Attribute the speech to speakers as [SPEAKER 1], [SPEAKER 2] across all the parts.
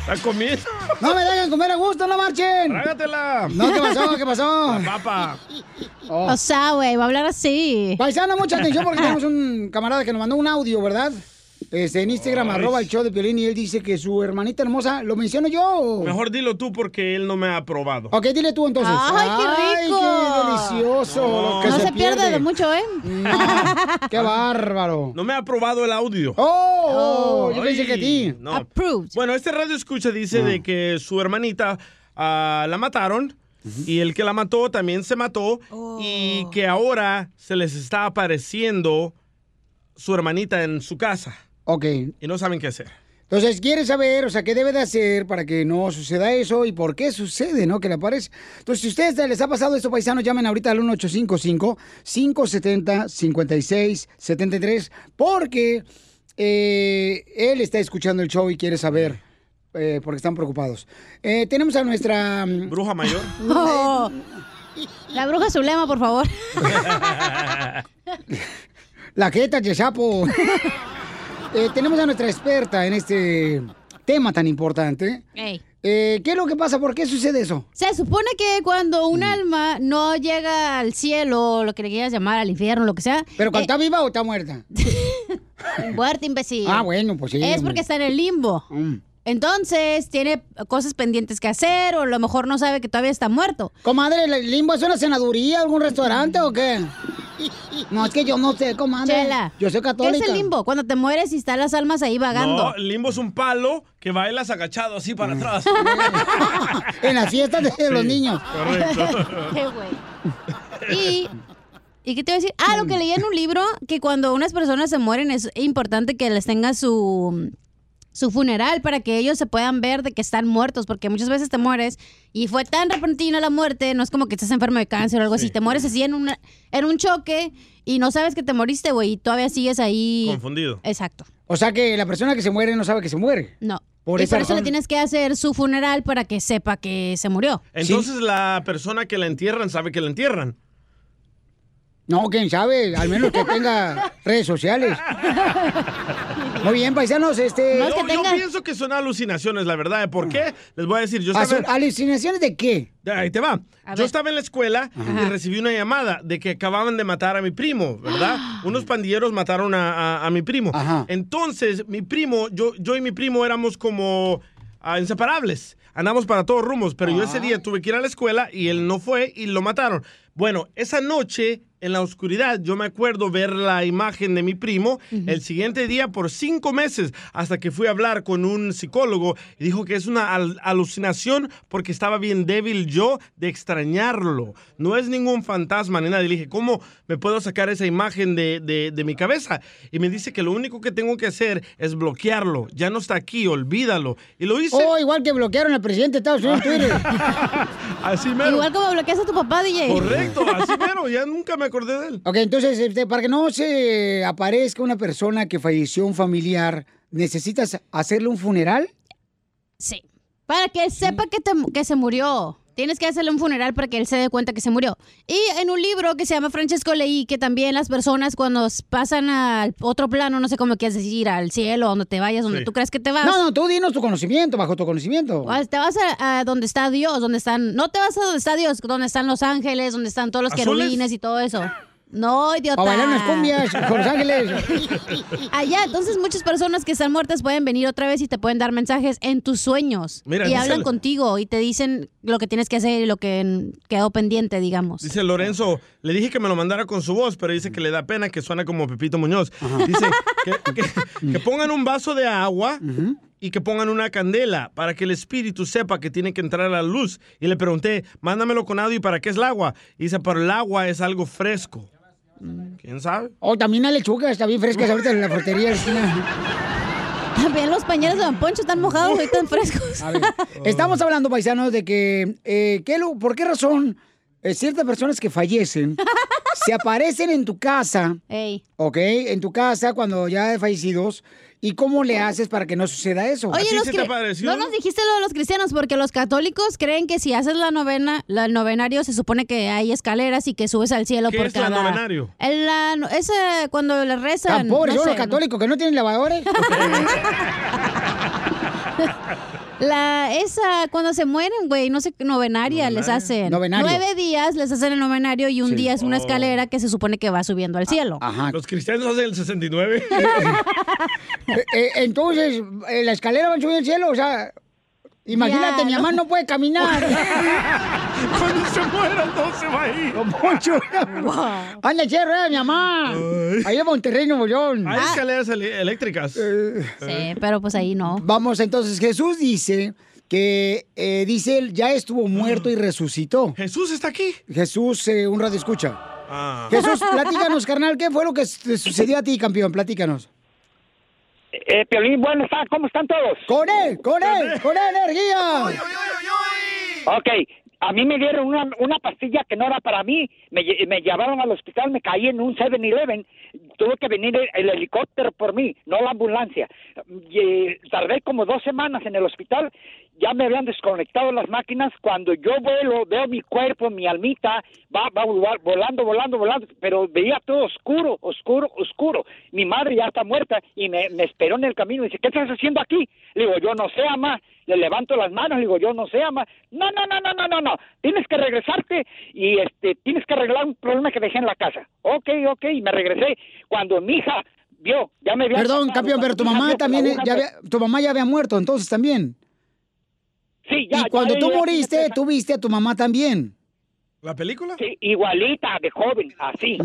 [SPEAKER 1] ¿Están comiendo?
[SPEAKER 2] No me dejen comer a gusto, no marchen.
[SPEAKER 1] Trágatela.
[SPEAKER 2] No, ¿qué pasó? ¿Qué pasó? Oh.
[SPEAKER 1] La papa.
[SPEAKER 3] O sea, güey, va a hablar así.
[SPEAKER 2] Paisano, mucha atención porque tenemos un camarada que nos mandó un audio, ¿verdad? Este, en Instagram,
[SPEAKER 1] Ay.
[SPEAKER 2] arroba el show de Piolín, y él dice que su hermanita hermosa, ¿lo menciono yo? o?
[SPEAKER 1] Mejor dilo tú porque él no me ha probado.
[SPEAKER 2] Ok, dile tú entonces.
[SPEAKER 3] ¡Ay, qué rico!
[SPEAKER 2] Ay, qué delicioso!
[SPEAKER 1] No.
[SPEAKER 2] lo que
[SPEAKER 3] no se,
[SPEAKER 2] pierde.
[SPEAKER 3] pierde. de mucho, ¿eh?
[SPEAKER 2] Mm. ¡Qué bárbaro!
[SPEAKER 1] No me ha probado el audio.
[SPEAKER 2] ¡Oh! oh, yo pensé
[SPEAKER 1] Ay,
[SPEAKER 2] que a ti. Ah.
[SPEAKER 1] no.
[SPEAKER 3] Approved.
[SPEAKER 1] Bueno, este radio escucha dice de que su hermanita ah, la mataron y el que la mató también se mató y que ahora se les está apareciendo su hermanita en su casa
[SPEAKER 2] Ok.
[SPEAKER 1] y no saben qué hacer.
[SPEAKER 2] Entonces, quiere saber, o sea, qué debe de hacer para que no suceda eso y por qué sucede, ¿no? Que le aparece. Entonces, si a ustedes les ha pasado esto, paisanos, llamen ahorita al 1855-570-5673, porque eh, él está escuchando el show y quiere saber, eh, porque están preocupados. Eh, tenemos a nuestra. mm,
[SPEAKER 1] Bruja mayor.
[SPEAKER 3] Oh. La bruja Zulema, por favor.
[SPEAKER 2] La jeta, Yesapo. Eh, tenemos a nuestra experta en este tema tan importante.
[SPEAKER 3] Ey.
[SPEAKER 2] Eh, ¿Qué es lo que pasa? ¿Por qué sucede eso?
[SPEAKER 3] Se supone que cuando
[SPEAKER 2] Mm.
[SPEAKER 3] un alma no llega al cielo, o lo que le quieras llamar, al infierno, lo que sea,
[SPEAKER 2] ¿Pero cuando
[SPEAKER 3] eh,
[SPEAKER 2] está viva o está muerta?
[SPEAKER 3] muerte imbécil.
[SPEAKER 2] Ah, bueno, pues sí.
[SPEAKER 3] es
[SPEAKER 2] hombre.
[SPEAKER 3] porque está en el limbo.
[SPEAKER 2] Mm.
[SPEAKER 3] Entonces tiene cosas pendientes que hacer o a lo mejor no sabe que todavía está muerto.
[SPEAKER 2] Comadre, ¿el limbo es una cenaduría, algún restaurante o qué? No, es que yo no sé, comadre.
[SPEAKER 3] Chela.
[SPEAKER 2] Yo soy católica.
[SPEAKER 3] ¿Qué es el limbo? Cuando te mueres y están las almas ahí vagando.
[SPEAKER 1] No, el limbo es un palo que bailas agachado así para atrás.
[SPEAKER 2] Mm. En las fiestas de los niños.
[SPEAKER 1] Correcto.
[SPEAKER 3] Qué güey. Y, ¿y qué te iba a decir? Ah, lo que leí en un libro, que cuando unas personas se mueren es importante que les tenga su su funeral para que ellos se puedan ver de que están muertos, porque muchas veces te mueres y fue tan repentina la muerte, no es como que estás enfermo de cáncer o algo así, te mueres así en, una, en un choque y no sabes que te moriste, güey, y todavía sigues ahí.
[SPEAKER 1] Confundido.
[SPEAKER 3] Exacto,
[SPEAKER 2] O sea que la persona que se muere no sabe que se muere.
[SPEAKER 3] no.
[SPEAKER 2] Por
[SPEAKER 3] y
[SPEAKER 2] esa
[SPEAKER 3] por eso
[SPEAKER 2] razón.
[SPEAKER 3] le tienes que hacer su funeral para que sepa que se murió.
[SPEAKER 1] Entonces la persona que la entierran sabe que la entierran.
[SPEAKER 2] No, quién sabe, al menos que tenga redes sociales. Muy bien, paisanos, este.
[SPEAKER 3] No, es que
[SPEAKER 1] Yo, yo
[SPEAKER 3] tenga-
[SPEAKER 1] pienso que son alucinaciones, la verdad. ¿eh? ¿Por qué? Les voy a decir, yo
[SPEAKER 2] ¿Asu-
[SPEAKER 1] estaba,
[SPEAKER 2] ¿Alucinaciones de qué?
[SPEAKER 1] Ahí te va.
[SPEAKER 3] A
[SPEAKER 1] Yo
[SPEAKER 3] ver.
[SPEAKER 1] estaba en la escuela y
[SPEAKER 3] Ajá.
[SPEAKER 1] recibí una llamada de que acababan de matar a mi primo, ¿verdad? Unos pandilleros mataron a, a- a mi primo.
[SPEAKER 2] Ajá.
[SPEAKER 1] Entonces, mi primo, yo, yo y mi primo éramos como ah, inseparables. Andamos para todos rumos, pero yo
[SPEAKER 3] Ah.
[SPEAKER 1] ese día tuve que ir a la escuela y él no fue y lo mataron. Bueno, esa noche, en la oscuridad, yo me acuerdo ver la imagen de mi primo el siguiente día por cinco meses, hasta que fui a hablar con un psicólogo y dijo que es una al- alucinación porque estaba bien débil yo de extrañarlo. No es ningún fantasma ni nada. Y le dije, ¿cómo me puedo sacar esa imagen de, de- de mi cabeza? Y me dice que lo único que tengo que hacer es bloquearlo. Ya no está aquí, olvídalo. Y lo hice.
[SPEAKER 2] Oh, igual que bloquearon al presidente de Estados Unidos en Twitter.
[SPEAKER 1] Así mero.
[SPEAKER 3] Igual como bloqueas a tu papá, DJ.
[SPEAKER 1] Correcto, así mero. Ya nunca me acordé de él.
[SPEAKER 2] Ok, entonces, este, para que no se aparezca una persona que falleció, un familiar, ¿necesitas hacerle un funeral?
[SPEAKER 3] Sí. Para que sepa que, te- que se murió. Tienes que hacerle un funeral para que él se dé cuenta que se murió. Y en un libro que se llama Francesco leí que también las personas cuando s- pasan al otro plano, no sé cómo quieres decir, al cielo, donde te vayas, donde
[SPEAKER 2] Sí.
[SPEAKER 3] tú crees que te vas.
[SPEAKER 2] No, no, tú dinos tu conocimiento, bajo tu conocimiento.
[SPEAKER 3] O Te vas a, a donde está Dios, donde están. No te vas a donde está Dios, donde están los ángeles, donde están todos los
[SPEAKER 2] ¿Azules?
[SPEAKER 3] querubines y todo eso. No, idiota.
[SPEAKER 2] A bailar unas cumbias con los ángeles.
[SPEAKER 3] Allá, Ah, entonces muchas personas que están muertas pueden venir otra vez y te pueden dar mensajes en tus sueños.
[SPEAKER 1] Mira,
[SPEAKER 3] y
[SPEAKER 1] dice
[SPEAKER 3] hablan
[SPEAKER 1] el-
[SPEAKER 3] contigo y te dicen lo que tienes que hacer y lo que mm, quedó pendiente, digamos.
[SPEAKER 1] Dice Lorenzo, le dije que me lo mandara con su voz, pero dice que le da pena que suena como Pepito Muñoz. Dice que, que- que pongan un vaso de agua y que pongan una candela para que el espíritu sepa que tiene que entrar a la luz. Y le pregunté, mándamelo con audio y para qué es el agua. Y dice, pero el agua es algo fresco.
[SPEAKER 4] Mm.
[SPEAKER 1] ¿Quién sabe?
[SPEAKER 2] O Oh, también la lechuga, está bien fresca ahorita en la frutería de la esquina.
[SPEAKER 3] También los pañales de Don Poncho están mojados y tan frescos.
[SPEAKER 2] Estamos hablando, paisanos, de que, eh, ¿qué lo- ¿por qué razón eh, ciertas personas que fallecen se aparecen en tu casa? ¿Ok? En tu casa cuando ya hay fallecidos. ¿Y cómo le haces para que no suceda eso?
[SPEAKER 3] Oye, los cri- no nos dijiste lo de los cristianos porque los católicos creen que si haces la novena, la, el novenario se supone que hay escaleras y que subes al cielo
[SPEAKER 2] ¿Qué
[SPEAKER 3] por
[SPEAKER 2] es la
[SPEAKER 3] cada-
[SPEAKER 2] novenario?
[SPEAKER 3] El, la, no- es eh, cuando le rezan.
[SPEAKER 2] Tan pobres
[SPEAKER 3] no
[SPEAKER 2] son
[SPEAKER 3] sé,
[SPEAKER 2] los
[SPEAKER 3] ¿no?
[SPEAKER 2] católicos que no tienen lavadores.
[SPEAKER 3] La, esa, cuando se mueren, güey, no sé, novenaria, les hacen.
[SPEAKER 2] Novenario.
[SPEAKER 3] Nueve días les hacen el novenario y un
[SPEAKER 1] Sí.
[SPEAKER 3] día es una
[SPEAKER 1] Oh. Ah,
[SPEAKER 3] escalera que se supone que va subiendo al cielo.
[SPEAKER 1] Los cristianos hacen el 69.
[SPEAKER 2] Eh, entonces, eh, la escalera va a subir al cielo, o sea, imagínate,
[SPEAKER 3] Ya,
[SPEAKER 2] mi mamá
[SPEAKER 3] no.
[SPEAKER 2] no puede caminar.
[SPEAKER 1] Cuando se muera, no se va a ir.
[SPEAKER 2] Anda, che, rueda, mi mamá. Ahí en Monterrey, Nuevo León. Eh.
[SPEAKER 1] Hay escaleras ele- eléctricas.
[SPEAKER 3] Ah. Sí, pero pues ahí no.
[SPEAKER 2] Vamos, entonces, Jesús dice que, eh, dice, él ya estuvo muerto y resucitó.
[SPEAKER 1] Jesús está aquí.
[SPEAKER 2] Jesús, eh, un radio escucha.
[SPEAKER 1] Ah.
[SPEAKER 2] Jesús, platícanos, carnal, ¿qué fue lo que te sucedió a ti, campeón? Platícanos.
[SPEAKER 4] Eh, Piolín, bueno, está, ¿cómo están todos?
[SPEAKER 2] ¡Con él, con él, con energía!
[SPEAKER 4] Ok, a mí me dieron una, una pastilla que no era para mí, me, lle- me llevaron al hospital, me caí en un 7-Eleven, tuvo que venir el, el helicóptero por mí, no la ambulancia. Y, eh, tardé como dos semanas en el hospital, ya me habían desconectado las máquinas, cuando yo vuelo, veo mi cuerpo, mi almita, va, va vol- volando, volando, volando, pero veía todo oscuro, oscuro, oscuro. Mi madre ya está muerta y me, me esperó en el camino y dice, ¿qué estás haciendo aquí? Le digo, yo no sé, ama. Le levanto las manos, le digo, yo no sé, ama. No, no, no, no, no, no, no. Tienes que regresarte y este, tienes que arreglar un problema que dejé en la casa. Ok, ok, y me regresé. Cuando mi hija vio, ya me había...
[SPEAKER 2] Perdón,
[SPEAKER 4] pasado,
[SPEAKER 2] campeón, pero
[SPEAKER 4] cuando
[SPEAKER 2] tu mamá
[SPEAKER 4] mi hija vio que la
[SPEAKER 2] también, eh,
[SPEAKER 4] aguja
[SPEAKER 2] ya
[SPEAKER 4] me-
[SPEAKER 2] había- tu mamá ya había muerto, entonces también.
[SPEAKER 4] Sí, ya.
[SPEAKER 2] y cuando
[SPEAKER 4] ya,
[SPEAKER 2] tú
[SPEAKER 4] ya, ya,
[SPEAKER 2] moriste, tú viste a tu mamá también.
[SPEAKER 1] ¿La película?
[SPEAKER 4] Sí, igualita, de joven, así.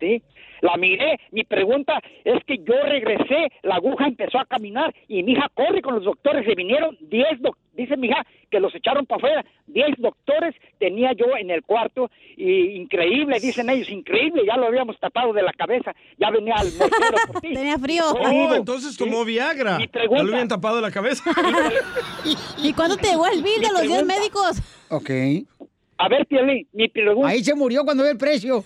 [SPEAKER 4] ¿sí? La miré. Mi pregunta es que yo regresé, la aguja empezó a caminar y mi hija corre con los doctores. Se vinieron 10 doc- Dice mi hija que los echaron para afuera. 10 doctores tenía yo en el cuarto. Y increíble, dicen ellos, increíble. Ya lo habíamos tapado de la cabeza. Ya venía al mortero por ti.
[SPEAKER 3] Tenía frío.
[SPEAKER 1] Oh, entonces tomó Viagra.
[SPEAKER 4] Mi
[SPEAKER 1] Ya lo
[SPEAKER 4] pregunta.
[SPEAKER 1] habían tapado de la cabeza.
[SPEAKER 3] ¿Y cuándo te llegó el bill de los 10 médicos?
[SPEAKER 2] Ok.
[SPEAKER 4] A ver, Piolín, mi pregunta.
[SPEAKER 2] Ahí se murió cuando ve el precio.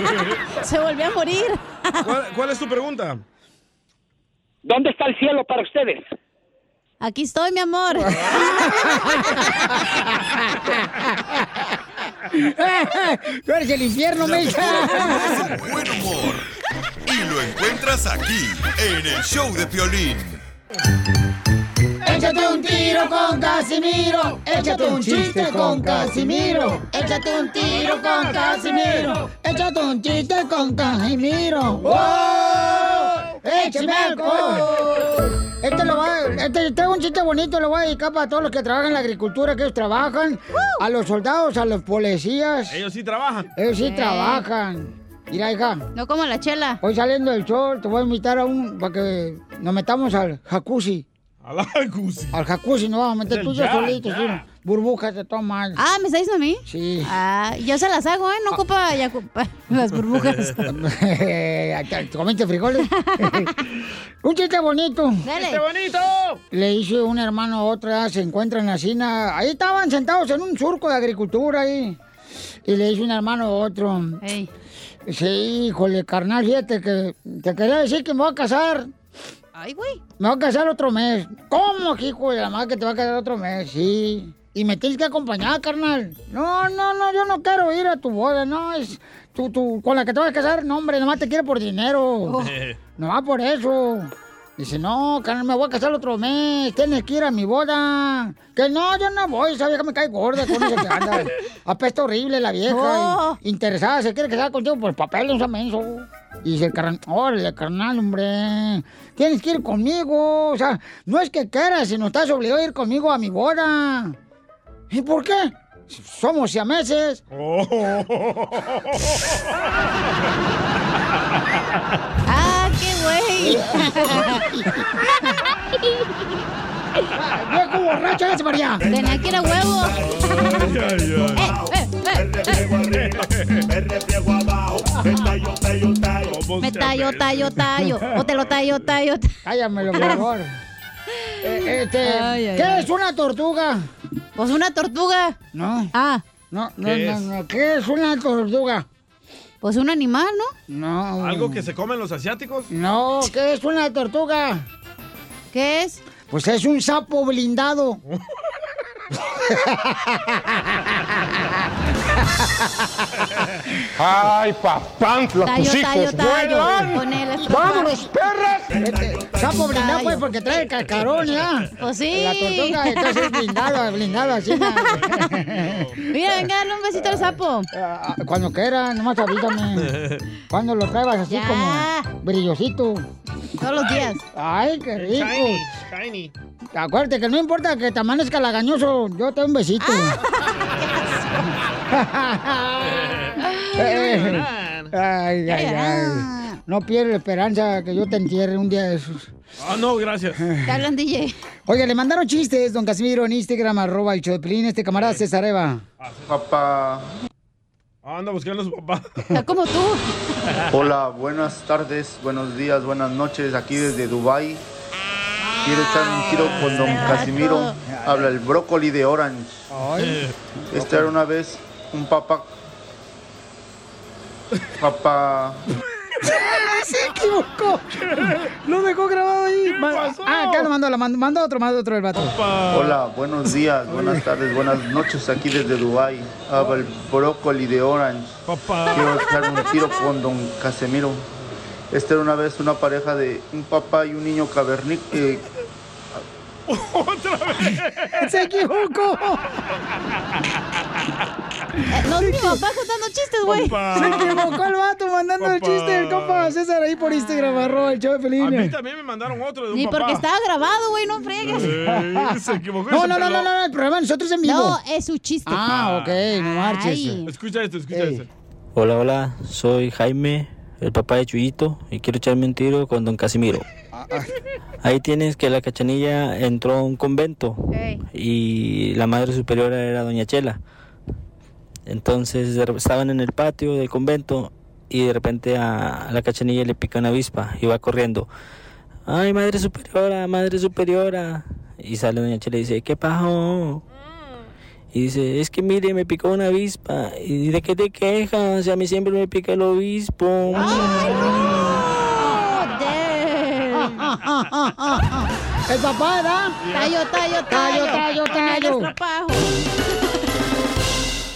[SPEAKER 3] Se volvió a morir.
[SPEAKER 1] ¿Cuál, cuál es tu pregunta?
[SPEAKER 4] ¿Dónde está el cielo para ustedes?
[SPEAKER 3] Aquí estoy, mi amor.
[SPEAKER 2] Tú eres el infierno, Mecha.
[SPEAKER 5] Y lo encuentras aquí, en el show de Piolín.
[SPEAKER 2] Échate un tiro con Casimiro. Échate un chiste con Casimiro. Échate un tiro con Casimiro. Échate un chiste con Casimiro. ¡Wow! ¡Oh! ¡Échame alcohol! Este lo va, este, este es un chiste bonito, lo voy a dedicar para todos los que trabajan en la agricultura, que ellos trabajan, a los soldados, a los policías.
[SPEAKER 1] Ellos sí trabajan.
[SPEAKER 2] Ellos sí
[SPEAKER 4] Eh.
[SPEAKER 1] Bien.
[SPEAKER 2] trabajan. Mira, hija.
[SPEAKER 3] No como la chela.
[SPEAKER 2] Hoy saliendo del sol, te voy a invitar a un. para que nos metamos al jacuzzi.
[SPEAKER 1] ¿Al jacuzzi?
[SPEAKER 2] Al jacuzzi, no vamos a meter
[SPEAKER 3] Del
[SPEAKER 2] tú y yo
[SPEAKER 3] ya,
[SPEAKER 2] solito,
[SPEAKER 3] ya.
[SPEAKER 2] sí. Burbujas de todo mal.
[SPEAKER 3] Ah, ¿me está diciendo a mí?
[SPEAKER 2] Sí.
[SPEAKER 3] Ah, yo se las hago, ¿eh? No ocupa ya ocupa las burbujas.
[SPEAKER 2] ¿Te ¿Comiste frijoles? un chiste Este bonito.
[SPEAKER 3] ¡Chiste
[SPEAKER 1] bonito!
[SPEAKER 2] Le dice un hermano a otra, se encuentran así, na- ahí estaban sentados en un surco de agricultura ahí. Y le dice un hermano a otro. Sí, híjole, carnal, fíjate que te quería decir que me voy a casar.
[SPEAKER 3] Ay, güey.
[SPEAKER 2] Me voy a casar otro mes. ¿Cómo, hijo de la madre, que te va a casar otro mes? Sí. y me tienes que acompañar, carnal. No, no, no, yo no quiero ir a tu boda, no, es tu, tu, con la que te vas a casar, no, hombre, nomás te quiere por dinero.
[SPEAKER 6] Oh.
[SPEAKER 2] Nomás por eso. Dice, no, carnal, me voy a casar el otro mes, tienes que ir a mi boda. Que no, yo no voy, esa vieja me cae gorda con eso que anda. Apesta horrible la vieja.
[SPEAKER 3] Oh.
[SPEAKER 2] y- Interesada, se quiere casar contigo por el papel, no sea menso. Y dice el carnal, órale, carnal, hombre, tienes que ir conmigo. O sea, no es que quieras, sino estás obligado a ir conmigo a mi boda. ¿Y por qué? Somos siameses.
[SPEAKER 3] ¡Ah, qué güey!
[SPEAKER 2] ¡Viejo borracho, eres María!
[SPEAKER 3] Tenía que ir a huevo. Me tallo, tallo, tallo. O te lo tallo, tallo.
[SPEAKER 2] Cállamelo, por favor. Eh, este, ¿Qué es una tortuga?
[SPEAKER 3] Pues una tortuga.
[SPEAKER 2] No.
[SPEAKER 3] Ah.
[SPEAKER 2] No, no,
[SPEAKER 1] ¿Qué
[SPEAKER 2] no,
[SPEAKER 1] es?
[SPEAKER 2] no. ¿Qué es una tortuga?
[SPEAKER 3] Pues un animal, ¿no?
[SPEAKER 2] No.
[SPEAKER 1] ¿Algo que se comen los asiáticos?
[SPEAKER 2] No, ¿qué es una tortuga?
[SPEAKER 3] ¿Qué es?
[SPEAKER 2] Pues es un sapo blindado.
[SPEAKER 7] ¡Ay, papán! ¡Los tus
[SPEAKER 3] Tallo, tallo,
[SPEAKER 7] hijos
[SPEAKER 3] tallo.
[SPEAKER 7] vuelan!
[SPEAKER 3] Con el estropajo.
[SPEAKER 2] ¡Vámonos, perras! Este, sapo blindado, pues, porque trae el cascarón, ¿ya?
[SPEAKER 3] Pues sí.
[SPEAKER 2] La tortuga, entonces es blindado, blindado así. ¿no?
[SPEAKER 3] Mira, venga, dale un besito al sapo.
[SPEAKER 2] Ah, Cuando quiera, nomás avísame. Cuando lo traigas así
[SPEAKER 3] Ya.
[SPEAKER 2] como brillosito.
[SPEAKER 3] Todos los días.
[SPEAKER 2] Ay, qué rico.
[SPEAKER 1] Shiny, shiny.
[SPEAKER 2] Acuérdate que no importa que te amanezca lagañoso, yo te doy un besito.
[SPEAKER 3] Ah.
[SPEAKER 2] Eh, ay, ay, ay. No pierdes la esperanza que yo te entierre un día de esos.
[SPEAKER 1] Ah, no, gracias.
[SPEAKER 3] Te hablan, DJ.
[SPEAKER 2] Oiga, le mandaron chistes, don Casimiro, en Instagram, arroba el Choplin, este camarada César Eva.
[SPEAKER 8] Papá,
[SPEAKER 1] Ah, anda buscando a su papá.
[SPEAKER 3] Está como tú.
[SPEAKER 8] hola, buenas tardes, buenos días, buenas noches, aquí desde Dubai. Quiero echar un tiro con don Casimiro. Habla el brócoli de Orange.
[SPEAKER 2] Ay,
[SPEAKER 8] Esta era una vez un papá. Papá.
[SPEAKER 2] se equivocó. Lo dejó grabado ahí. Ma-
[SPEAKER 1] pasó?
[SPEAKER 2] Ah, acá lo mandó, lo mandó, mandó otro, mandó otro el vato.
[SPEAKER 8] Hola, buenos días, buenas tardes, buenas noches, aquí desde Dubai. Habla el brócoli de Orange.
[SPEAKER 1] Papá.
[SPEAKER 8] Quiero echar un tiro con don Casemiro. Esta era una vez una pareja de un papá y un niño caverní- eh,
[SPEAKER 2] Se equivocó.
[SPEAKER 3] Eh, No, mi papá contando chistes, güey.
[SPEAKER 2] Se
[SPEAKER 1] Papá.
[SPEAKER 2] equivocó el vato mandando el
[SPEAKER 1] Papá.
[SPEAKER 2] chiste del compa César ahí por Instagram, arroba el
[SPEAKER 1] A mí
[SPEAKER 2] Choplin.
[SPEAKER 1] también me mandaron otro de un
[SPEAKER 3] Ni
[SPEAKER 1] papá.
[SPEAKER 3] porque estaba grabado, güey, no fregues.
[SPEAKER 1] Eh, se equivocó.
[SPEAKER 2] No,
[SPEAKER 1] ese
[SPEAKER 2] no, no,
[SPEAKER 1] pelón.
[SPEAKER 2] no, no, el programa de nosotros en vivo.
[SPEAKER 3] No, es su chiste.
[SPEAKER 2] Ah, ok, no marches.
[SPEAKER 3] Ay.
[SPEAKER 1] Escucha esto, escucha
[SPEAKER 2] Ey.
[SPEAKER 1] esto.
[SPEAKER 9] Hola, hola, soy Jaime, el papá de Chuyito, y quiero echarme un tiro con don Casimiro.
[SPEAKER 2] Ah,
[SPEAKER 9] Ahí tienes que la cachanilla entró a un convento
[SPEAKER 3] Ey.
[SPEAKER 9] y la madre superiora era doña Chela. Entonces de rep- estaban en el patio del convento y de repente a, a la cachanilla le pica una avispa y va corriendo. ¡Ay, madre superiora, madre superiora! Y sale doña Chela y dice, ¿qué pasó? Y dice, es que mire, me picó una avispa. ¿Y de qué te quejas? A mí siempre me pica el obispo.
[SPEAKER 3] Oh, damn.
[SPEAKER 2] El papá, ¿verdad?
[SPEAKER 3] Tallo, tallo, tallo.
[SPEAKER 2] Tallo, tallo, tallo.
[SPEAKER 3] Con el estropajo.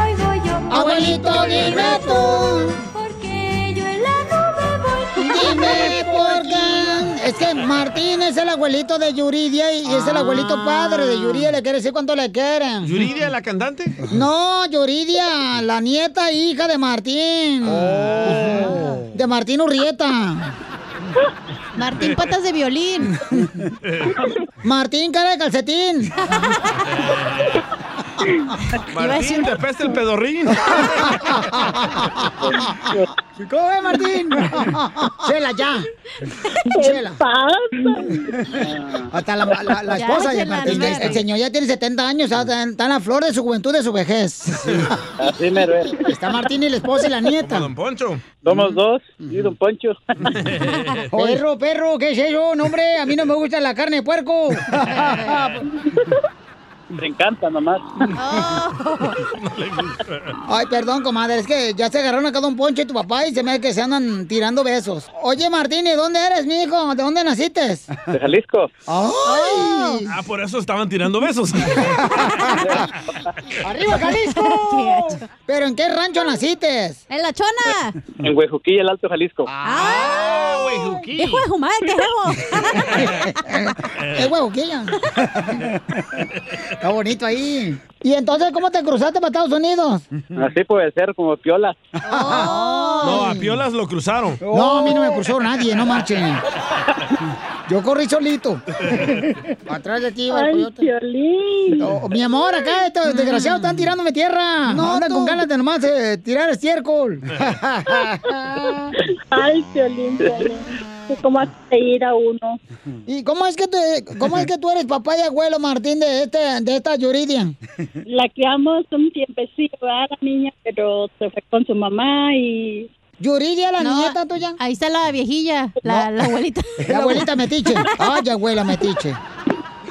[SPEAKER 10] oigo yo?
[SPEAKER 2] Abuelito, dime tú,
[SPEAKER 10] Porque yo en la nube voy.
[SPEAKER 2] dime por qué. Es que Martín es el abuelito de Yuridia y es el abuelito padre de Yuridia. Le quiere decir cuánto le quieren.
[SPEAKER 1] Ah. ¿Yuridia, la cantante?
[SPEAKER 2] No, Yuridia, la nieta e hija de Martín.
[SPEAKER 1] Oh.
[SPEAKER 2] De Martín Urrieta.
[SPEAKER 3] Martín Patas de Violín.
[SPEAKER 2] Martín Cara de Calcetín. Iba a decir-
[SPEAKER 1] Martín, te peste el pedorrín.
[SPEAKER 2] ¿Cómo es, Martín? Chela, ya. Chela. Hasta la, la- la
[SPEAKER 11] Ya,
[SPEAKER 2] esposa ya,
[SPEAKER 11] Chela,
[SPEAKER 2] Martín.
[SPEAKER 11] no
[SPEAKER 2] El,
[SPEAKER 11] me
[SPEAKER 2] el señor ya tiene 70 años, ah, está en está en la flor de su juventud, de su vejez.
[SPEAKER 11] Así mero es.
[SPEAKER 2] Está Martín y la esposa y la nieta.
[SPEAKER 1] Don Poncho.
[SPEAKER 11] Somos dos y don Poncho.
[SPEAKER 2] Perro, perro, ¿qué es eso? No, hombre, a mí no me gusta la carne de puerco.
[SPEAKER 11] Me encanta nomás.
[SPEAKER 2] Ay, perdón, comadre, es que ya se agarraron acá Don Poncho y tu papá y se me hace que se andan tirando besos. Oye, Martín, ¿y dónde eres, mijo? ¿De dónde naciste?
[SPEAKER 11] De Jalisco.
[SPEAKER 2] ¡Ay!
[SPEAKER 1] Ah, por eso estaban tirando besos.
[SPEAKER 2] ¡Arriba, Jalisco! ¿Pero en qué rancho naciste?
[SPEAKER 3] ¡En la chona!
[SPEAKER 11] En Huejuquilla, el Alto Jalisco.
[SPEAKER 3] ¡Ah! ¡Hijo de su madre, qué
[SPEAKER 2] ¡Qué huevoquilla! Está bonito ahí. ¿Y entonces cómo te cruzaste para Estados Unidos?
[SPEAKER 11] Así puede ser, como piola.
[SPEAKER 12] Oh.
[SPEAKER 1] No, a Piolas lo cruzaron.
[SPEAKER 2] No, a mí no me cruzó nadie, no marchen. Yo corrí solito. Atrás de ti, va el
[SPEAKER 11] Ay,
[SPEAKER 2] coyote. No, mi amor, acá
[SPEAKER 12] Mm.
[SPEAKER 2] estos desgraciados están tirándome tierra. No, andan con ganas de nomás eh, tirar estiércol.
[SPEAKER 12] Ay, Piolín, Piolín. que ¿Cómo hace ir a uno?
[SPEAKER 2] ¿Y cómo es que te- cómo es que tú eres papá y abuelo, Martín, de este, de esta Yuridia?
[SPEAKER 12] La que amo es un tiempecillo, ¿verdad? La niña, pero se fue con su mamá y...
[SPEAKER 2] Yuridia, la
[SPEAKER 3] nieta
[SPEAKER 2] tuya.
[SPEAKER 3] Ahí está la viejilla, la, la abuelita.
[SPEAKER 2] La abuelita metiche. Ay, abuela metiche.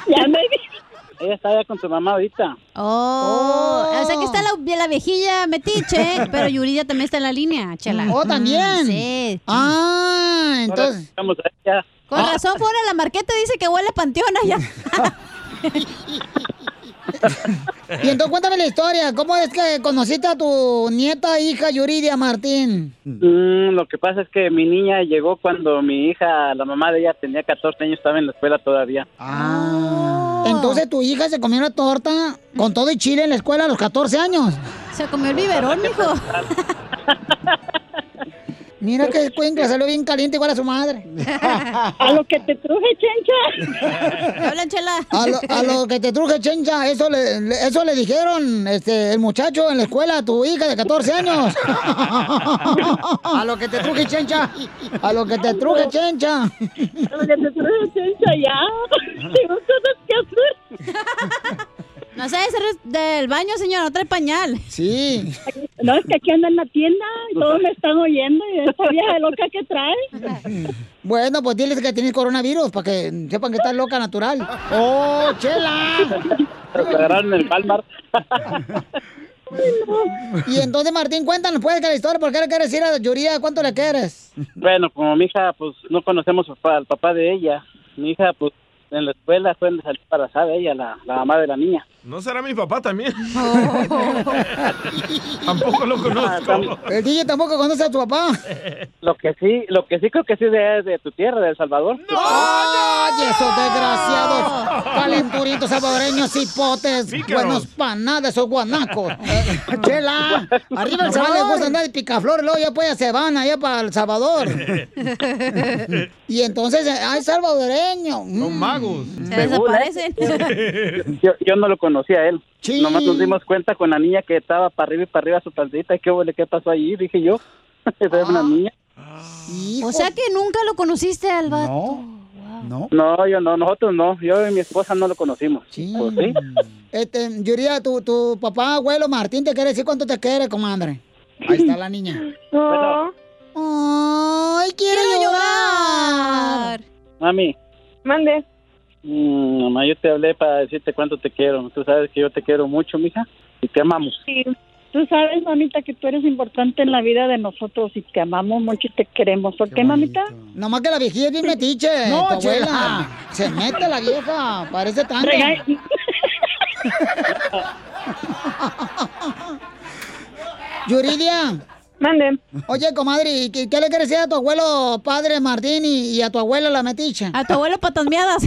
[SPEAKER 11] Ya me Ella está allá con su mamá ahorita.
[SPEAKER 3] Oh, o sea que está la, la viejilla metiche, pero Yuridia también está en la línea, chela.
[SPEAKER 2] Oh,
[SPEAKER 3] Mm,
[SPEAKER 2] también.
[SPEAKER 3] Sí.
[SPEAKER 2] Ah,
[SPEAKER 11] entonces- Vamos a ella.
[SPEAKER 3] Con razón, fuera de la marqueta dice que huele a panteón allá.
[SPEAKER 2] Y entonces cuéntame la historia. ¿Cómo es que conociste a tu nieta, hija Yuridia, Martín?
[SPEAKER 11] Mm, lo que pasa es que mi niña llegó cuando mi hija, la mamá de ella, tenía 14 años, estaba en la escuela todavía.
[SPEAKER 2] Ah. Entonces tu hija se comió una torta con todo y chile en la escuela a los 14 años.
[SPEAKER 3] Se comió el biberón, mijo.
[SPEAKER 2] Mira que cuenca, salió bien caliente igual a su madre. A lo que te truje, chencha.
[SPEAKER 3] Habla, chela.
[SPEAKER 2] A lo, a lo que te truje, chencha, eso le, le- eso le dijeron este, el muchacho en la escuela a tu hija de 14 años. A lo que te truje, chencha. A lo que te truje, chencha. A lo que te truje, chencha, ya.
[SPEAKER 3] No sabe hacer del baño, señor, no trae pañal.
[SPEAKER 2] Sí.
[SPEAKER 12] No, es que aquí anda en la tienda y todos me están oyendo y esa vieja loca que trae.
[SPEAKER 2] Bueno, pues diles que tienes coronavirus para que sepan que estás loca natural. ¡Oh, chela!
[SPEAKER 11] Pero se agarraron en el Palmar.
[SPEAKER 2] Y entonces, Martín, cuéntanos, puedes que la historia, ¿por qué le quieres ir a Yuridia? ¿Cuánto le quieres?
[SPEAKER 11] Bueno, como mi hija, pues no conocemos al papá, al papá de ella. Mi hija, pues en la escuela fue donde salió embarazada ella, la, la mamá de la niña.
[SPEAKER 1] ¿No será mi papá también?
[SPEAKER 2] Oh.
[SPEAKER 1] Tampoco lo
[SPEAKER 11] Ah, tam-
[SPEAKER 1] conozco.
[SPEAKER 2] El DJ tampoco conoce a tu papá.
[SPEAKER 11] Lo que sí, lo que sí creo que sí de- es de, tu tierra, de El Salvador.
[SPEAKER 2] ¡Ay, esos desgraciados! Calenturitos salvadoreños, hipotes,
[SPEAKER 11] Pícaros.
[SPEAKER 2] buenos panadas, esos guanacos. Eh, ¡Chela! Arriba el Salvador le gusta andar de picaflor, luego ya pues ya se van allá para El Salvador. Y entonces, eh, ¡ay, salvadoreño! mm.
[SPEAKER 1] Son magos.
[SPEAKER 11] Se desaparecen. Yo, yo no lo conocía a él.
[SPEAKER 2] Sí.
[SPEAKER 11] Nomás nos dimos cuenta con la niña que estaba para arriba y para arriba su plantita. ¿Qué, huele? ¿Qué pasó allí? Dije yo. Esa es una niña.
[SPEAKER 3] O sea que nunca lo conociste al vato.
[SPEAKER 11] No. No, yo no, nosotros no. Yo y mi esposa no lo conocimos. Pues sí.
[SPEAKER 2] Este, Yuridia, tu, tu papá, abuelo Martín, te quiere decir cuánto te quiere, comadre. Ahí está la niña. ¡Ay, quiero, llorar!
[SPEAKER 11] Mami. Mm,
[SPEAKER 12] Mande.
[SPEAKER 11] mamá, yo te hablé para decirte cuánto te quiero. Tú sabes que yo te quiero mucho, mija. Y te amamos.
[SPEAKER 12] Sí. Tú sabes, mamita, que tú eres importante en la vida de nosotros y te amamos mucho y te queremos. ¿Por qué, mamita?
[SPEAKER 2] Nomás que la viejilla es bien metiche.
[SPEAKER 12] No,
[SPEAKER 2] tu abuela.
[SPEAKER 12] chela.
[SPEAKER 2] Se mete la vieja. Parece tan.
[SPEAKER 12] Rega-
[SPEAKER 2] Yuridia,
[SPEAKER 12] Mande.
[SPEAKER 2] Oye, comadre, ¿y ¿qué, qué le quieres decir a tu abuelo padre Martín y, y a tu abuela la meticha?
[SPEAKER 3] A tu abuelo patas miadas.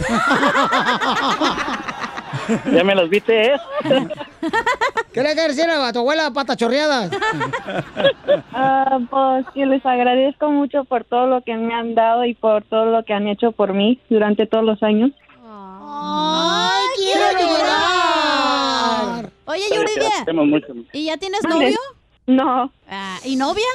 [SPEAKER 7] ¿Ya me los viste? eh?
[SPEAKER 2] ¿Qué le quieres decir a tu abuela patas chorreadas?
[SPEAKER 12] Ah, pues que les agradezco mucho por todo lo que me han dado y por todo lo que han hecho por mí durante todos los años.
[SPEAKER 2] ¡Ay, quiero llorar!
[SPEAKER 3] Oye, Yuridia, ¿y ya tienes novio?
[SPEAKER 12] No.
[SPEAKER 3] Ah, ¿Y novia?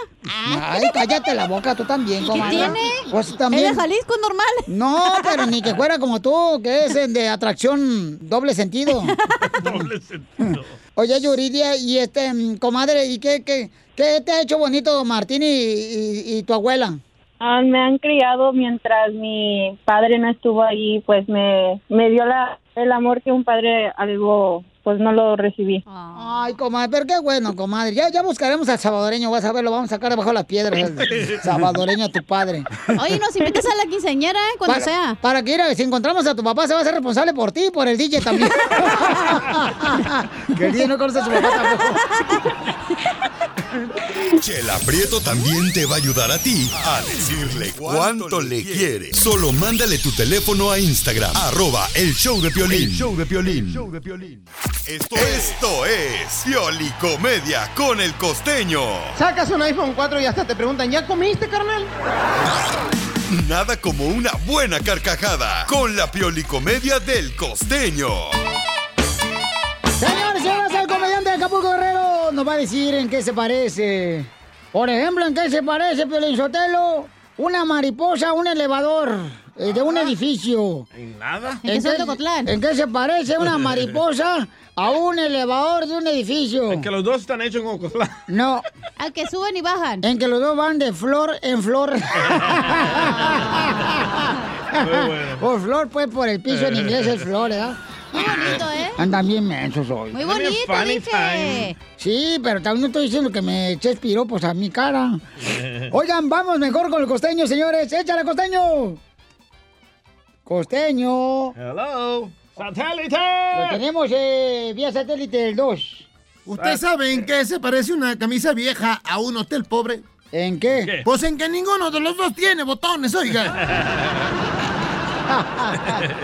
[SPEAKER 2] Ay, cállate la boca, tú también,
[SPEAKER 3] ¿Qué
[SPEAKER 2] comadre.
[SPEAKER 3] tiene?
[SPEAKER 2] Pues también.
[SPEAKER 3] ¿Es de Jalisco normal?
[SPEAKER 2] No, pero ni que fuera como tú, que es el de atracción doble sentido.
[SPEAKER 1] Doble sentido.
[SPEAKER 2] Oye, Yuridia, y este, mm, comadre, ¿y qué, qué, qué te ha hecho bonito Martín y, y- y tu abuela?
[SPEAKER 12] Ah, me han criado mientras mi padre no estuvo ahí, pues me, me dio la, el amor que un padre algo, pues no lo recibí.
[SPEAKER 2] Ay, comadre, pero qué bueno, comadre. Ya, ya buscaremos al salvadoreño, vas a ver, lo vamos a sacar debajo de las piedras. al Salvadoreño a tu padre.
[SPEAKER 3] Oye, nos invitas a la quinceañera, ¿eh? Cuando
[SPEAKER 2] para,
[SPEAKER 3] sea.
[SPEAKER 2] Para que, mira, si encontramos a tu papá, se va a ser responsable por ti y por el DJ también. que el DJ no conoce a su papá tampoco.
[SPEAKER 5] Chela Prieto también te va a ayudar a ti a decirle cuánto le quiere. Solo mándale tu teléfono a Instagram, arroba el show de Piolín.
[SPEAKER 13] El
[SPEAKER 5] show de Piolín. Esto, esto es Piolicomedia con el costeño.
[SPEAKER 14] Sacas un iPhone 4 y hasta te preguntan, ¿ya comiste, carnal?
[SPEAKER 5] Nada como una buena carcajada con la Piolicomedia del costeño.
[SPEAKER 2] Señores, señoras, el comediante de Acapulco Guerrero nos va a decir en qué se parece. Por ejemplo, en qué se parece, Piolín Sotelo, una mariposa, a un elevador eh, de un edificio.
[SPEAKER 1] ¿En nada?
[SPEAKER 2] en qué se parece una mariposa a un elevador de un edificio?
[SPEAKER 1] Que los dos están hechos en Ocotlán.
[SPEAKER 2] No.
[SPEAKER 3] Al que suben y bajan.
[SPEAKER 2] En que los dos van de flor en flor. o flor, pues, por el piso en inglés es flor, ¿verdad?
[SPEAKER 3] Eh. Muy bonito, ¿eh?
[SPEAKER 2] Andan bien mensos hoy.
[SPEAKER 3] Muy bonito, dije.
[SPEAKER 2] Sí, pero también no estoy diciendo que me eches piropos a mi cara. Oigan, vamos mejor con el costeño, señores. ¡Échale, costeño! Costeño.
[SPEAKER 1] Hello. ¡Satélite!
[SPEAKER 2] Lo tenemos eh, vía satélite el 2.
[SPEAKER 15] ¿Usted sabe en qué se parece una camisa vieja a un hotel pobre?
[SPEAKER 2] ¿En qué?
[SPEAKER 15] Pues en que ninguno de los dos tiene botones, oiga.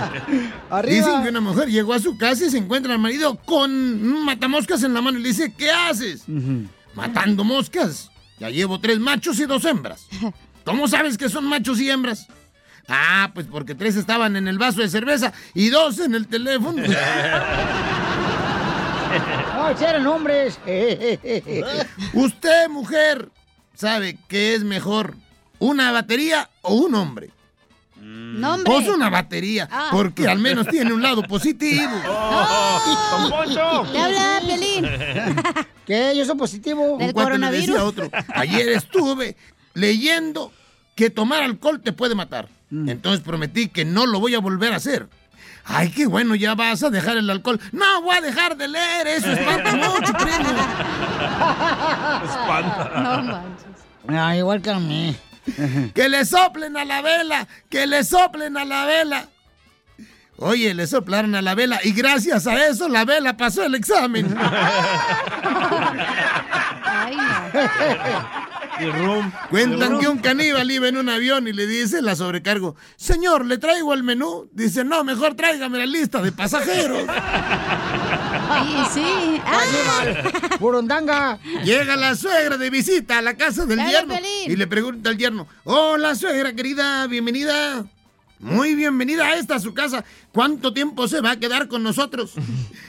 [SPEAKER 2] Arriba.
[SPEAKER 15] Dicen que una mujer llegó a su casa y se encuentra al marido con un matamoscas en la mano y le dice, ¿qué haces? Matando moscas. Ya llevo tres machos y dos hembras. ¿Cómo sabes que son machos y hembras? Ah, pues porque tres estaban en el vaso de cerveza y dos en el teléfono.
[SPEAKER 2] No, si eran hombres.
[SPEAKER 15] Usted, mujer, sabe qué es mejor, una batería o un hombre.
[SPEAKER 3] No, hombre.
[SPEAKER 15] Pues una batería,
[SPEAKER 3] Ah.
[SPEAKER 15] porque al menos tiene un lado positivo.
[SPEAKER 3] ¡Don Poncho! Te habla Piolín.
[SPEAKER 2] ¿Qué? Yo soy positivo.
[SPEAKER 15] Un
[SPEAKER 3] Del
[SPEAKER 15] cuate le
[SPEAKER 3] coronavirus.
[SPEAKER 15] decía a otro, ayer estuve leyendo que tomar alcohol te puede matar.
[SPEAKER 3] Mm.
[SPEAKER 15] Entonces prometí que no lo voy a volver a hacer. Ay, qué bueno, ya vas a dejar el alcohol. No, voy a dejar de leer, eso espanta mucho, primo.
[SPEAKER 2] Espanta. No
[SPEAKER 3] manches.
[SPEAKER 2] Ah, igual que a mí.
[SPEAKER 15] Que le soplen a la vela, que le soplen a la vela. Oye, le soplaron a la vela y gracias a eso la vela pasó el examen.
[SPEAKER 3] Ay,
[SPEAKER 15] Cuentan
[SPEAKER 3] rum.
[SPEAKER 15] que un caníbal iba en un avión y le dice la sobrecargo, señor, ¿le traigo el menú? Dice, no, mejor tráigame la lista de pasajeros.
[SPEAKER 3] Sí, Ah. sí.
[SPEAKER 2] Burundanga.
[SPEAKER 15] Llega la suegra de visita a la casa del
[SPEAKER 3] Dale,
[SPEAKER 15] yerno
[SPEAKER 3] Pelín.
[SPEAKER 15] y le pregunta al yerno, hola suegra querida, bienvenida. Muy bienvenida a esta a su casa. ¿Cuánto tiempo se va a quedar con nosotros?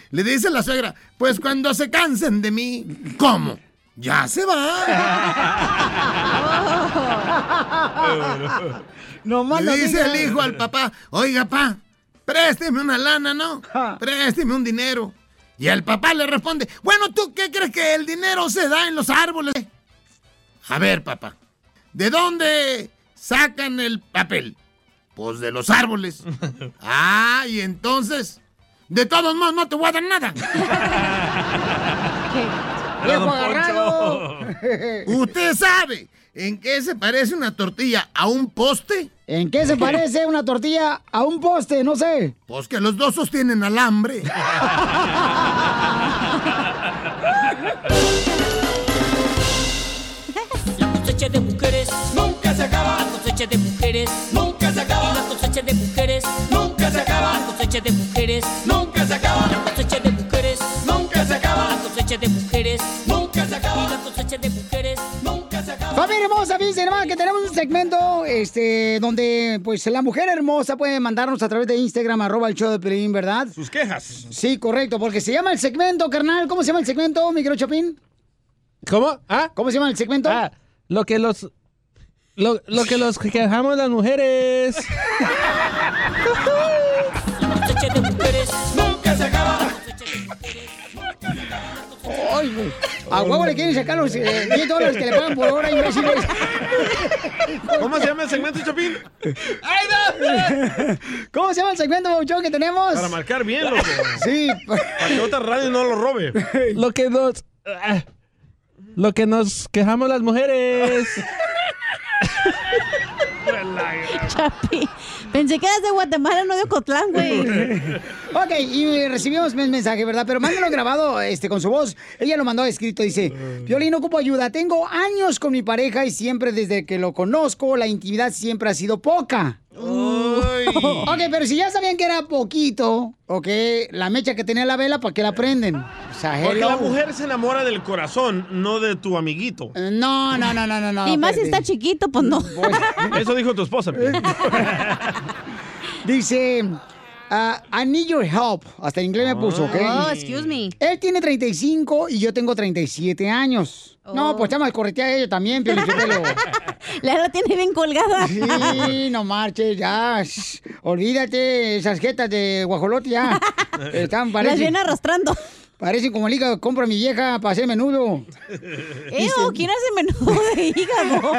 [SPEAKER 15] Le dice la suegra, pues cuando se cansen de mí. ¿Cómo? Ya se va.
[SPEAKER 2] No más
[SPEAKER 15] Le
[SPEAKER 2] no
[SPEAKER 15] dice
[SPEAKER 2] diga.
[SPEAKER 15] el hijo al papá, oiga papá, présteme una lana, ¿no? Présteme un dinero. Y el papá le responde, bueno, ¿tú qué crees que el dinero se da en los árboles? A ver, papá, ¿de dónde sacan el papel? Pues de los árboles. Ah, y entonces, de todos modos, no te voy a dar nada.
[SPEAKER 2] Viejo agarrado.
[SPEAKER 15] ¿Usted sabe en qué se parece una tortilla a un poste?
[SPEAKER 2] ¿En qué se parece una tortilla a un poste? No sé.
[SPEAKER 15] Pues que los dos sostienen alambre.
[SPEAKER 13] mujeres nunca se acaba. La cosecha de mujeres nunca se acaba. La cosecha de mujeres nunca se acaba. La cosecha de mujeres nunca se acaba. La cosecha de mujeres nunca se acaba. La cosecha de mujeres nunca se acaba.
[SPEAKER 2] Familia hermosa, fíjense hermano que tenemos un segmento este, donde pues la mujer hermosa puede mandarnos a través de Instagram, arroba el show de Pelín, ¿verdad?
[SPEAKER 1] Sus quejas.
[SPEAKER 2] Sí, correcto, porque se llama el segmento, carnal. ¿Cómo se llama el segmento, micro Chopin?
[SPEAKER 8] ¿Cómo? ¿Ah?
[SPEAKER 2] ¿Cómo se llama el segmento?
[SPEAKER 8] Ah, lo que los... Lo, lo que los quejamos las mujeres.
[SPEAKER 13] nunca se acaba.
[SPEAKER 2] Ay, güey. A huevo le quieren sacar los eh, 10 dólares que le pagan por hora, imbéciles.
[SPEAKER 1] ¿Cómo se llama el segmento, Chopin?
[SPEAKER 2] ¡Ay, no! ¿Cómo se llama el segmento, Bauchón, que tenemos?
[SPEAKER 1] Para marcar bien, loco.
[SPEAKER 2] Sí.
[SPEAKER 1] Para que otra radio no lo robe.
[SPEAKER 8] Lo que nos... ah, lo que nos quejamos las mujeres.
[SPEAKER 3] Chapi. Pensé que eras de Guatemala, no de Ocotlán, güey.
[SPEAKER 2] Ok, y eh, recibimos el mensaje, ¿verdad? Pero mándalo grabado este, con su voz. Ella lo mandó escrito, dice, Violín, ocupo ayuda. Tengo años con mi pareja y siempre desde que lo conozco, la intimidad siempre ha sido poca. Ok, pero si ya sabían que era poquito, ok, la mecha que tenía la vela, ¿para qué la prenden? O sea,
[SPEAKER 1] Porque
[SPEAKER 2] hello.
[SPEAKER 1] la mujer se enamora del corazón, no de tu amiguito.
[SPEAKER 2] No, no, no, no, no, no.
[SPEAKER 3] y más si
[SPEAKER 2] espérate.
[SPEAKER 3] está chiquito, pues no.
[SPEAKER 1] Eso dijo tu esposa.
[SPEAKER 2] Dice, ah, I need your help. Hasta en inglés me puso, ¿ok?
[SPEAKER 3] Oh, excuse me.
[SPEAKER 2] Él tiene 35 y yo tengo 37 años. No, pues está mal corretea ella también, pero
[SPEAKER 3] Oh. La lo tiene bien colgada.
[SPEAKER 2] Sí, no marches, ya. Shh. Olvídate esas jetas de guajolote, ya. Están,
[SPEAKER 3] Las viene
[SPEAKER 2] arrastrando. Parecen como liga que compra mi vieja para hacer menudo.
[SPEAKER 3] Ew, ¿quién hace menudo de hígado?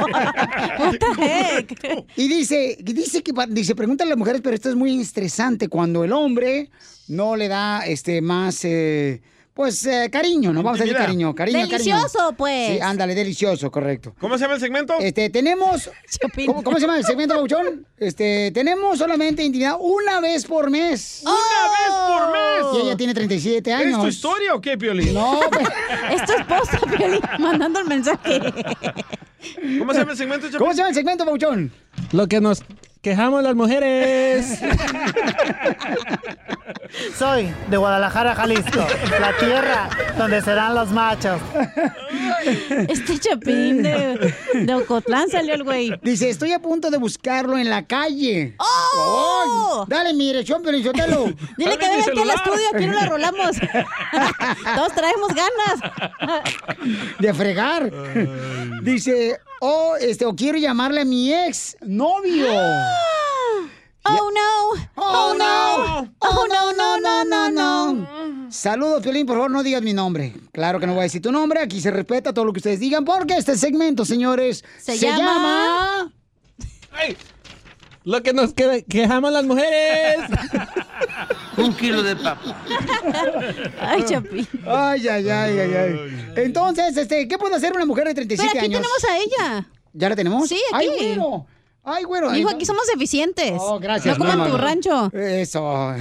[SPEAKER 3] What the heck?
[SPEAKER 2] Y dice, dice que pa- dice, pregunta a las mujeres, pero esto es muy estresante cuando el hombre no le da este más eh, pues eh, cariño, no vamos a decir
[SPEAKER 1] Intimidad.
[SPEAKER 2] cariño, cariño, cariño.
[SPEAKER 3] Delicioso, pues.
[SPEAKER 2] Sí, ándale, delicioso, correcto.
[SPEAKER 1] ¿Cómo se llama el segmento?
[SPEAKER 2] Este, tenemos ¿Cómo, cómo se llama el segmento Bauchón? Este, tenemos solamente intimidad una vez por mes. Una
[SPEAKER 1] vez por mes.
[SPEAKER 2] Y ella tiene 37 años.
[SPEAKER 1] ¿Es tu historia o qué, Piolín?
[SPEAKER 2] No, pues.
[SPEAKER 3] Es tu esposa, Piolín, mandando el mensaje.
[SPEAKER 1] ¿Cómo se llama el segmento, Chapín?
[SPEAKER 2] ¿Cómo se llama el segmento, Bauchón?
[SPEAKER 8] Lo que nos quejamos las mujeres.
[SPEAKER 16] Soy de Guadalajara, Jalisco, la tierra donde serán los machos.
[SPEAKER 3] Este chapín de, de Ocotlán salió el güey.
[SPEAKER 2] Dice, estoy a punto de buscarlo en la calle.
[SPEAKER 3] ¡Oh!
[SPEAKER 2] Ay, Dale mi dirección, pero Sotelo.
[SPEAKER 3] Dile que venga aquí al estudio, aquí no la rolamos. Todos traemos ganas.
[SPEAKER 2] de fregar. Dice, oh, este, o quiero llamarle a mi ex novio.
[SPEAKER 3] Oh no,
[SPEAKER 2] oh
[SPEAKER 3] no,
[SPEAKER 2] oh no, no, no, no, no. Saludos, Piolín, por favor, no digas mi nombre. Claro que no voy a decir tu nombre, aquí se respeta todo lo que ustedes digan, porque este segmento, señores,
[SPEAKER 3] Se llama-
[SPEAKER 8] Lo que nos que- quejamos las mujeres.
[SPEAKER 17] Un kilo de papa.
[SPEAKER 3] Ay, Chapín.
[SPEAKER 2] Ay, ay, ay, ay, ay. Entonces, este, ¿qué puede hacer una mujer de 37
[SPEAKER 3] Pero aquí
[SPEAKER 2] años?
[SPEAKER 3] tenemos a ella.
[SPEAKER 2] ¿Ya la tenemos?
[SPEAKER 3] Sí,
[SPEAKER 2] Ay,
[SPEAKER 3] aquí.
[SPEAKER 2] güero. Ay, güero.
[SPEAKER 3] Dijo,
[SPEAKER 2] Ay, no.
[SPEAKER 3] aquí somos eficientes.
[SPEAKER 2] Oh, gracias.
[SPEAKER 3] No coman tu rancho.
[SPEAKER 2] Eso.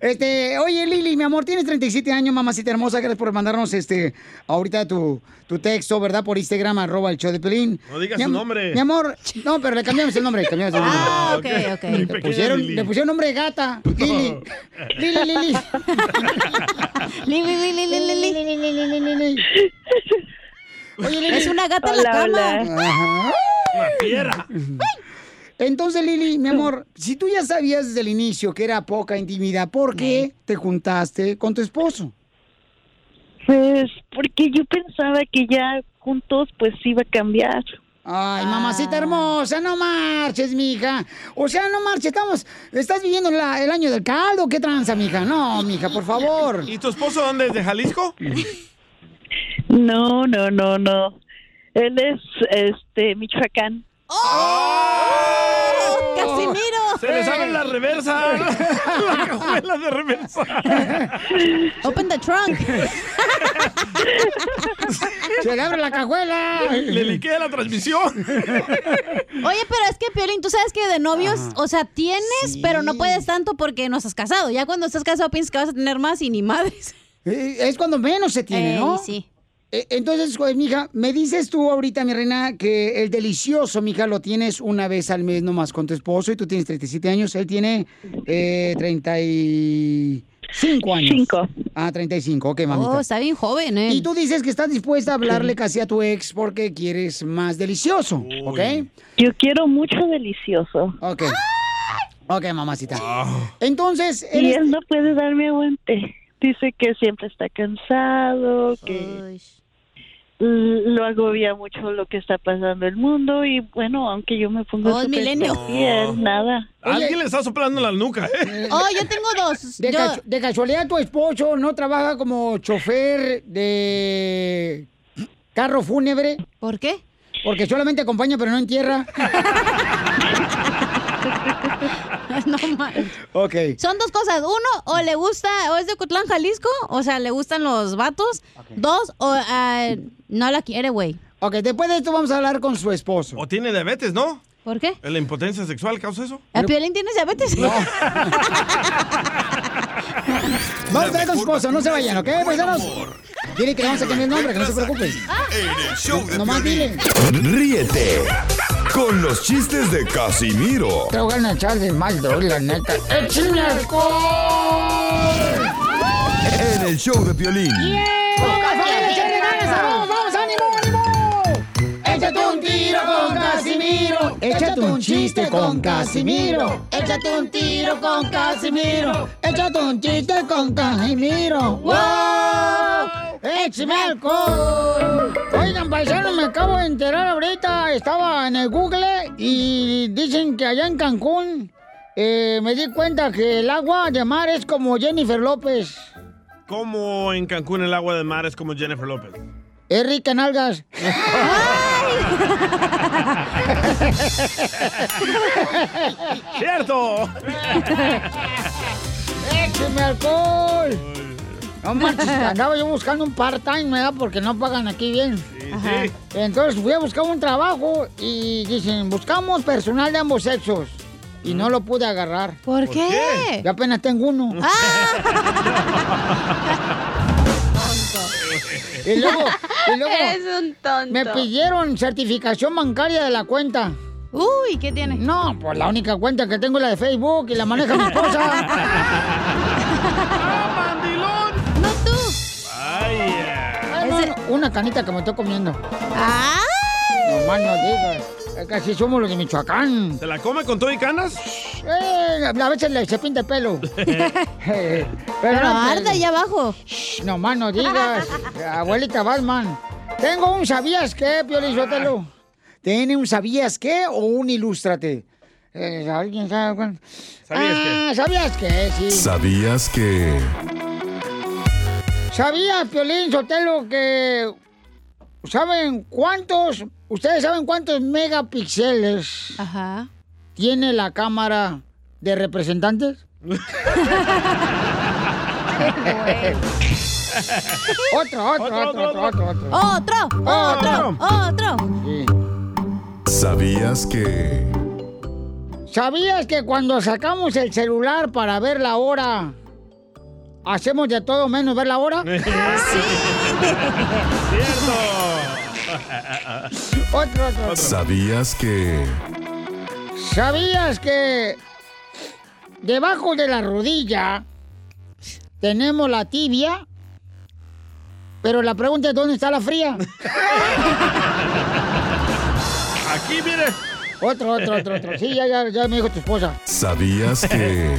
[SPEAKER 2] Este, oye, Lili, mi amor, tienes 37 años, mamacita hermosa. Gracias por mandarnos este ahorita tu, tu texto, ¿verdad? Por Instagram, arroba el show de Pelín.
[SPEAKER 1] No digas
[SPEAKER 2] Mi
[SPEAKER 1] su
[SPEAKER 2] am-
[SPEAKER 1] nombre.
[SPEAKER 2] Mi amor, no, pero le cambiamos el nombre. le Cambiamos el nombre.
[SPEAKER 3] Ah, ok, ok.
[SPEAKER 2] Le pusieron, le pusieron nombre de gata. Lili. Lili, Lili.
[SPEAKER 3] Lili, Lili, Lili, Lili.
[SPEAKER 2] Oye,
[SPEAKER 3] Es una gata en la cama.
[SPEAKER 2] Ajá.
[SPEAKER 1] Una fiera.
[SPEAKER 2] Entonces, Lili, mi amor, si tú ya sabías desde el inicio que era poca intimidad, ¿por qué te juntaste con tu esposo?
[SPEAKER 17] Pues porque yo pensaba que ya juntos pues iba a cambiar. Ah.
[SPEAKER 2] Ay, mamacita hermosa, no marches, mija. O sea, no marches, estamos, estás viviendo la- el año del caldo, qué tranza, mija. No, mija, por favor.
[SPEAKER 1] ¿Y tu esposo dónde es? ¿De Jalisco?
[SPEAKER 17] No, no, no, no. Él es este Michoacán.
[SPEAKER 2] Oh,
[SPEAKER 3] ¡Casimiro!
[SPEAKER 1] Se le saben la reversa. La cajuela de reversa.
[SPEAKER 3] Open the trunk.
[SPEAKER 2] Se le abre la cajuela.
[SPEAKER 1] Le liqué la transmisión.
[SPEAKER 3] Oye, pero es que, Piolín, tú sabes que de novios, o sea, tienes, pero no puedes tanto porque no estás casado. Ya cuando estás casado piensas que vas a tener más y ni madres.
[SPEAKER 2] Eh, Es cuando menos se tiene,
[SPEAKER 3] Ey,
[SPEAKER 2] ¿no?
[SPEAKER 3] sí.
[SPEAKER 2] E- Entonces, pues, mija, me dices tú ahorita, mi reina, que el delicioso, mija, lo tienes una vez al mes nomás con tu esposo y tú tienes 37 años, él tiene eh, 35 años.
[SPEAKER 17] Cinco.
[SPEAKER 2] Ah, 35, ok, mamita.
[SPEAKER 3] Oh, está bien joven, ¿eh?
[SPEAKER 2] Y tú dices que estás dispuesta a hablarle casi a tu ex porque quieres más delicioso, ¿ok?
[SPEAKER 17] Yo quiero mucho delicioso.
[SPEAKER 2] Ok. Ok, mamacita. Entonces,
[SPEAKER 17] Y
[SPEAKER 2] eres-
[SPEAKER 17] él no puede darme aguante. Dice que siempre está cansado, que l- lo agobia mucho lo que está pasando en el mundo y bueno, aunque yo me pongo
[SPEAKER 3] Oh, es
[SPEAKER 17] súper
[SPEAKER 3] milenio.
[SPEAKER 17] fiel, nada.
[SPEAKER 1] Alguien le está soplando la nuca, ¿eh?
[SPEAKER 3] Oh, yo tengo dos.
[SPEAKER 2] De,
[SPEAKER 3] Yo-
[SPEAKER 2] cachu- de casualidad, tu esposo no trabaja como chofer de carro fúnebre.
[SPEAKER 3] ¿Por qué?
[SPEAKER 2] Porque solamente acompaña, pero no entierra.
[SPEAKER 3] no manches.
[SPEAKER 2] Ok.
[SPEAKER 3] Son dos cosas. Uno, o le gusta, o es de Ocotlán, Jalisco, o sea, le gustan los vatos. Dos, o ah, no la quiere, güey.
[SPEAKER 2] Ok, después de esto vamos a hablar con su esposo.
[SPEAKER 1] O tiene diabetes, ¿no?
[SPEAKER 3] ¿Por qué?
[SPEAKER 1] ¿La impotencia sexual causa eso?
[SPEAKER 3] ¿A Piolín tienes diabetes?
[SPEAKER 2] Vamos a ver con su esposo, no se vayan, ¿ok? Paisanos. Dile que le vamos a cambiar el nombre, que no se preocupen.
[SPEAKER 5] En el show de
[SPEAKER 2] Nomás dile.
[SPEAKER 5] Ríete con los chistes de Casimiro.
[SPEAKER 2] Te voy a echar de mal, la neta. ¡Échame alcohol!
[SPEAKER 5] En el show de Piolín.
[SPEAKER 2] ¡Vamos, vamos, ánimo, ánimo! Échate un tiro con Casimiro. Échate un chiste con Casimiro. Échate un tiro con Casimiro. Échate un chiste con Casimiro. ¡Wow! ¡Échame alcohol! Oigan, paisano, me acabo de enterar ahorita. Estaba en el Google y dicen que allá en Cancún eh, me di cuenta que el agua de mar es como Jennifer López.
[SPEAKER 1] Como en Cancún el agua del mar es como Jennifer López.
[SPEAKER 2] Es rica en algas.
[SPEAKER 1] ¡Cierto!
[SPEAKER 2] ¡Écheme alcohol! No manches, andaba yo buscando un part-time, ¿verdad? Porque no pagan aquí bien.
[SPEAKER 1] Ajá. sí.
[SPEAKER 2] Entonces fui a buscar un trabajo y dicen, buscamos personal de ambos sexos. Y
[SPEAKER 1] Mm.
[SPEAKER 2] no lo pude agarrar.
[SPEAKER 3] ¿Por, qué?
[SPEAKER 2] Yo apenas tengo uno.
[SPEAKER 1] Ah.
[SPEAKER 2] Y luego, y luego
[SPEAKER 3] Eres un tonto.
[SPEAKER 2] me pidieron certificación bancaria de la cuenta.
[SPEAKER 3] Uy, ¿qué tiene?
[SPEAKER 2] No, pues la única cuenta que tengo es la de Facebook y la maneja mi esposa.
[SPEAKER 3] No tú.
[SPEAKER 2] Ay, no, no, una canita que me estoy comiendo.
[SPEAKER 3] ¡Ay!
[SPEAKER 2] No más no digas. Es que así somos los de Michoacán.
[SPEAKER 1] ¿Se la come con todo y canas?
[SPEAKER 2] Eh, a veces le- se pinta el pelo. Eh,
[SPEAKER 3] Pero
[SPEAKER 2] no,
[SPEAKER 3] arde
[SPEAKER 2] pero-
[SPEAKER 3] allá abajo.
[SPEAKER 2] Shh, No más no digas. Abuelita Batman. Tengo un sabías qué, Piolizotelo. ¿Tiene un sabías qué o un ilústrate? Eh, ¿Alguien sabe cuál?
[SPEAKER 18] ¿Sabías qué?
[SPEAKER 2] Ah, ¿Sabías qué? Sí.
[SPEAKER 18] ¿Sabías que...
[SPEAKER 2] ¿Sabía, Piolín Sotelo, que saben cuántos, ustedes saben cuántos megapíxeles tiene la cámara de representantes? otro, otro, otro, otro, otro, otro.
[SPEAKER 3] Otro, otro, otro.
[SPEAKER 18] ¿Sabías que...
[SPEAKER 2] ¿Sabías que cuando sacamos el celular para ver la hora, hacemos de todo menos ver la hora?
[SPEAKER 13] ¡Cierto!
[SPEAKER 2] Otro, otro, otro.
[SPEAKER 18] ¿Sabías que...
[SPEAKER 2] ¿Sabías que debajo de la rodilla tenemos la tibia? Pero la pregunta es, ¿dónde está la fría?
[SPEAKER 1] Aquí, mire.
[SPEAKER 2] Otro, otro, otro, otro. Sí, ya, ya, ya me dijo tu esposa.
[SPEAKER 18] ¿Sabías que...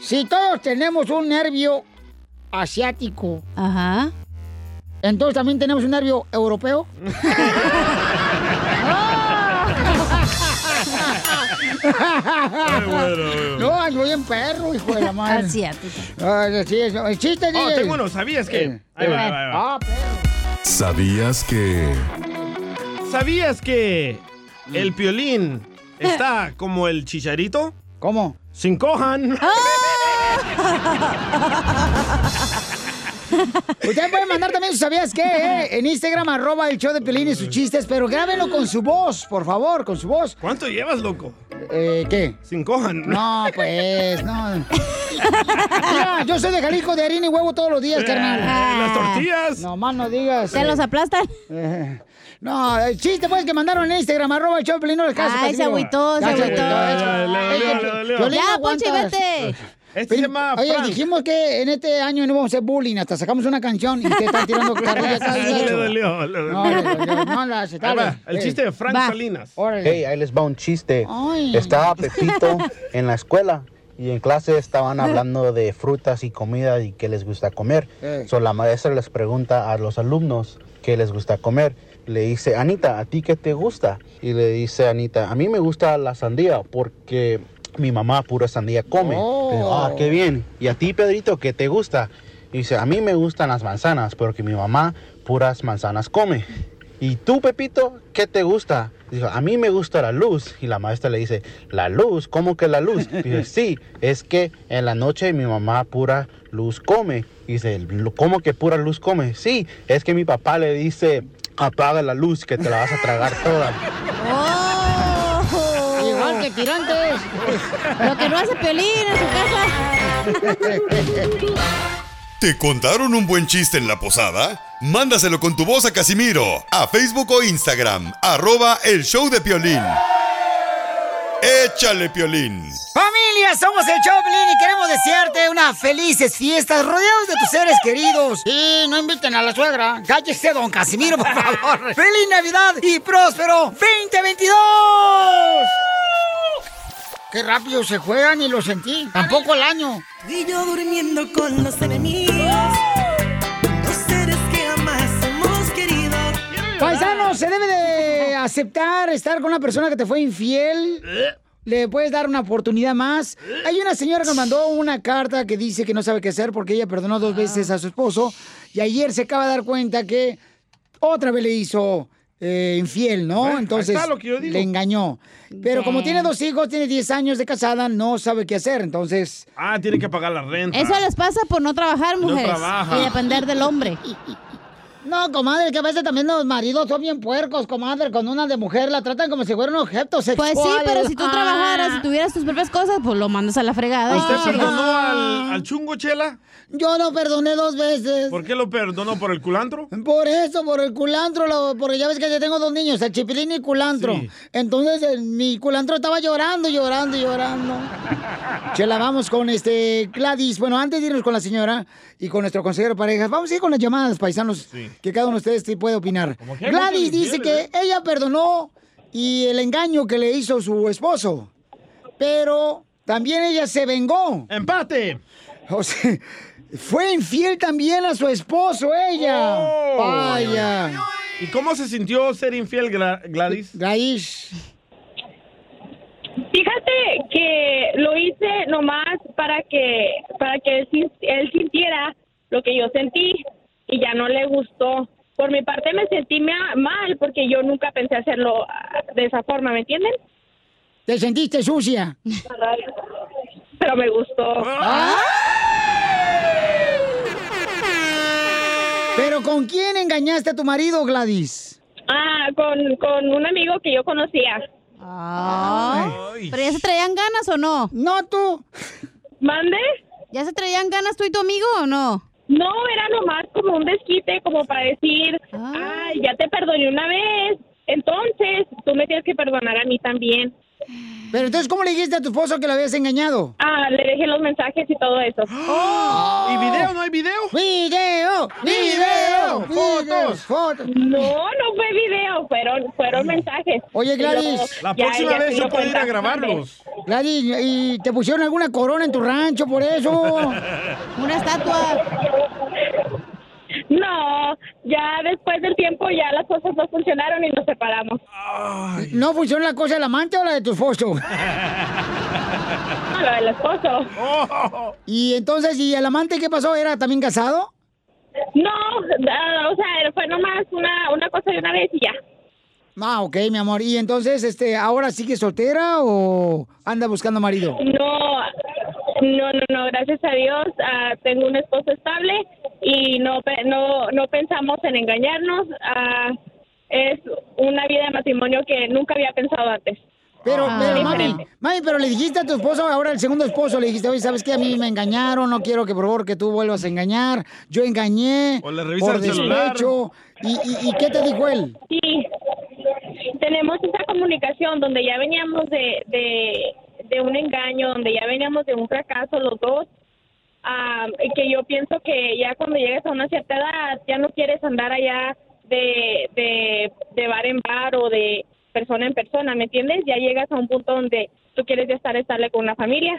[SPEAKER 2] Si todos tenemos un nervio asiático,
[SPEAKER 3] Ajá.
[SPEAKER 2] entonces también tenemos un nervio europeo. No, ando bien perro, hijo de la madre.
[SPEAKER 3] Asiático.
[SPEAKER 2] Ah, sí, eso. El chiste,
[SPEAKER 1] Oh,
[SPEAKER 2] DJ.
[SPEAKER 1] tengo uno. ¿Sabías que? Ahí va, ahí va, ahí va.
[SPEAKER 2] Ah, perro.
[SPEAKER 18] ¿Sabías que...
[SPEAKER 1] ¿Sabías que
[SPEAKER 2] Mm.
[SPEAKER 1] el piolín está como el chicharito?
[SPEAKER 2] ¿Cómo?
[SPEAKER 1] Sin cojan.
[SPEAKER 2] Eh, Usted puede mandar también sus sabías qué, ¿eh? En Instagram, arroba el show de Pelín y sus chistes, pero grábenlo con su voz, por favor, con su voz.
[SPEAKER 1] ¿Cuánto llevas, loco?
[SPEAKER 2] Eh, ¿Qué?
[SPEAKER 1] Sin cojan.
[SPEAKER 2] No, pues, no. Mira, yo soy de Jalisco de harina y huevo todos los días, carnal.
[SPEAKER 1] Eh, Las tortillas.
[SPEAKER 2] No más no digas. eh.
[SPEAKER 3] ¿Se los aplastan?
[SPEAKER 2] No, el chiste pues que mandaron en Instagram, arroba el show de Piolín, no le caso.
[SPEAKER 3] Ay, se
[SPEAKER 2] Casimiro.
[SPEAKER 3] agüitó, se
[SPEAKER 2] Ya
[SPEAKER 3] agüitó.
[SPEAKER 2] Es que Piolín no
[SPEAKER 3] Ya, Ponchi,
[SPEAKER 2] aguanta. Este
[SPEAKER 3] vete.
[SPEAKER 1] Este
[SPEAKER 2] Oye, Oye, dijimos que en este año no vamos a hacer bullying, hasta sacamos una canción y te están tirando carrilla cada
[SPEAKER 1] Le
[SPEAKER 2] día.
[SPEAKER 1] dolió, le
[SPEAKER 2] No, le dolió,
[SPEAKER 1] dolió.
[SPEAKER 2] no la
[SPEAKER 1] Ahí
[SPEAKER 2] aceptaron.
[SPEAKER 1] va, El chiste de Frank Salinas.
[SPEAKER 19] Hey, ahí les va un chiste.
[SPEAKER 2] Ay.
[SPEAKER 19] Estaba Pepito en la escuela y en clase estaban hablando de frutas y comida y qué les gusta comer.
[SPEAKER 20] Ey.
[SPEAKER 19] So, la maestra les pregunta a los alumnos qué les gusta comer. Le dice, Anita, ¿a ti qué te gusta? Y le dice Anita, a mí me gusta la sandía porque mi mamá pura sandía come. Dice, Ah, qué bien. ¿Y a ti, Pedrito, qué te gusta? Y dice, a mí me gustan las manzanas porque mi mamá puras manzanas come. ¿Y tú, Pepito, qué te gusta? Dijo, a mí me gusta la luz. Y la maestra le dice, ¿la luz? ¿Cómo que la luz? Dice, sí, es que en la noche mi mamá pura luz come. Dice, "Lu- ¿cómo que pura luz come? Sí, es que mi papá le dice, apaga la luz que te la vas a tragar toda.
[SPEAKER 1] Oh.
[SPEAKER 2] Igual que tirantes.
[SPEAKER 3] Lo que no hace Piolín en su casa.
[SPEAKER 5] ¿Te contaron un buen chiste en la posada? Mándaselo con tu voz a Casimiro, a Facebook o Instagram, arroba el show de Piolín. Échale, Piolín.
[SPEAKER 2] Familia, somos el Choplin y queremos desearte unas felices fiestas rodeados de tus seres queridos. Y no inviten a la suegra. Cállese, don Casimiro, por favor. ¡Feliz Navidad y próspero 2022! Qué rápido se juegan y lo sentí. Tampoco el año.
[SPEAKER 10] Y yo durmiendo con los enemigos. Los seres que jamás hemos querido.
[SPEAKER 2] Paisano, se debe de aceptar estar con una persona que te fue infiel. Le puedes dar una oportunidad más. Hay una señora que mandó una carta que dice que no sabe qué hacer porque ella perdonó dos veces a su esposo y ayer se acaba de dar cuenta que otra vez le hizo eh, infiel, ¿no? Entonces
[SPEAKER 1] está lo que yo digo.
[SPEAKER 2] le engañó. Pero como
[SPEAKER 1] Bien.
[SPEAKER 2] tiene dos hijos, tiene 10 años de casada, no sabe qué hacer. Entonces,
[SPEAKER 1] Ah, tiene que pagar la renta.
[SPEAKER 3] Eso les pasa por no trabajar,
[SPEAKER 1] No
[SPEAKER 3] mujeres.
[SPEAKER 1] trabaja.
[SPEAKER 3] Y depender del hombre.
[SPEAKER 2] No, comadre, que a veces también los maridos son bien puercos, comadre, con una de mujer la tratan como si fuera un objeto sexual. Ah.
[SPEAKER 3] Pues sí, pero si tú trabajaras, si tuvieras tus propias cosas, pues lo mandas a la fregada.
[SPEAKER 1] ¿Usted perdonó al,
[SPEAKER 2] al
[SPEAKER 1] chungo, Chela?
[SPEAKER 2] Yo lo perdoné dos veces.
[SPEAKER 1] ¿Por qué lo perdonó? ¿Por el culantro?
[SPEAKER 2] Por eso, por el culantro, lo- porque ya ves que yo tengo dos niños, el chipilín y el culantro.
[SPEAKER 1] Sí.
[SPEAKER 2] Entonces, el- mi culantro estaba llorando, llorando, llorando. Chela, vamos con este Gladys. Bueno, antes de irnos con la señora y con nuestro consejero de parejas, vamos a ir con las llamadas, paisanos, que cada uno de ustedes sí puede opinar.
[SPEAKER 21] que hay muchos
[SPEAKER 2] Gladys dice que ella perdonó y el engaño que le hizo su esposo, pero también ella se vengó.
[SPEAKER 1] ¡Empate!
[SPEAKER 2] O sea, fue infiel también a su esposo ella.
[SPEAKER 1] Oh.
[SPEAKER 2] Vaya.
[SPEAKER 1] ¿Y cómo se sintió ser infiel, Gra- Gladys?
[SPEAKER 2] Gladys.
[SPEAKER 10] Fíjate que lo hice nomás para que para que él, sin- él sintiera lo que yo sentí y ya no le gustó. Por mi parte me sentí ma- mal porque yo nunca pensé hacerlo ah, de esa forma, ¿me entienden?
[SPEAKER 2] ¿Te sentiste sucia?
[SPEAKER 10] Pero me gustó.
[SPEAKER 2] ¿Pero con quién engañaste a tu marido, Gladys?
[SPEAKER 10] Ah, con, con un amigo que yo conocía.
[SPEAKER 3] Ah. ¿Pero ya se traían ganas o no?
[SPEAKER 2] No, tú.
[SPEAKER 10] ¿Mande?
[SPEAKER 3] ¿Ya se traían ganas tú y tu amigo o no?
[SPEAKER 10] No, era nomás como un desquite, como para decir,
[SPEAKER 3] Ah.
[SPEAKER 10] ay, ya te perdoné una vez, entonces tú me tienes que perdonar a mí también.
[SPEAKER 2] Pero entonces, ¿cómo le dijiste a tu esposo que lo habías engañado?
[SPEAKER 10] Ah, le dejé los mensajes y todo eso. Oh.
[SPEAKER 2] ¿Y video? ¿No
[SPEAKER 1] hay video?
[SPEAKER 2] ¡Video! ¡Video! ¡Fotos! ¡Fotos!
[SPEAKER 10] No, no fue video, fueron, fueron mensajes.
[SPEAKER 2] Oye, Gladys.
[SPEAKER 10] Pero ya ella se dio cuenta.
[SPEAKER 2] Gladys, ¿y te pusieron alguna corona en tu rancho por eso?
[SPEAKER 3] Una estatua.
[SPEAKER 10] No, ya después del tiempo ya las cosas no funcionaron y nos separamos.
[SPEAKER 2] ¿No funcionó la cosa del amante o la de tu esposo?
[SPEAKER 10] No, lo Ah, del esposo.
[SPEAKER 2] Y entonces, ¿y el amante qué pasó? ¿Era también casado?
[SPEAKER 10] No, ah, o sea, fue nomás una, una cosa de una vez y ya.
[SPEAKER 2] Ah, ok, mi amor. Y entonces, este, ¿ahora sigue soltera o anda buscando marido?
[SPEAKER 10] No, no, no, no, gracias a Dios ah, tengo un esposo estable y no, pe- no, no pensamos en engañarnos. ah, es una vida de matrimonio que nunca había pensado antes.
[SPEAKER 2] Pero,
[SPEAKER 3] Ah.
[SPEAKER 2] pero, mami,
[SPEAKER 3] Diferente.
[SPEAKER 2] mami, pero le dijiste a tu esposo, ahora el segundo esposo, le dijiste, oye, ¿sabes qué? A mí me engañaron, no quiero que, por favor, que tú vuelvas a engañar. Yo engañé.
[SPEAKER 1] O le revisa
[SPEAKER 2] por
[SPEAKER 1] el celular.
[SPEAKER 2] despecho. ¿Y, y, y qué te dijo él?
[SPEAKER 10] Sí, tenemos esa comunicación donde ya veníamos de, de, de un engaño, donde ya veníamos de un fracaso los dos, ah, que yo pienso que ya cuando llegas a una cierta edad ya no quieres andar allá de, de, de bar en bar o de persona en persona, ¿me entiendes? Ya llegas a un punto donde tú quieres ya estar estable con una familia.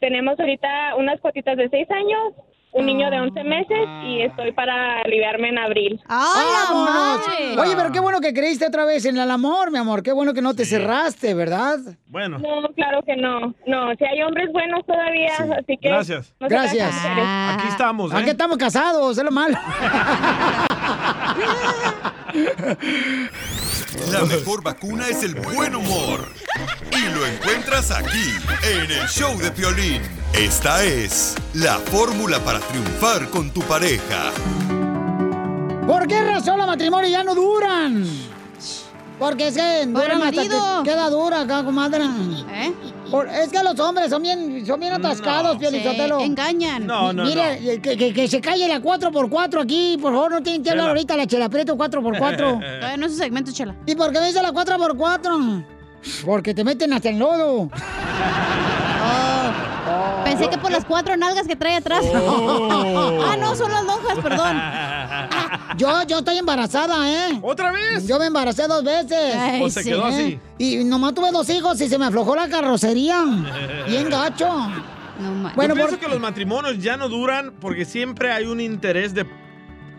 [SPEAKER 10] Tenemos ahorita unas cuatitas de seis años, un niño de 11 meses y
[SPEAKER 2] Ah.
[SPEAKER 10] estoy para aliviarme en abril.
[SPEAKER 2] ¡Vámonos! Oye, pero qué bueno que creíste otra vez en el amor, mi amor. Qué bueno que no te cerraste, ¿verdad?
[SPEAKER 1] Bueno.
[SPEAKER 10] No, claro que no. No, si hay hombres buenos todavía, así que...
[SPEAKER 2] Gracias.
[SPEAKER 10] no se
[SPEAKER 2] Gracias.
[SPEAKER 10] crean mujeres.
[SPEAKER 1] Aquí estamos, ¿eh?
[SPEAKER 2] Aquí estamos casados, es lo malo.
[SPEAKER 5] La mejor vacuna es el buen humor. Y lo encuentras aquí, en el show de Piolín. Esta es la fórmula para triunfar con tu pareja.
[SPEAKER 2] ¿Por qué razón los matrimonios ya no duran? Porque es que duran hasta que
[SPEAKER 3] marido. ¿Eh?
[SPEAKER 2] queda dura acá, comadre. Por- es que los hombres son bien, son bien atascados, Pio Lizotelo.
[SPEAKER 3] Sí, engañan. No, no,
[SPEAKER 2] Mira, eh, Que, que- que se calle la 4x4 aquí, por favor, no tienen que hablar
[SPEAKER 3] Chela.
[SPEAKER 2] ahorita la chela Prieto 4x4.
[SPEAKER 3] Todavía no es un segmento, chela.
[SPEAKER 2] ¿Y por qué me dice la 4x4? Porque te meten hasta el lodo.
[SPEAKER 3] Pensé que por las cuatro nalgas que trae atrás.
[SPEAKER 2] Oh.
[SPEAKER 3] ah, no, son las lonjas, perdón.
[SPEAKER 2] Yo, yo estoy embarazada, ¿eh? ¿Otra vez? Yo me embaracé dos veces.
[SPEAKER 3] Ay, O se sí. quedó así.
[SPEAKER 2] Y nomás tuve dos hijos y se me aflojó la carrocería. Bien gacho.
[SPEAKER 1] Bueno,
[SPEAKER 2] Bueno,
[SPEAKER 1] Yo pienso
[SPEAKER 2] por-
[SPEAKER 1] que los matrimonios ya no duran porque siempre hay un interés de...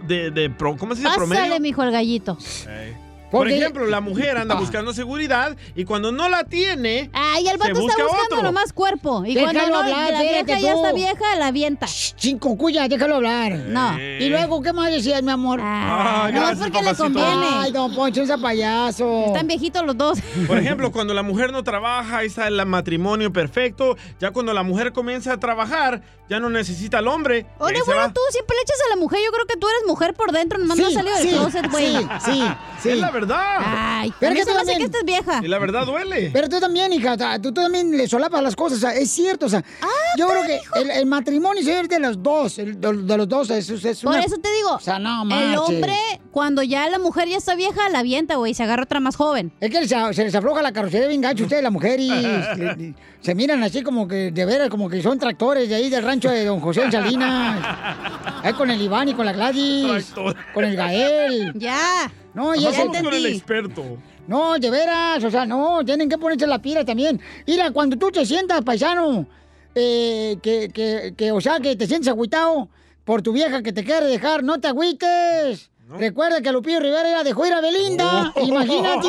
[SPEAKER 1] de, de pro- ¿Cómo se dice?
[SPEAKER 3] Pásale,
[SPEAKER 1] Promedio.
[SPEAKER 3] mijo, el gallito.
[SPEAKER 1] Ey. Por
[SPEAKER 3] Porque-
[SPEAKER 1] ejemplo, la mujer anda
[SPEAKER 3] Ah.
[SPEAKER 1] buscando seguridad y cuando no la tiene...
[SPEAKER 3] Ay, el
[SPEAKER 1] se
[SPEAKER 3] vato está
[SPEAKER 1] busca
[SPEAKER 3] buscando
[SPEAKER 1] otro.
[SPEAKER 3] nomás cuerpo. Y
[SPEAKER 2] Déjalo
[SPEAKER 3] cuando no,
[SPEAKER 2] hablar,
[SPEAKER 3] la
[SPEAKER 2] espérate
[SPEAKER 3] vieja ya
[SPEAKER 2] tú.
[SPEAKER 3] está vieja, la avienta.
[SPEAKER 2] Cinco cuya, déjalo hablar.
[SPEAKER 3] No.
[SPEAKER 2] Y luego, ¿qué más decías, mi amor?
[SPEAKER 1] Ah, No, gracias, es porque le papacito. conviene.
[SPEAKER 2] Ay, don Poncho, ese payaso. Están
[SPEAKER 3] viejitos los dos.
[SPEAKER 1] Por ejemplo, cuando la mujer no trabaja, ahí está el matrimonio perfecto. Ya cuando la mujer comienza a trabajar, ya no necesita al hombre. Y ahí
[SPEAKER 3] Oye,
[SPEAKER 1] se
[SPEAKER 3] bueno,
[SPEAKER 1] va.
[SPEAKER 3] tú siempre le echas a la mujer. Yo creo que tú eres mujer por dentro. Nomás no has salido del closet, güey.
[SPEAKER 2] Sí, sí, sí.
[SPEAKER 1] Es la verdad.
[SPEAKER 3] Ay, pero que se me hace que esta es vieja.
[SPEAKER 1] Y la verdad duele.
[SPEAKER 2] Pero tú también, hija, o sea, tú, tú también le solapas las cosas, o sea, es cierto, o sea,
[SPEAKER 3] Ah,
[SPEAKER 2] yo creo que el, el matrimonio es de los dos, el- de, de los dos, es, es
[SPEAKER 3] Por
[SPEAKER 2] una-
[SPEAKER 3] eso te digo,
[SPEAKER 2] o sea, no
[SPEAKER 3] el
[SPEAKER 2] marches.
[SPEAKER 3] hombre, cuando ya la mujer ya está vieja, la avienta, güey, y se agarra otra más joven.
[SPEAKER 2] Es que se, se les afloja la carrocería bien gacho a ustedes, la mujer, y le- le- se miran así como que, de veras, como que son tractores de ahí del rancho de don José en Salinas. Ahí con el Iván y con la Gladys, con el Gael.
[SPEAKER 3] Ya.
[SPEAKER 2] No, y
[SPEAKER 1] Ahora
[SPEAKER 2] es
[SPEAKER 1] vamos con el experto.
[SPEAKER 2] No, de veras, o sea, no, tienen que ponerse la pila también. Mira, cuando tú te sientas, paisano, eh, que, que, que, o sea, que te sientes agüitado por tu vieja que te quiere dejar, no te agüites. Recuerda que Lupillo Rivera era dejó ir a Belinda,
[SPEAKER 7] Oh.
[SPEAKER 1] Oh.
[SPEAKER 2] imagínate.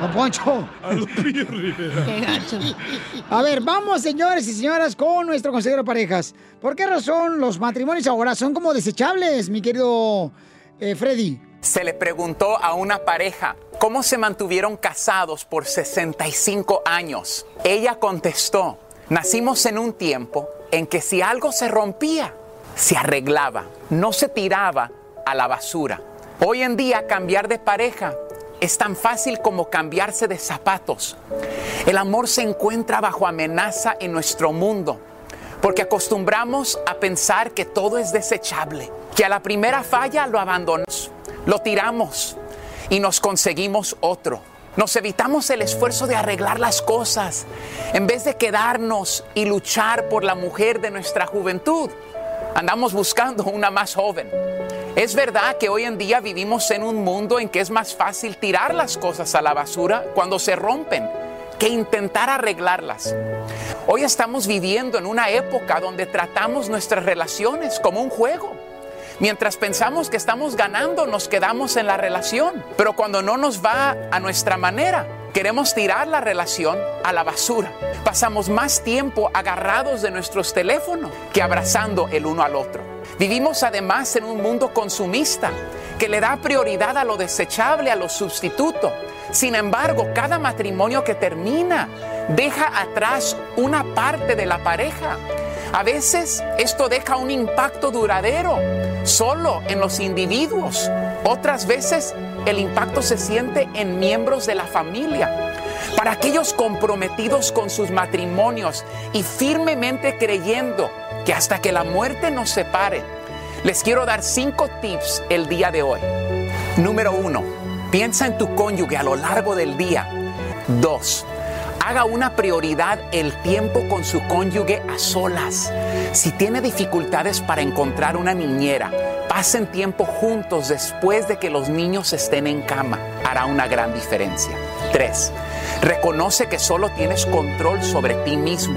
[SPEAKER 2] Don Poncho.
[SPEAKER 13] Qué
[SPEAKER 2] A ver, vamos, señores y señoras, con nuestro consejero de parejas. ¿Por qué razón los matrimonios ahora son como desechables, mi querido eh, Freddy?
[SPEAKER 22] Se le preguntó a una pareja cómo se mantuvieron casados por 65 años. Ella contestó, nacimos en un tiempo en que si algo se rompía, se arreglaba, no se tiraba a la basura. Hoy en día cambiar de pareja es tan fácil como cambiarse de zapatos. El amor se encuentra bajo amenaza en nuestro mundo. Porque acostumbramos a pensar que todo es desechable, que a la primera falla lo abandonamos, lo tiramos y nos conseguimos otro. Nos evitamos el esfuerzo de arreglar las cosas en vez de quedarnos y luchar por la mujer de nuestra juventud. Andamos buscando una más joven. Es verdad que hoy en día vivimos en un mundo en que es más fácil tirar las cosas a la basura cuando se rompen que intentar arreglarlas. Hoy estamos viviendo en una época donde tratamos nuestras relaciones como un juego. Mientras pensamos que estamos ganando, nos quedamos en la relación. Pero cuando no nos va a nuestra manera, queremos tirar la relación a la basura. Pasamos más tiempo agarrados de nuestros teléfonos que abrazando el uno al otro. Vivimos además en un mundo consumista que le da prioridad a lo desechable, a lo sustituto. Sin embargo, cada matrimonio que termina deja atrás una parte de la pareja. A veces esto deja un impacto duradero solo en los individuos. Otras veces el impacto se siente en miembros de la familia. Para aquellos comprometidos con sus matrimonios y firmemente creyendo que hasta que la muerte nos separe, les quiero dar cinco tips el día de hoy. Número uno, piensa en tu cónyuge a lo largo del día. Dos, haga una prioridad el tiempo con su cónyuge a solas. Si tiene dificultades para encontrar una niñera, pasen tiempo juntos después de que los niños estén en cama. Hará una gran diferencia. 3. Reconoce que solo tienes control sobre ti mismo.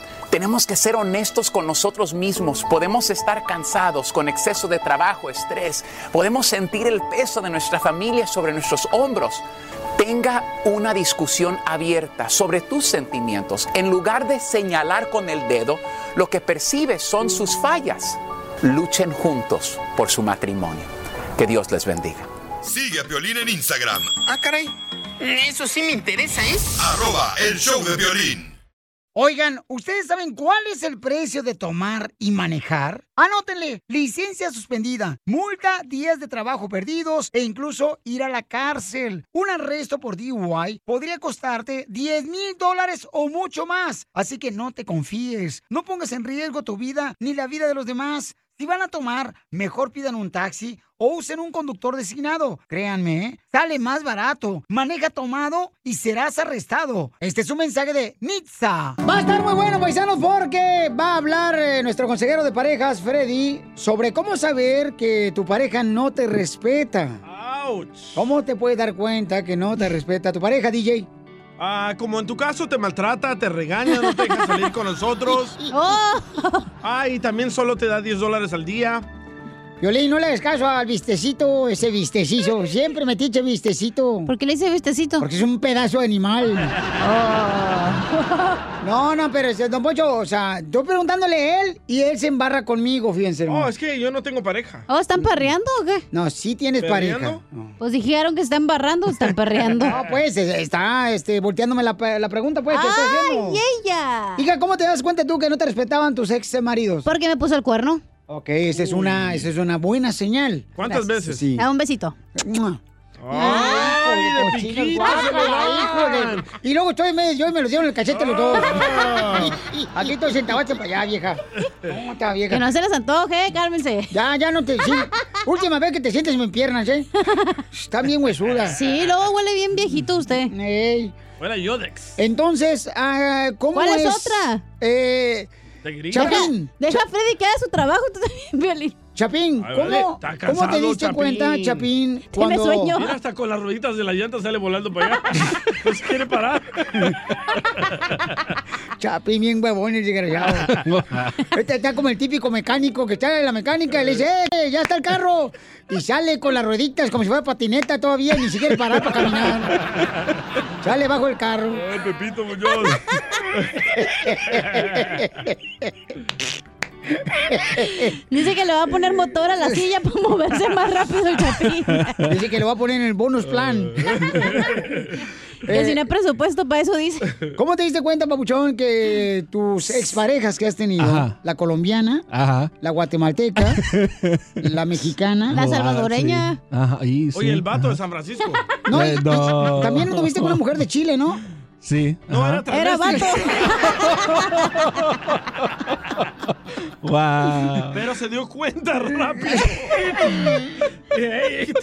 [SPEAKER 22] Tenemos que ser honestos con nosotros mismos. Podemos estar cansados con exceso de trabajo, estrés. Podemos sentir el peso de nuestra familia sobre nuestros hombros. Tenga una discusión abierta sobre tus sentimientos. En lugar de señalar con el dedo, lo que percibes son sus fallas. Luchen juntos por su matrimonio. Que Dios les bendiga.
[SPEAKER 5] Sigue a Piolín en Instagram.
[SPEAKER 4] Ah, caray. Eso sí me interesa, ¿eh?
[SPEAKER 5] Arroba el show de violín.
[SPEAKER 2] Oigan, ¿ustedes saben cuál es el precio de tomar y manejar? Anótenle, licencia suspendida, multa, días de trabajo perdidos e incluso ir a la cárcel. Un arresto por DUI podría costarte 10 mil dólares o mucho más. Así que no te confíes, no pongas en riesgo tu vida ni la vida de los demás. Si van a tomar, mejor pidan un taxi o usen un conductor designado. Créanme, ¿eh? sale más barato. Maneja tomado y serás arrestado. Este es un mensaje de Nitza. Va a estar muy bueno, paisanos, porque va a hablar eh, nuestro consejero de parejas, Freddy, sobre cómo saber que tu pareja no te respeta. ¿Cómo te puedes dar cuenta que no te respeta tu pareja, DJ?
[SPEAKER 1] Ah, como en tu caso te maltrata, te regaña, no te deja salir con nosotros.
[SPEAKER 2] Oh.
[SPEAKER 1] Ah, y también solo te da 10 dólares al día.
[SPEAKER 2] Violín, no le hagas caso al vistecito, ese vistecito. Siempre me tiche vistecito.
[SPEAKER 3] ¿Por qué le dice vistecito?
[SPEAKER 2] Porque es un pedazo de animal.
[SPEAKER 3] Oh.
[SPEAKER 2] No, no, pero este, don Pocho, o sea, yo preguntándole a él y él se embarra conmigo, fíjense.
[SPEAKER 1] No, Oh, es que yo no tengo pareja.
[SPEAKER 3] ¿Oh, están perreando o qué?
[SPEAKER 2] No, sí tienes
[SPEAKER 1] ¿Perreando?
[SPEAKER 2] pareja.
[SPEAKER 3] Pues dijeron que están barrando, están perreando.
[SPEAKER 2] No, pues eh, está este, volteándome la, pe- la pregunta, pues, que estoy haciendo.
[SPEAKER 3] ¡Ay, ella!
[SPEAKER 2] Diga, ¿cómo te das cuenta tú que no te respetaban tus ex maridos?
[SPEAKER 3] Porque me puso el cuerno.
[SPEAKER 2] Ok, esa es una, esa es una buena señal.
[SPEAKER 3] ¿Cuántas
[SPEAKER 1] veces?
[SPEAKER 2] Sí.
[SPEAKER 3] Da un besito.
[SPEAKER 2] ¡Mua!
[SPEAKER 1] ¡Ay,
[SPEAKER 2] Hijo de
[SPEAKER 1] de
[SPEAKER 2] cochino,
[SPEAKER 1] piquito
[SPEAKER 2] guácala,
[SPEAKER 1] se lo
[SPEAKER 2] hijo de- Y luego estoy medio, yo y me lo dieron en el cachete los dos. Ah. Aquí estoy sentado para allá, vieja. ¿Cómo está, vieja?
[SPEAKER 3] Que no se les antoje, cálmense.
[SPEAKER 2] Ya, ya no te. sí. Última vez que te sientes en mis piernas, ¿eh? Están bien huesudas.
[SPEAKER 3] Sí, luego huele bien viejito usted.
[SPEAKER 2] Ey.
[SPEAKER 1] Fuera Yodex.
[SPEAKER 2] Entonces, ah, ¿cómo
[SPEAKER 3] ¿Cuál es
[SPEAKER 2] es
[SPEAKER 3] otra?
[SPEAKER 2] Eh,
[SPEAKER 1] De gringa.
[SPEAKER 2] Chapín.
[SPEAKER 3] Deja
[SPEAKER 2] Cha-
[SPEAKER 3] a Freddy que haga su trabajo, tú también, Violín.
[SPEAKER 2] Chapín,
[SPEAKER 1] Ay, vale,
[SPEAKER 2] ¿cómo,
[SPEAKER 1] está
[SPEAKER 2] ¿cómo te
[SPEAKER 1] cansado,
[SPEAKER 2] diste
[SPEAKER 1] Chapín.
[SPEAKER 2] cuenta, Chapín,
[SPEAKER 3] Tiene
[SPEAKER 2] cuando...
[SPEAKER 3] sueño.
[SPEAKER 1] Mira, hasta con las rueditas de la llanta sale volando para allá. No se quiere parar.
[SPEAKER 2] Chapín, bien huevón el desgraciado. Este está como el típico mecánico que está en la mecánica y le dice, "Eh, ya está el carro! Y sale con las rueditas como si fuera patineta todavía, ni siquiera parar para caminar. Sale bajo el carro.
[SPEAKER 1] Ay, Eh, Pepito Muñoz.
[SPEAKER 3] Dice que le va a poner motor a la silla para moverse más rápido el chapín.
[SPEAKER 2] Dice que lo va a poner en el bonus plan. Eh,
[SPEAKER 3] Que si no hay presupuesto para eso, dice.
[SPEAKER 2] ¿Cómo te diste cuenta, Papuchón, que tus exparejas que has tenido,
[SPEAKER 8] Ajá.
[SPEAKER 2] la colombiana,
[SPEAKER 8] Ajá.
[SPEAKER 2] la guatemalteca, la mexicana,
[SPEAKER 3] La salvadoreña.
[SPEAKER 8] Sí. Ajá, ahí sí.
[SPEAKER 1] Oye, el vato de San Francisco.
[SPEAKER 2] No,
[SPEAKER 8] Eh,
[SPEAKER 2] y-
[SPEAKER 8] no.
[SPEAKER 2] y también anduviste con una mujer de Chile, ¿no?
[SPEAKER 8] Sí.
[SPEAKER 1] No,
[SPEAKER 8] ajá.
[SPEAKER 1] era travesti.
[SPEAKER 8] Guau.
[SPEAKER 1] Pero se dio cuenta rápido. Ey, ey,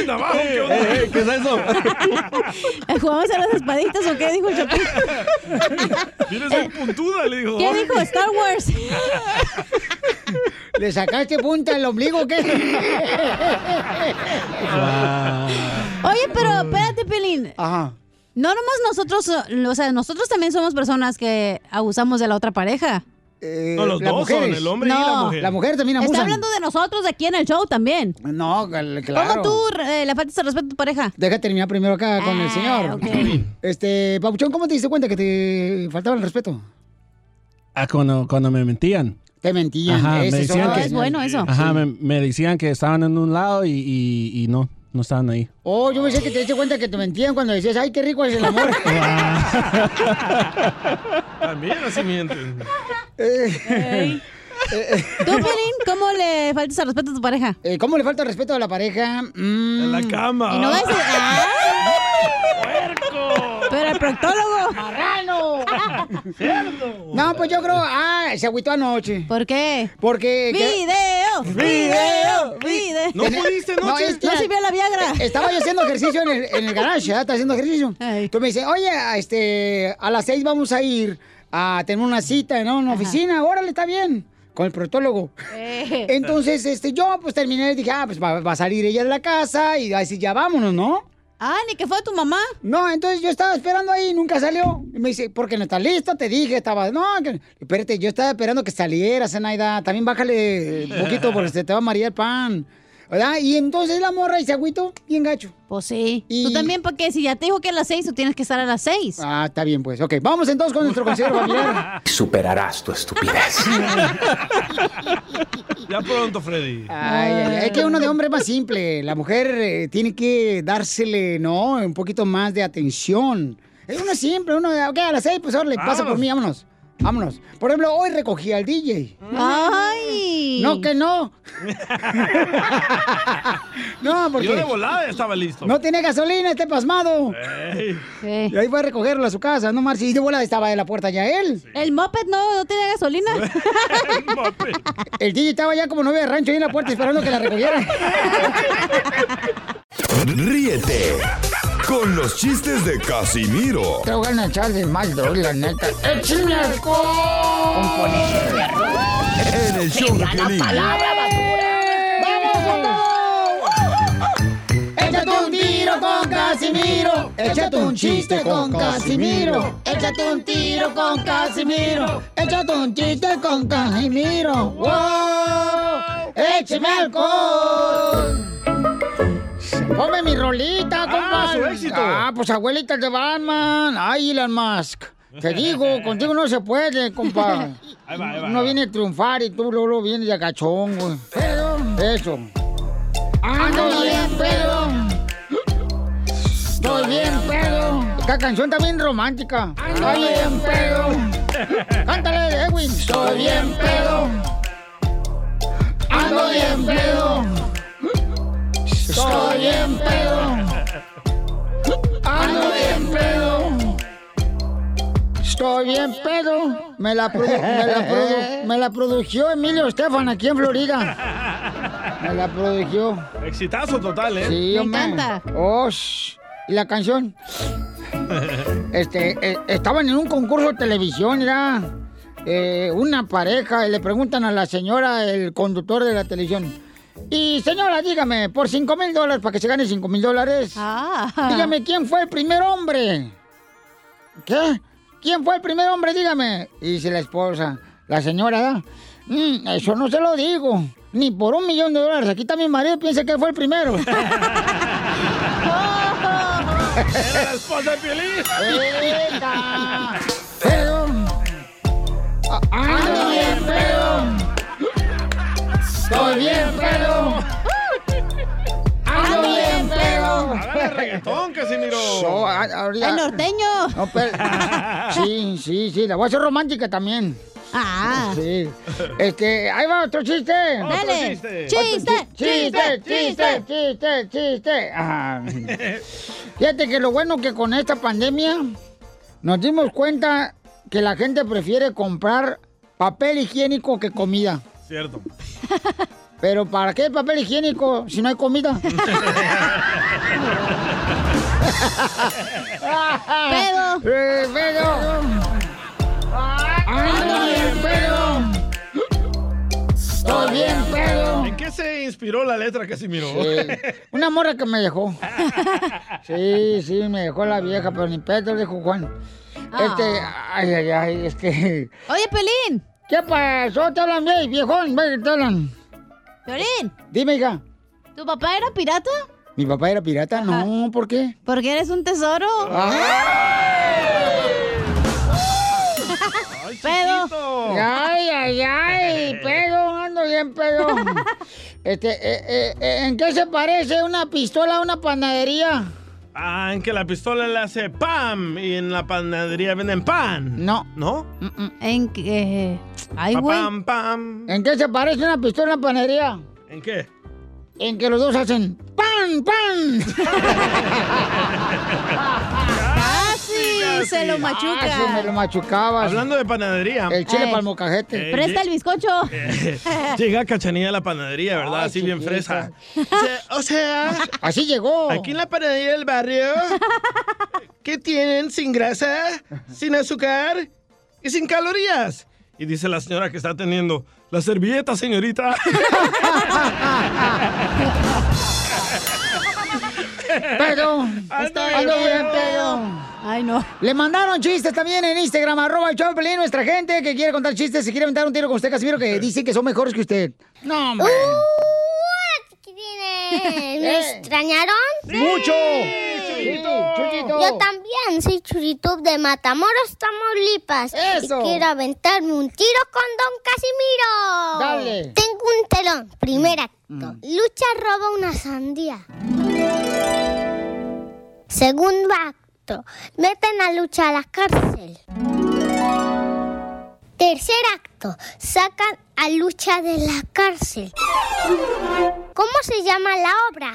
[SPEAKER 1] anda abajo, ¿qué onda?
[SPEAKER 8] Eh, eh, ¿Qué es eso?
[SPEAKER 3] ¿Eh, ¿Jugamos a las espaditas o qué dijo el chapín?
[SPEAKER 1] Vienes bien puntuda, le digo.
[SPEAKER 3] ¿Qué dijo Star Wars?
[SPEAKER 2] ¿Le sacaste punta al ombligo o qué?
[SPEAKER 3] Oye, pero espérate, Pelín.
[SPEAKER 2] Ajá.
[SPEAKER 3] No nomás nosotros, o sea, nosotros también somos personas que abusamos de la otra pareja.
[SPEAKER 2] eh,
[SPEAKER 1] No, los
[SPEAKER 2] las
[SPEAKER 1] dos son,
[SPEAKER 2] mujeres.
[SPEAKER 1] el hombre y la
[SPEAKER 2] No,
[SPEAKER 1] mujer.
[SPEAKER 2] La mujer también abusan.
[SPEAKER 3] Está hablando de nosotros aquí en el show también.
[SPEAKER 2] No, cal-
[SPEAKER 3] ¿Cómo
[SPEAKER 2] claro.
[SPEAKER 3] tú eh, le faltas el respeto a tu pareja?
[SPEAKER 2] Deja terminar primero acá con el señor. Este, Papuchón, ¿cómo te diste cuenta que te faltaba el respeto?
[SPEAKER 8] Ah, cuando, cuando me mentían.
[SPEAKER 2] Te mentían.
[SPEAKER 8] Ajá,
[SPEAKER 2] ese
[SPEAKER 8] me
[SPEAKER 2] es otro
[SPEAKER 8] decían que,
[SPEAKER 2] tema.
[SPEAKER 8] Ajá,
[SPEAKER 2] Sí.
[SPEAKER 8] me, me decían que estaban en un lado y, y- y no, no estaban ahí.
[SPEAKER 2] Oh, yo pensé que te diste cuenta que te mentían cuando decías, ay, qué rico es el amor.
[SPEAKER 1] También así mienten.
[SPEAKER 2] Eh, eh,
[SPEAKER 3] ¿Tú, Pelín, cómo le faltas el respeto a tu pareja?
[SPEAKER 2] ¿Cómo le falta el respeto a la pareja? Mm. en
[SPEAKER 1] la cama.
[SPEAKER 3] Y no ves. "Ah". Pero el proctólogo.
[SPEAKER 2] ¡Marrano! No, pues yo creo, ah, se agüitó anoche.
[SPEAKER 3] ¿Por qué?
[SPEAKER 2] Porque...
[SPEAKER 3] ¡Video! ¡Video! ¡Video! ¿No pudiste anoche? No sirvió la Viagra.
[SPEAKER 2] Estaba yo haciendo ejercicio en el, en el garage, ¿verdad? Estaba haciendo ejercicio. Tú me dices, oye, a este, a las seis vamos a ir a tener una cita, ¿no? En una oficina, órale, está bien. Con el protólogo.
[SPEAKER 3] Eh.
[SPEAKER 2] Entonces, este, yo pues terminé y dije, ah, pues va, va a salir ella de la casa y así ya vámonos, ¿no?
[SPEAKER 3] Ah, ni que fue tu mamá.
[SPEAKER 2] No, entonces yo estaba esperando ahí, nunca salió. Y me dice, porque no está lista, te dije, estaba. No, que- espérate, yo estaba esperando que saliera, Zenaida. También bájale un poquito porque se te va a marear el pan. ¿Verdad? Y entonces la morra y se agüito bien gacho.
[SPEAKER 3] Pues sí. Tú también, porque si ya te dijo que a las seis, tú tienes que estar a las seis.
[SPEAKER 2] Ah, está bien, pues. Ok, vamos entonces con nuestro consejero familiar.
[SPEAKER 22] Superarás tu estupidez.
[SPEAKER 1] Ya pronto, Freddy.
[SPEAKER 2] Ay, ay, ay, Es que uno de hombre es más simple. La mujer eh, tiene que dársele, ¿no? Un poquito más de atención. Es uno es simple, uno, ok, a las seis, pues órale, pasa por mí, vámonos. Vámonos. Por ejemplo, hoy recogí al DJ.
[SPEAKER 3] ¡Ay!
[SPEAKER 2] No, que no. no,
[SPEAKER 1] Yo de
[SPEAKER 2] porque
[SPEAKER 1] volada Eh. ya estaba listo.
[SPEAKER 2] no tiene gasolina, este pasmado.
[SPEAKER 1] Ey.
[SPEAKER 2] Y ahí fue a recogerlo a su casa, no Marci. Y de volada estaba de la puerta ya él.
[SPEAKER 3] El moped no, no tenía gasolina.
[SPEAKER 2] El DJ estaba ya como novia de rancho ahí en la puerta esperando que la recogieran.
[SPEAKER 5] Ríete con los chistes de Casimiro
[SPEAKER 2] Te voy a echar de mal, la neta.
[SPEAKER 1] ¡Eh,
[SPEAKER 2] ¡Échame
[SPEAKER 5] en el show de Piolín.
[SPEAKER 2] Échate un tiro con Casimiro. Échate un chiste con Casimiro. Échate un tiro con Casimiro. Échate un chiste con Casimiro. ¡Wow! ¡Échame alcohol! Ponme mi rolita, compa.
[SPEAKER 1] su éxito.
[SPEAKER 2] Ah, pues abuelita de Batman. Ay, Elon Musk. Te digo, contigo no se puede, compa.
[SPEAKER 1] Ahí va, ahí va.
[SPEAKER 2] Uno viene a triunfar y tú luego luego vienes de agachón, güey. Eso.
[SPEAKER 13] Ando bien pedo.
[SPEAKER 2] Estoy bien pedo. Esta canción está bien romántica. Ando bien pedo. Cántale, Edwin. Estoy bien pedo. Ando bien pedo. Estoy bien pedo. Ando bien pedo. Estoy bien pedo. Me la, produ- me la, produ- me la produjo Emilio Estefan aquí en Florida. Me la produjo.
[SPEAKER 1] Exitazo total, ¿eh?
[SPEAKER 2] Sí, hombre. Oh, sh- ¿Y la canción? Este, eh, estaban en un concurso de televisión, era eh, una pareja, y le preguntan a la señora, el conductor de la televisión. Y señora, dígame, por 5 mil dólares, para que se gane 5 mil dólares, dígame quién fue el primer hombre. ¿Qué? ¿Quién fue el primer hombre? Dígame. Y dice la esposa, la señora, ¿da? "Mm, eso no se lo digo. Ni por un millón de dólares. Aquí está mi marido, piensa que él fue el primero.
[SPEAKER 13] Era la esposa de Piolín.
[SPEAKER 2] Pedo. A-
[SPEAKER 13] Ando
[SPEAKER 2] Ando
[SPEAKER 13] bien
[SPEAKER 2] bien pedo. Estoy bien pedo. Ando bien pedo.
[SPEAKER 1] Hágale reggaetón, Casimiro.
[SPEAKER 2] So, a- ahorita-
[SPEAKER 3] El norteño.
[SPEAKER 2] No, pero- sí, sí, sí. La voy a hacer romántica también.
[SPEAKER 3] Ah.
[SPEAKER 2] Sí. Este, ahí va otro chiste.
[SPEAKER 3] Otro Dale. chiste. Chiste,
[SPEAKER 2] Otro chi- chiste, chiste, chiste, chiste. Ah. Fíjate que lo bueno que con esta pandemia nos dimos cuenta que la gente prefiere comprar papel higiénico que comida.
[SPEAKER 1] Cierto.
[SPEAKER 2] Pero ¿para qué papel higiénico si no hay comida?
[SPEAKER 13] Pedo.
[SPEAKER 2] Eh, pedo.
[SPEAKER 13] Ando bien pedo.
[SPEAKER 2] Estoy bien pedo.
[SPEAKER 1] ¿En qué se inspiró la letra, Casimiro?
[SPEAKER 2] Una morra que me dejó. Sí, sí, me dejó la vieja, pero ni pedo, dijo Juan. Este, ay, ay, ay, es que.
[SPEAKER 3] Oye, Pelín.
[SPEAKER 2] ¿Qué pasó? ¿Te hablan bien, viejón? Ve, ¿Te hablan?
[SPEAKER 3] Violín,
[SPEAKER 2] Dime, hija.
[SPEAKER 3] ¿tu papá era pirata?
[SPEAKER 2] ¿Mi papá era pirata? No, ¿por qué?
[SPEAKER 3] Porque eres un tesoro.
[SPEAKER 2] ¡Pedo! ¡Ay, ay, ay! ¡Pedo! ¡Ando bien, pedo! Este, eh, eh, eh, ¿En qué se parece una pistola a una panadería?
[SPEAKER 1] Ah, en que la pistola le hace ¡pam! Y en la panadería venden pan.
[SPEAKER 2] No.
[SPEAKER 1] ¿No?
[SPEAKER 3] ¿En qué? eh, Ay,
[SPEAKER 1] Pa,
[SPEAKER 3] güey.
[SPEAKER 1] pam, pam.
[SPEAKER 2] ¿En qué se parece una pistola a una panadería?
[SPEAKER 1] ¿En qué?
[SPEAKER 2] En que los dos hacen ¡Pan, pan!
[SPEAKER 3] ¡Casi! Se lo machuca.
[SPEAKER 2] Ah, sí, me lo machucabas.
[SPEAKER 1] Hablando de panadería.
[SPEAKER 2] El chile
[SPEAKER 3] Ey.
[SPEAKER 2] para el mocajete.
[SPEAKER 1] Eh, Presta
[SPEAKER 3] el bizcocho.
[SPEAKER 1] Llega Cachanilla a la panadería, ¿verdad? Así bien fresa.
[SPEAKER 2] O sea... Así llegó.
[SPEAKER 1] Aquí en la panadería del barrio, ¿qué tienen sin grasa, sin azúcar y sin calorías? Y dice la señora que está atendiendo, la servilleta, señorita.
[SPEAKER 2] Pedo. Ando bien, pedo.
[SPEAKER 3] Ay, no.
[SPEAKER 2] Le mandaron chistes también en Instagram, arroba el show de Pelín, nuestra gente que quiere contar chistes, se quiere aventar un tiro con usted, Casimiro, que dicen que son mejores que usted. No, hombre. Eh.
[SPEAKER 23] ¿Me extrañaron?
[SPEAKER 2] ¡Mucho!
[SPEAKER 23] Churrito. Yo también soy Churrito de Matamoros, Tamaulipas.
[SPEAKER 2] Eso.
[SPEAKER 23] Y quiero aventarme un tiro con Don Casimiro.
[SPEAKER 2] Dale.
[SPEAKER 23] Tengo un telón. Primer acto. Lucha roba una sandía. Segundo acto. Meten a Lucha a la cárcel. Tercer acto. Sacan a Lucha de la cárcel. ¿Cómo se llama la obra?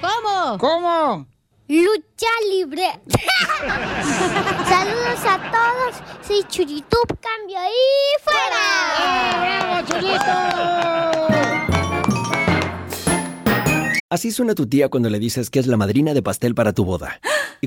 [SPEAKER 3] ¿Cómo?
[SPEAKER 2] ¿Cómo?
[SPEAKER 23] Lucha libre. Saludos a todos. Soy Churitup, cambio y fuera.
[SPEAKER 2] ¡Eh, ¡Bravo, Churito!
[SPEAKER 20] Así suena tu tía cuando le dices que es la madrina de pastel para tu boda. Y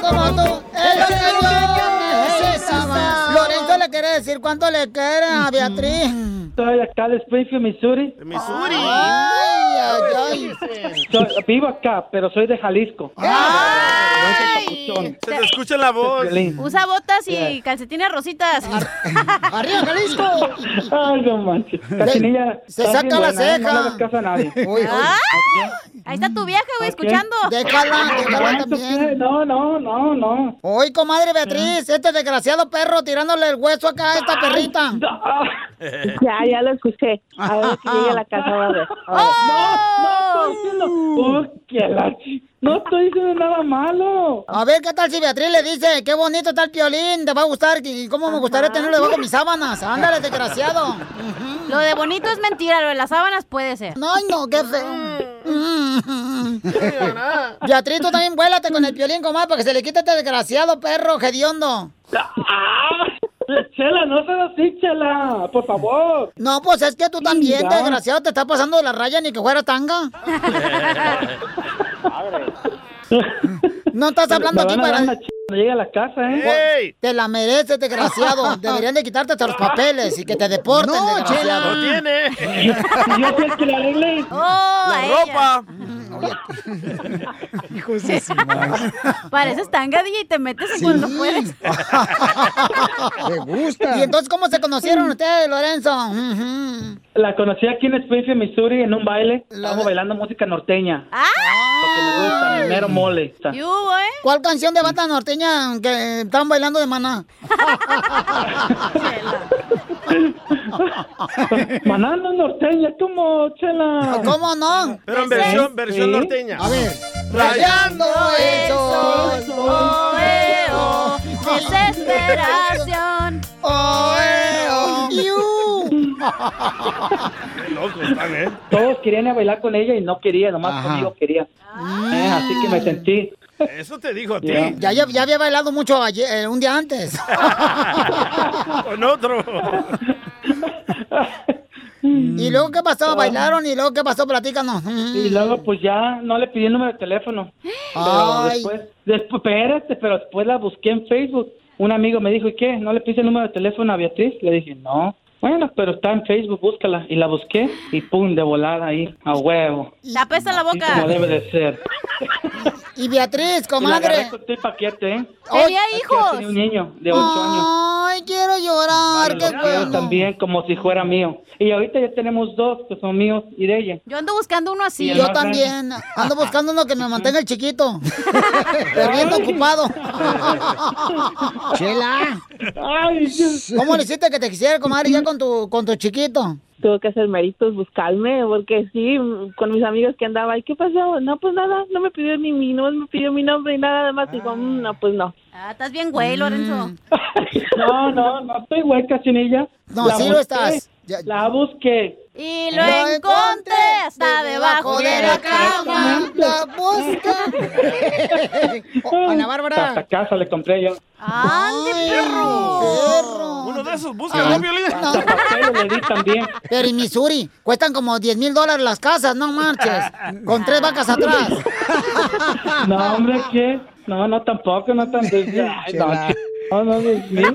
[SPEAKER 2] como tú. Es el que necesitaba. Lorenzo le quiere decir cuánto le quiere a Beatriz.
[SPEAKER 6] Soy acá de Springfield, Missouri.
[SPEAKER 2] Missouri. Ay, ay, ay.
[SPEAKER 6] Soy- vivo acá, pero soy de Jalisco.
[SPEAKER 3] ¡Ay!
[SPEAKER 6] Se te escucha la voz.
[SPEAKER 3] Usa botas y
[SPEAKER 6] Yeah.
[SPEAKER 3] calcetines rositas.
[SPEAKER 2] ¡Arriba, Jalisco!
[SPEAKER 6] Ay, no manches. Cachinilla.
[SPEAKER 3] Se
[SPEAKER 6] estás
[SPEAKER 3] saca
[SPEAKER 6] bien
[SPEAKER 3] la
[SPEAKER 6] buena, ¿eh?
[SPEAKER 3] ceja.
[SPEAKER 6] No le hagas caso a nadie. Ah.
[SPEAKER 3] Ahí está tu vieja, güey,
[SPEAKER 6] ¿A quién?
[SPEAKER 3] escuchando.
[SPEAKER 2] Ah. Déjala, déjala también.
[SPEAKER 6] No, no, no, no.
[SPEAKER 2] Hoy, comadre Beatriz, este desgraciado perro tirándole el hueso acá a esta perrita.
[SPEAKER 6] Ya, ya lo escuché. A ver si llega a la casa, va a ver.
[SPEAKER 2] ¡Oh!
[SPEAKER 6] Uh, que la ch- No estoy diciendo nada malo.
[SPEAKER 2] A ver, ¿qué tal si Beatriz le dice, qué bonito está el piolín, te va a gustar, y cómo me gustaría tenerlo debajo de mis sábanas? Ándale, desgraciado.
[SPEAKER 3] Lo de bonito es mentira, lo de las sábanas puede ser. Mm.
[SPEAKER 2] No, no, qué Mm. feo. Beatriz, tú también vuélate con el piolín, comadre, para que se le quite este desgraciado perro, hediondo.
[SPEAKER 6] Ah, Chela, no seas así, Chela. Por favor.
[SPEAKER 2] No, pues es que tú también,
[SPEAKER 6] ya.
[SPEAKER 2] desgraciado, te está pasando de la raya ni que fuera tanga. No estás
[SPEAKER 6] Me-
[SPEAKER 2] hablando
[SPEAKER 6] me
[SPEAKER 2] aquí
[SPEAKER 6] van a dar
[SPEAKER 2] para...
[SPEAKER 6] una ch- Cuando llegue a la casa, ¿eh?
[SPEAKER 2] Te la mereces, desgraciado. Deberían de quitarte hasta los papeles y que te deporten,
[SPEAKER 6] No,
[SPEAKER 2] desgraciado.
[SPEAKER 6] Chela. Yo soy el que le arregle.
[SPEAKER 3] a ella. ropa.
[SPEAKER 2] Hijo
[SPEAKER 3] de su madre. Pareces tangadilla y te metes en cuando puedes.
[SPEAKER 2] Me gusta. ¿Y entonces cómo se conocieron
[SPEAKER 6] Mm.
[SPEAKER 2] ustedes, Lorenzo? Ujú.
[SPEAKER 6] La conocí aquí en Springfield, Missouri, en un baile. Estábamos bailando música norteña.
[SPEAKER 2] ¡Ah!
[SPEAKER 6] El mero mole. Está.
[SPEAKER 2] ¿Cuál canción de banda norteña que estaban bailando de maná?
[SPEAKER 6] Maná no es norteña, ¿cómo, Chela?
[SPEAKER 2] ¿Cómo no?
[SPEAKER 6] Pero
[SPEAKER 2] en versión- versión
[SPEAKER 6] norteña.
[SPEAKER 2] A ver. Rayando el sol, oh, eh, oh,
[SPEAKER 3] Desesperación.
[SPEAKER 2] oh, eh, oh, you. ¿eh?
[SPEAKER 6] Todos querían ir a bailar con ella y no quería, nomás conmigo quería.
[SPEAKER 2] Ah.
[SPEAKER 6] Eh, así que me sentí.
[SPEAKER 1] Eso te dijo a ti.
[SPEAKER 6] Ya.
[SPEAKER 2] Ya, ya, ya había bailado mucho ayer, eh, un día antes.
[SPEAKER 1] Con otro.
[SPEAKER 2] ¿Y luego qué pasó? ¿Bailaron? ¿Y luego qué pasó? Platícanos. Mm,
[SPEAKER 6] Y luego, pues Mm. Oh. ya no le pedí el número de teléfono. Pero
[SPEAKER 2] Ay.
[SPEAKER 6] después, después, espérate, pero después la busqué en Facebook. Un amigo me dijo, ¿y qué? ¿No le pediste el número de teléfono a Beatriz? Le dije, no. Bueno, pero está en Facebook, búscala. Y la busqué y pum, de volada ahí, a huevo.
[SPEAKER 3] Te apesta la boca.
[SPEAKER 6] Como debe de ser.
[SPEAKER 2] Y Beatriz,
[SPEAKER 6] Y la
[SPEAKER 2] comadre.
[SPEAKER 6] agarré
[SPEAKER 2] Oh,
[SPEAKER 6] con todo el paquete, ¿eh?
[SPEAKER 2] Tenía hijos.
[SPEAKER 6] Tenía un niño de 8 años.
[SPEAKER 2] Ay, quiero llorar. Qué
[SPEAKER 6] Lo quiero
[SPEAKER 2] bueno.
[SPEAKER 6] también como si fuera mío. Y ahorita ya tenemos dos que son míos y de ella.
[SPEAKER 3] Yo ando buscando uno así.
[SPEAKER 6] Y el
[SPEAKER 2] Yo
[SPEAKER 6] más grande.
[SPEAKER 2] también ando buscando uno que me mantenga el chiquito. Pero bien ocupado. Chela. ¿Cómo le hiciste que te quisiera, comadre, ya con tu, con tu chiquito?
[SPEAKER 10] Tuve que hacer méritos, buscarme, porque sí, con mis amigos que andaba, ¿y qué pasó? No, pues nada, no me pidió ni mi, no me pidió mi nombre y nada más. Digo, "Mm, no, pues no.
[SPEAKER 3] Ah, estás bien güey, Lorenzo.
[SPEAKER 6] No, no, no estoy hueca sin ella.
[SPEAKER 3] No, sí lo estás.
[SPEAKER 6] La busqué.
[SPEAKER 3] Y lo encontré hasta debajo de la cama.
[SPEAKER 2] La busca. Oh, Ana Bárbara.
[SPEAKER 6] Hasta casa le compré yo.
[SPEAKER 2] ¡Ay, perro! Ah, Uno de esos, busca
[SPEAKER 6] le di también.
[SPEAKER 2] Pero en Missouri cuestan como 10 mil dólares las casas, no marches. Con tres vacas atrás.
[SPEAKER 6] No, hombre, ¿qué? No, no, tampoco, no tan... Ay, no,
[SPEAKER 2] Chela.
[SPEAKER 6] no, no, Dios mío.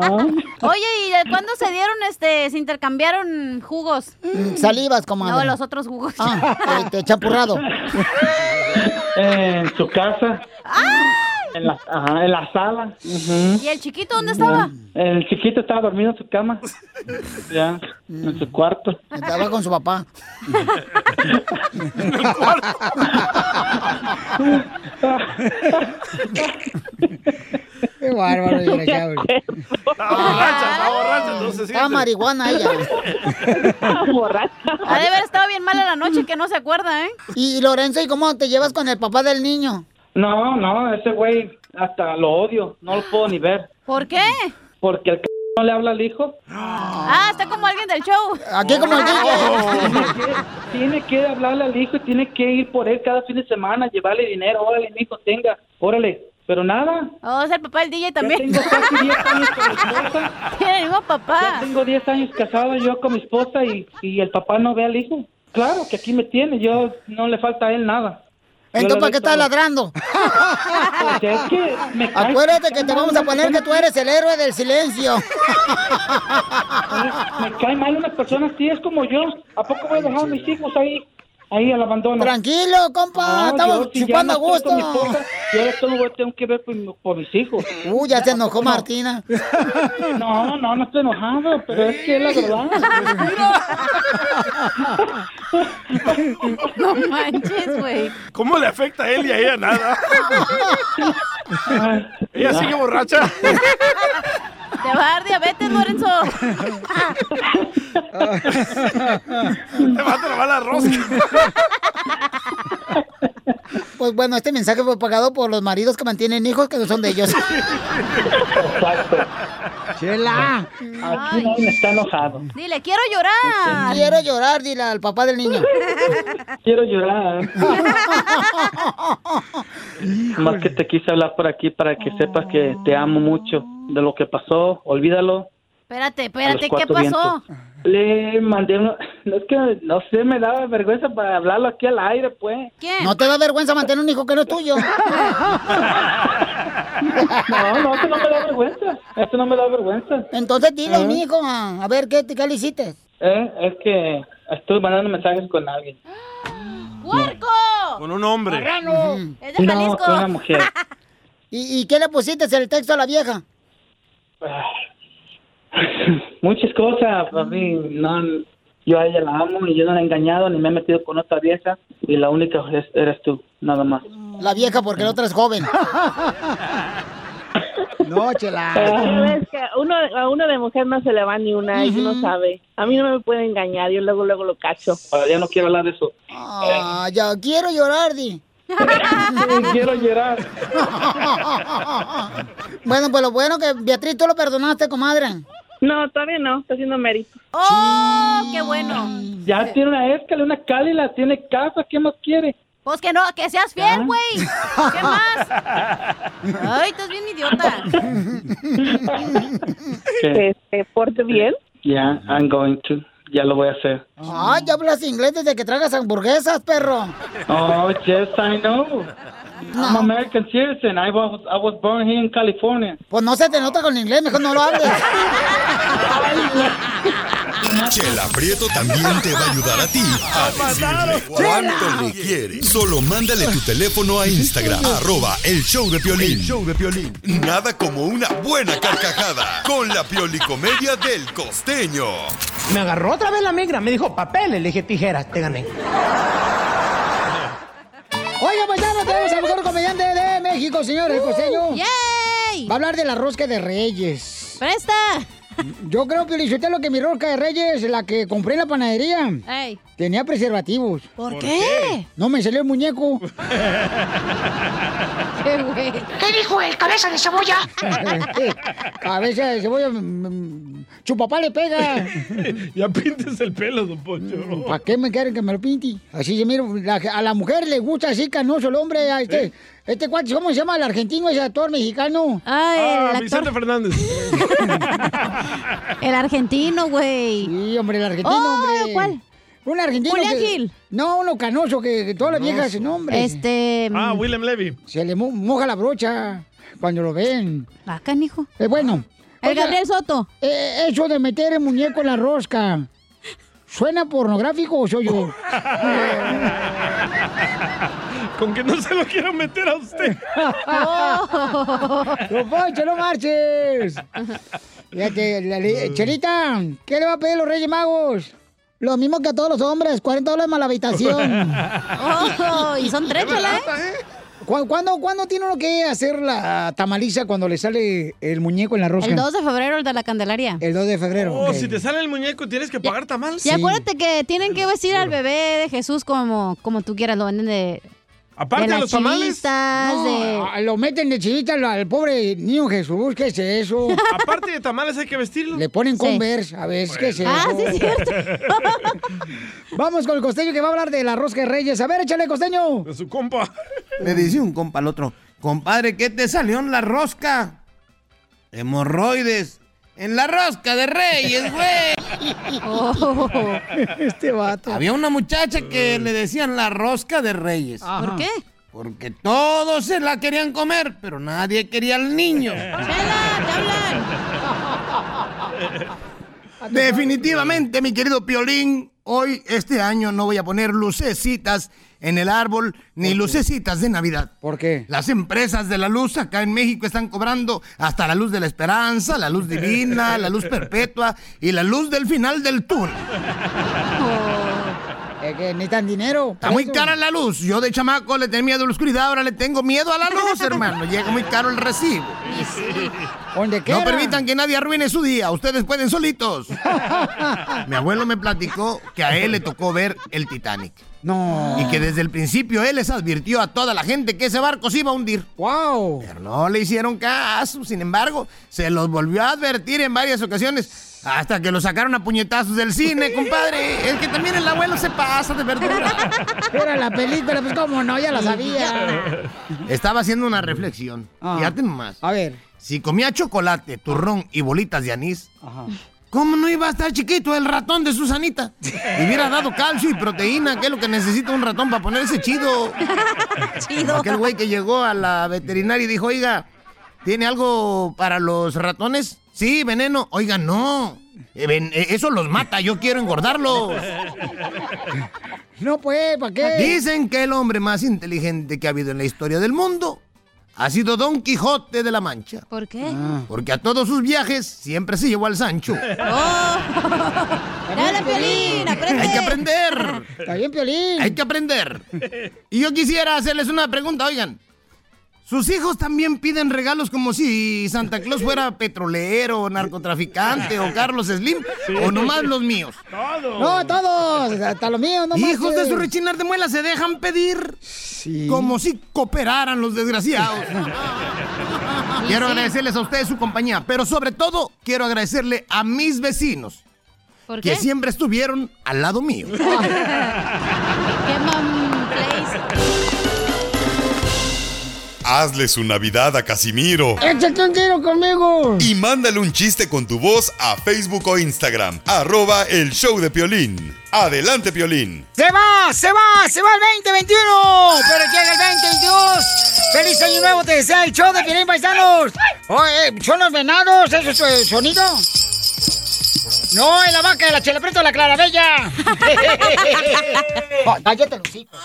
[SPEAKER 6] no.
[SPEAKER 3] Oye, ¿y de cuándo se dieron, este, se intercambiaron jugos?
[SPEAKER 2] Salivas, comadre.
[SPEAKER 3] No, los otros jugos.
[SPEAKER 2] Ah, este, champurrado.
[SPEAKER 6] En su casa. En la, ajá, en la sala. Ujú.
[SPEAKER 3] ¿Y el chiquito dónde estaba?
[SPEAKER 6] Mm. El chiquito estaba dormido en su cama. Ya, en su cuarto.
[SPEAKER 2] Estaba con su papá. Qué bárbaro, desgraciado.
[SPEAKER 7] Ah,
[SPEAKER 3] Está borracha,
[SPEAKER 2] entonces, Está siente. Ah, marihuana ella.
[SPEAKER 3] borracha. Ha de haber estado bien mala la noche que no se acuerda, ¿eh?
[SPEAKER 2] Y Lorenzo, ¿y cómo te llevas con el papá del niño?
[SPEAKER 6] No, no, ese güey hasta lo odio. No lo puedo ni ver.
[SPEAKER 3] ¿Por qué?
[SPEAKER 6] Porque el c no le habla al hijo.
[SPEAKER 3] Ah, está como alguien del show.
[SPEAKER 2] Aquí como
[SPEAKER 9] Ah.
[SPEAKER 2] el
[SPEAKER 6] Tiene que hablarle al hijo y tiene que ir por él cada fin de semana, llevarle dinero. Órale, mi hijo, tenga. Órale. Pero Pero nada,
[SPEAKER 9] Oh, es el papá del DJ también.
[SPEAKER 6] tengo casi 10 años con mi esposa.
[SPEAKER 9] Tiene el mismo
[SPEAKER 6] ya
[SPEAKER 9] papá.
[SPEAKER 6] tengo 10 años casado yo con mi esposa y, y el papá no ve al hijo. Claro que aquí me tiene, yo no le falta a él nada.
[SPEAKER 2] Entonces, ¿para qué estás ladrando?
[SPEAKER 6] Porque es que me cae-
[SPEAKER 2] Acuérdate que te vamos a poner que tú eres el héroe del silencio.
[SPEAKER 6] Me cae mal unas personas así, es como yo. ¿A poco voy a dejar a mis hijos ahí, ahí al abandono? Ah,
[SPEAKER 2] Tranquilo, compa, estamos
[SPEAKER 6] yo, si ya
[SPEAKER 2] chupando
[SPEAKER 6] no
[SPEAKER 2] a
[SPEAKER 6] estoy con mi
[SPEAKER 2] gusto.
[SPEAKER 6] esposa, Yo ahora tengo, tengo que ver por, mi- por mis hijos. Ah,
[SPEAKER 2] Uy, ya se enojó Martina.
[SPEAKER 6] No, no, no estoy enojado, pero es que es la verdad.
[SPEAKER 9] No manches, güey.
[SPEAKER 7] ¿Cómo le afecta a él y a ella nada? ella sigue borracha.
[SPEAKER 9] Te va a dar diabetes, Lorenzo.
[SPEAKER 7] Te va a trabar la rosca.
[SPEAKER 2] Pues bueno, este mensaje fue pagado por los maridos que mantienen hijos que no son de ellos. Chela.
[SPEAKER 6] Aquí nadie está enojado.
[SPEAKER 9] Dile, quiero llorar.
[SPEAKER 2] Quiero llorar, dile al papá del niño.
[SPEAKER 6] Quiero llorar. Más que te quise hablar por aquí para que sepas que te amo mucho. De lo que pasó, olvídalo.
[SPEAKER 9] Espérate,
[SPEAKER 6] A los
[SPEAKER 9] espérate, ¿qué
[SPEAKER 6] cuatro
[SPEAKER 9] pasó?
[SPEAKER 6] Le mandé una... No es que, no sé, me daba vergüenza para hablarlo aquí al aire, pues.
[SPEAKER 2] ¿No te da vergüenza mantener un hijo que no es tuyo?
[SPEAKER 6] No, no, eso no me da vergüenza. ¿Eh? Eso no me da vergüenza.
[SPEAKER 2] Entonces dile,
[SPEAKER 6] Ajá.
[SPEAKER 2] mi hijo, a a ver, ¿qué, qué le hiciste?
[SPEAKER 6] Eh, es que estuve mandando mensajes con alguien.
[SPEAKER 9] ¡Puerco!
[SPEAKER 7] Con un hombre.
[SPEAKER 2] Ujú.
[SPEAKER 9] Es
[SPEAKER 6] No, con una mujer.
[SPEAKER 2] ¿Y, y qué le pusiste en el texto a la vieja?
[SPEAKER 6] Muchas cosas, a mí, no, yo a ella la amo y yo no la he engañado ni me he metido con otra vieja y la única es- eres tú, nada más.
[SPEAKER 2] La vieja porque la otra es joven. No,
[SPEAKER 10] Ah.
[SPEAKER 12] Pero
[SPEAKER 6] Ah,
[SPEAKER 12] es que uno, a uno de mujer no se le va ni una, y uno sabe. A mí no me puede engañar, yo luego, luego lo cacho.
[SPEAKER 6] Ahora ya no quiero hablar de eso.
[SPEAKER 2] Ah, ya quiero llorar, Di.
[SPEAKER 6] quiero llorar.
[SPEAKER 2] bueno, pues lo bueno que Beatriz, tú lo perdonaste, comadre.
[SPEAKER 12] No, todavía no, está haciendo mérito.
[SPEAKER 9] ¡Oh, qué bueno!
[SPEAKER 6] Ya tiene una escala, una cálida, tiene casa, ¿qué más quiere?
[SPEAKER 9] Pues que no, que seas fiel, güey. ¿Qué más? Ay, estás bien idiota.
[SPEAKER 6] Que
[SPEAKER 12] se Este, porte bien.
[SPEAKER 6] Ya, I'm going to, ya lo voy a hacer.
[SPEAKER 2] Ah, ya hablas inglés desde que tragas hamburguesas, perro.
[SPEAKER 6] Oh, yes, I know. I'm American citizen. I was, I was born here in California.
[SPEAKER 2] Pues no se te nota con el inglés, mejor no lo hables.
[SPEAKER 5] Chela Prieto también te va a ayudar a ti a decirle cuánto le quieres. Solo mándale tu teléfono a Instagram, arroba el show de Piolín. Nada como una buena carcajada con la piolicomedia del costeño.
[SPEAKER 11] Me agarró otra vez la migra, me dijo papeles, le dije tijeras, te gané.
[SPEAKER 2] Oiga, pues ya nos tenemos al mejor comediante de México, señor, el costeño. Va a hablar de la rosca de Reyes.
[SPEAKER 3] ¡Presta!
[SPEAKER 2] Yo creo, que lo que mi rosca de Reyes, la que compré en la panadería,
[SPEAKER 3] Ey.
[SPEAKER 2] tenía preservativos.
[SPEAKER 3] ¿Por qué? qué?
[SPEAKER 2] No me salió el muñeco.
[SPEAKER 3] ¿Qué
[SPEAKER 2] dijo el cabeza de cebolla? cabeza de cebolla. mm, mm, Chupapá le pega.
[SPEAKER 1] ya pintes el pelo, don Poncho.
[SPEAKER 2] ¿Para qué me quieren que me lo pinte? Así se mira, la- a la mujer le gusta así canoso el hombre. A este, este cuate, ¿cómo se llama el argentino, ese actor mexicano?
[SPEAKER 1] Ah, Vicente Fernández.
[SPEAKER 3] El argentino, güey.
[SPEAKER 2] Sí, hombre, el argentino,
[SPEAKER 3] Oh,
[SPEAKER 2] hombre.
[SPEAKER 3] ¿cuál?
[SPEAKER 2] Un argentino
[SPEAKER 3] Julián
[SPEAKER 2] que-
[SPEAKER 3] Gil.
[SPEAKER 2] No, uno canoso que, que todas las viejas se nombre.
[SPEAKER 3] Este.
[SPEAKER 1] Ah, Willem Levy.
[SPEAKER 2] Se le mo- moja la brocha cuando lo ven.
[SPEAKER 3] Vaca, hijo.
[SPEAKER 2] Es bueno.
[SPEAKER 3] Ah,
[SPEAKER 2] eh,
[SPEAKER 3] El Gabriel Soto.
[SPEAKER 2] eso de meter el muñeco en la rosca. ¿Suena pornográfico o soy yo?
[SPEAKER 1] Con que no se lo quiero meter a usted.
[SPEAKER 2] ¡No Poncho, no marches! Fíjate, la le- Chelita, ¿qué le va a pedir los Reyes Magos? Lo mismo que a todos los hombres, 40 dólares más la habitación.
[SPEAKER 3] Oh, y son tres, chela, ¿eh?
[SPEAKER 2] ¿Cu- ¿Cuándo, ¿Cuándo tiene uno que hacer la tamaliza cuando le sale el muñeco en la rosca?
[SPEAKER 3] El 2 de febrero, el de la Candelaria.
[SPEAKER 2] El 2 de febrero.
[SPEAKER 1] Oh,
[SPEAKER 2] ok.
[SPEAKER 1] si te sale el muñeco, tienes que pagar
[SPEAKER 3] Y
[SPEAKER 1] tamales.
[SPEAKER 3] acuérdate que tienen que vestir al bebé de Jesús como, como tú quieras, lo venden de...
[SPEAKER 1] Aparte
[SPEAKER 3] de
[SPEAKER 1] de los tamales.
[SPEAKER 2] No,
[SPEAKER 15] eh.
[SPEAKER 2] a- Lo meten de chivita al, al pobre niño Jesús, ¿qué es eso?
[SPEAKER 1] Aparte de tamales, hay que vestirlo.
[SPEAKER 2] Le ponen Converse, a ver, ¿qué es eso?
[SPEAKER 1] Ah, sí, es
[SPEAKER 2] cierto. Vamos con el costeño que va a hablar de la rosca de Reyes. A ver, échale, costeño.
[SPEAKER 1] De su compa.
[SPEAKER 14] Le dice un compa al otro, Compadre, ¿qué te salió en la rosca? Hemorroides. En la rosca de Reyes, güey.
[SPEAKER 2] Oh. Este vato.
[SPEAKER 14] Había una muchacha que le decían la rosca de Reyes.
[SPEAKER 2] Ajá. ¿Por qué?
[SPEAKER 14] Porque todos se la querían comer, pero nadie quería al niño.
[SPEAKER 15] Definitivamente, mi querido Piolín, hoy, este año, no voy a poner lucecitas en el árbol ni lucecitas de Navidad. ¿Por qué? Las empresas de la luz acá en México están cobrando hasta la luz de la esperanza, la luz divina, la luz perpetua y la luz del final del túnel.
[SPEAKER 2] Es que necesitan dinero.
[SPEAKER 15] Está muy cara la luz. Yo de chamaco le tenía miedo a la oscuridad, ahora le tengo miedo a la luz, hermano. Llega muy caro el recibo. No
[SPEAKER 2] quiera.
[SPEAKER 15] permitan que nadie arruine su día. Ustedes pueden solitos. Mi abuelo me platicó que a él le tocó ver el Titanic.
[SPEAKER 2] No.
[SPEAKER 15] Y que desde el principio él les advirtió a toda la gente que ese barco se iba a hundir.
[SPEAKER 2] ¡Wow!
[SPEAKER 15] Pero no le hicieron caso. Sin embargo, se los volvió a advertir en varias ocasiones. Hasta que lo sacaron a puñetazos del cine, compadre. Es que también el abuelo se pasa de verdura.
[SPEAKER 2] Era la película, pues cómo no, ya la sabía.
[SPEAKER 15] Estaba haciendo una reflexión. Fíjate nomás. Ah. A ver. Si comía chocolate, turrón y bolitas de anís, ¿cómo no iba a estar chiquito el ratón de Susanita? Le hubiera dado calcio y proteína, que es lo que necesita un ratón para ponerse chido. Chido. Aquel güey que llegó a la veterinaria y dijo, oiga, ¿tiene algo para los ratones? Sí, veneno. Oiga, no. Eh, ven- eh, Eso los mata, yo quiero engordarlos.
[SPEAKER 2] No, pues, ¿para qué?
[SPEAKER 15] Dicen que el hombre más inteligente que ha habido en la historia del mundo ha sido Don Quijote de la Mancha.
[SPEAKER 3] ¿Por qué?
[SPEAKER 2] Ah.
[SPEAKER 15] Porque a todos sus viajes siempre se llevó al Sancho.
[SPEAKER 2] Oh. ¡Dale, Piolín! ¡Aprende!
[SPEAKER 15] Hay que aprender.
[SPEAKER 2] Está bien, Piolín.
[SPEAKER 15] Hay que aprender. Y yo quisiera hacerles una pregunta, oigan. ¿Sus hijos también piden regalos como si Santa Claus fuera petrolero, narcotraficante o Carlos Slim? ¿O nomás los míos?
[SPEAKER 2] Todos. No, todos. Hasta los míos, no
[SPEAKER 15] Hijos de
[SPEAKER 2] marches.
[SPEAKER 15] su rechinar de muela se dejan pedir. Como si cooperaran los desgraciados. Quiero agradecerles a ustedes su compañía, pero sobre todo quiero agradecerle a mis vecinos
[SPEAKER 3] ¿Por qué?
[SPEAKER 15] que siempre estuvieron al lado mío.
[SPEAKER 3] ¿Qué mam place?
[SPEAKER 5] Hazle su Navidad a Casimiro.
[SPEAKER 2] ¡Échate un tiro conmigo!
[SPEAKER 5] Y mándale un chiste con tu voz a Facebook o Instagram. Arroba el show de Piolín. Adelante, Piolín.
[SPEAKER 2] ¡Se va! ¡Se va! ¡Se va el 2021! pero llega el 2022! ¡Feliz año nuevo! Te desea el show de Piolín Paisanos. Oh, eh, ¿Son los venados? ¿Eso es eh, sonido? No, es la vaca de la chelepreta o la clarabella. Oh, cállate, los hijos.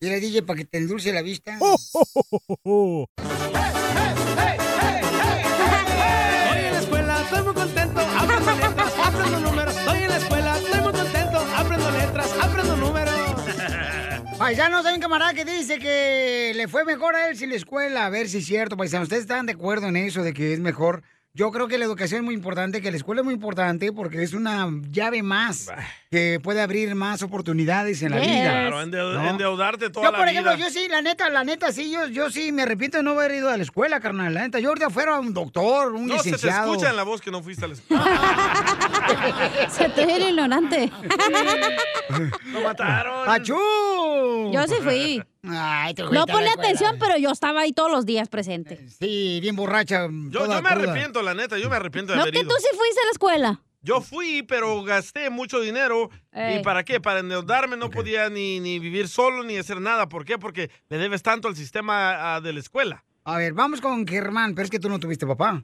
[SPEAKER 2] Y le dije para que te endulce la vista.
[SPEAKER 7] Estoy en la escuela, estoy muy contento, aprendo letras, aprendo números. Estoy en la escuela, estoy muy contento, aprendo letras, aprendo números.
[SPEAKER 2] Paisanos, hay un camarada que dice que le fue mejor a él sin la escuela. A ver si es cierto, paisanos. ¿Ustedes están de acuerdo en eso de que es mejor? Yo creo que la educación es muy importante, que la escuela es muy importante porque es una llave más que puede abrir más oportunidades en la vida.
[SPEAKER 1] Claro, endeud-
[SPEAKER 2] ¿no?
[SPEAKER 1] endeudarte toda
[SPEAKER 2] Yo,
[SPEAKER 1] la
[SPEAKER 2] por ejemplo,
[SPEAKER 1] vida.
[SPEAKER 2] yo sí, la neta, la neta, sí, yo, yo sí me arrepiento de no haber ido a la escuela, carnal. La neta, yo ahorita fuera un doctor, un
[SPEAKER 1] No, se te
[SPEAKER 2] licenciado.
[SPEAKER 1] escucha en la voz que no fuiste a la escuela.
[SPEAKER 3] Se te ve el ignorante.
[SPEAKER 1] Lo mataron.
[SPEAKER 2] ¡Achú!
[SPEAKER 3] Yo sí fui.
[SPEAKER 2] Ay, te fuiste a
[SPEAKER 3] No
[SPEAKER 2] la
[SPEAKER 3] ponle
[SPEAKER 2] escuela.
[SPEAKER 3] atención, pero yo estaba ahí todos los días presente.
[SPEAKER 2] Sí, bien borracha.
[SPEAKER 1] Yo, yo me arrepiento, la neta, yo me arrepiento de
[SPEAKER 3] No,
[SPEAKER 1] haber
[SPEAKER 3] que
[SPEAKER 1] ido.
[SPEAKER 3] tú sí fuiste a la escuela.
[SPEAKER 1] Yo fui, pero gasté mucho dinero.
[SPEAKER 3] Ey.
[SPEAKER 1] ¿Y para qué? Para endeudarme no podía ni, ni vivir solo ni hacer nada. ¿Por qué? Porque le debes tanto al sistema ah, de la escuela.
[SPEAKER 2] A ver, vamos con Germán, pero es que tú no tuviste papá.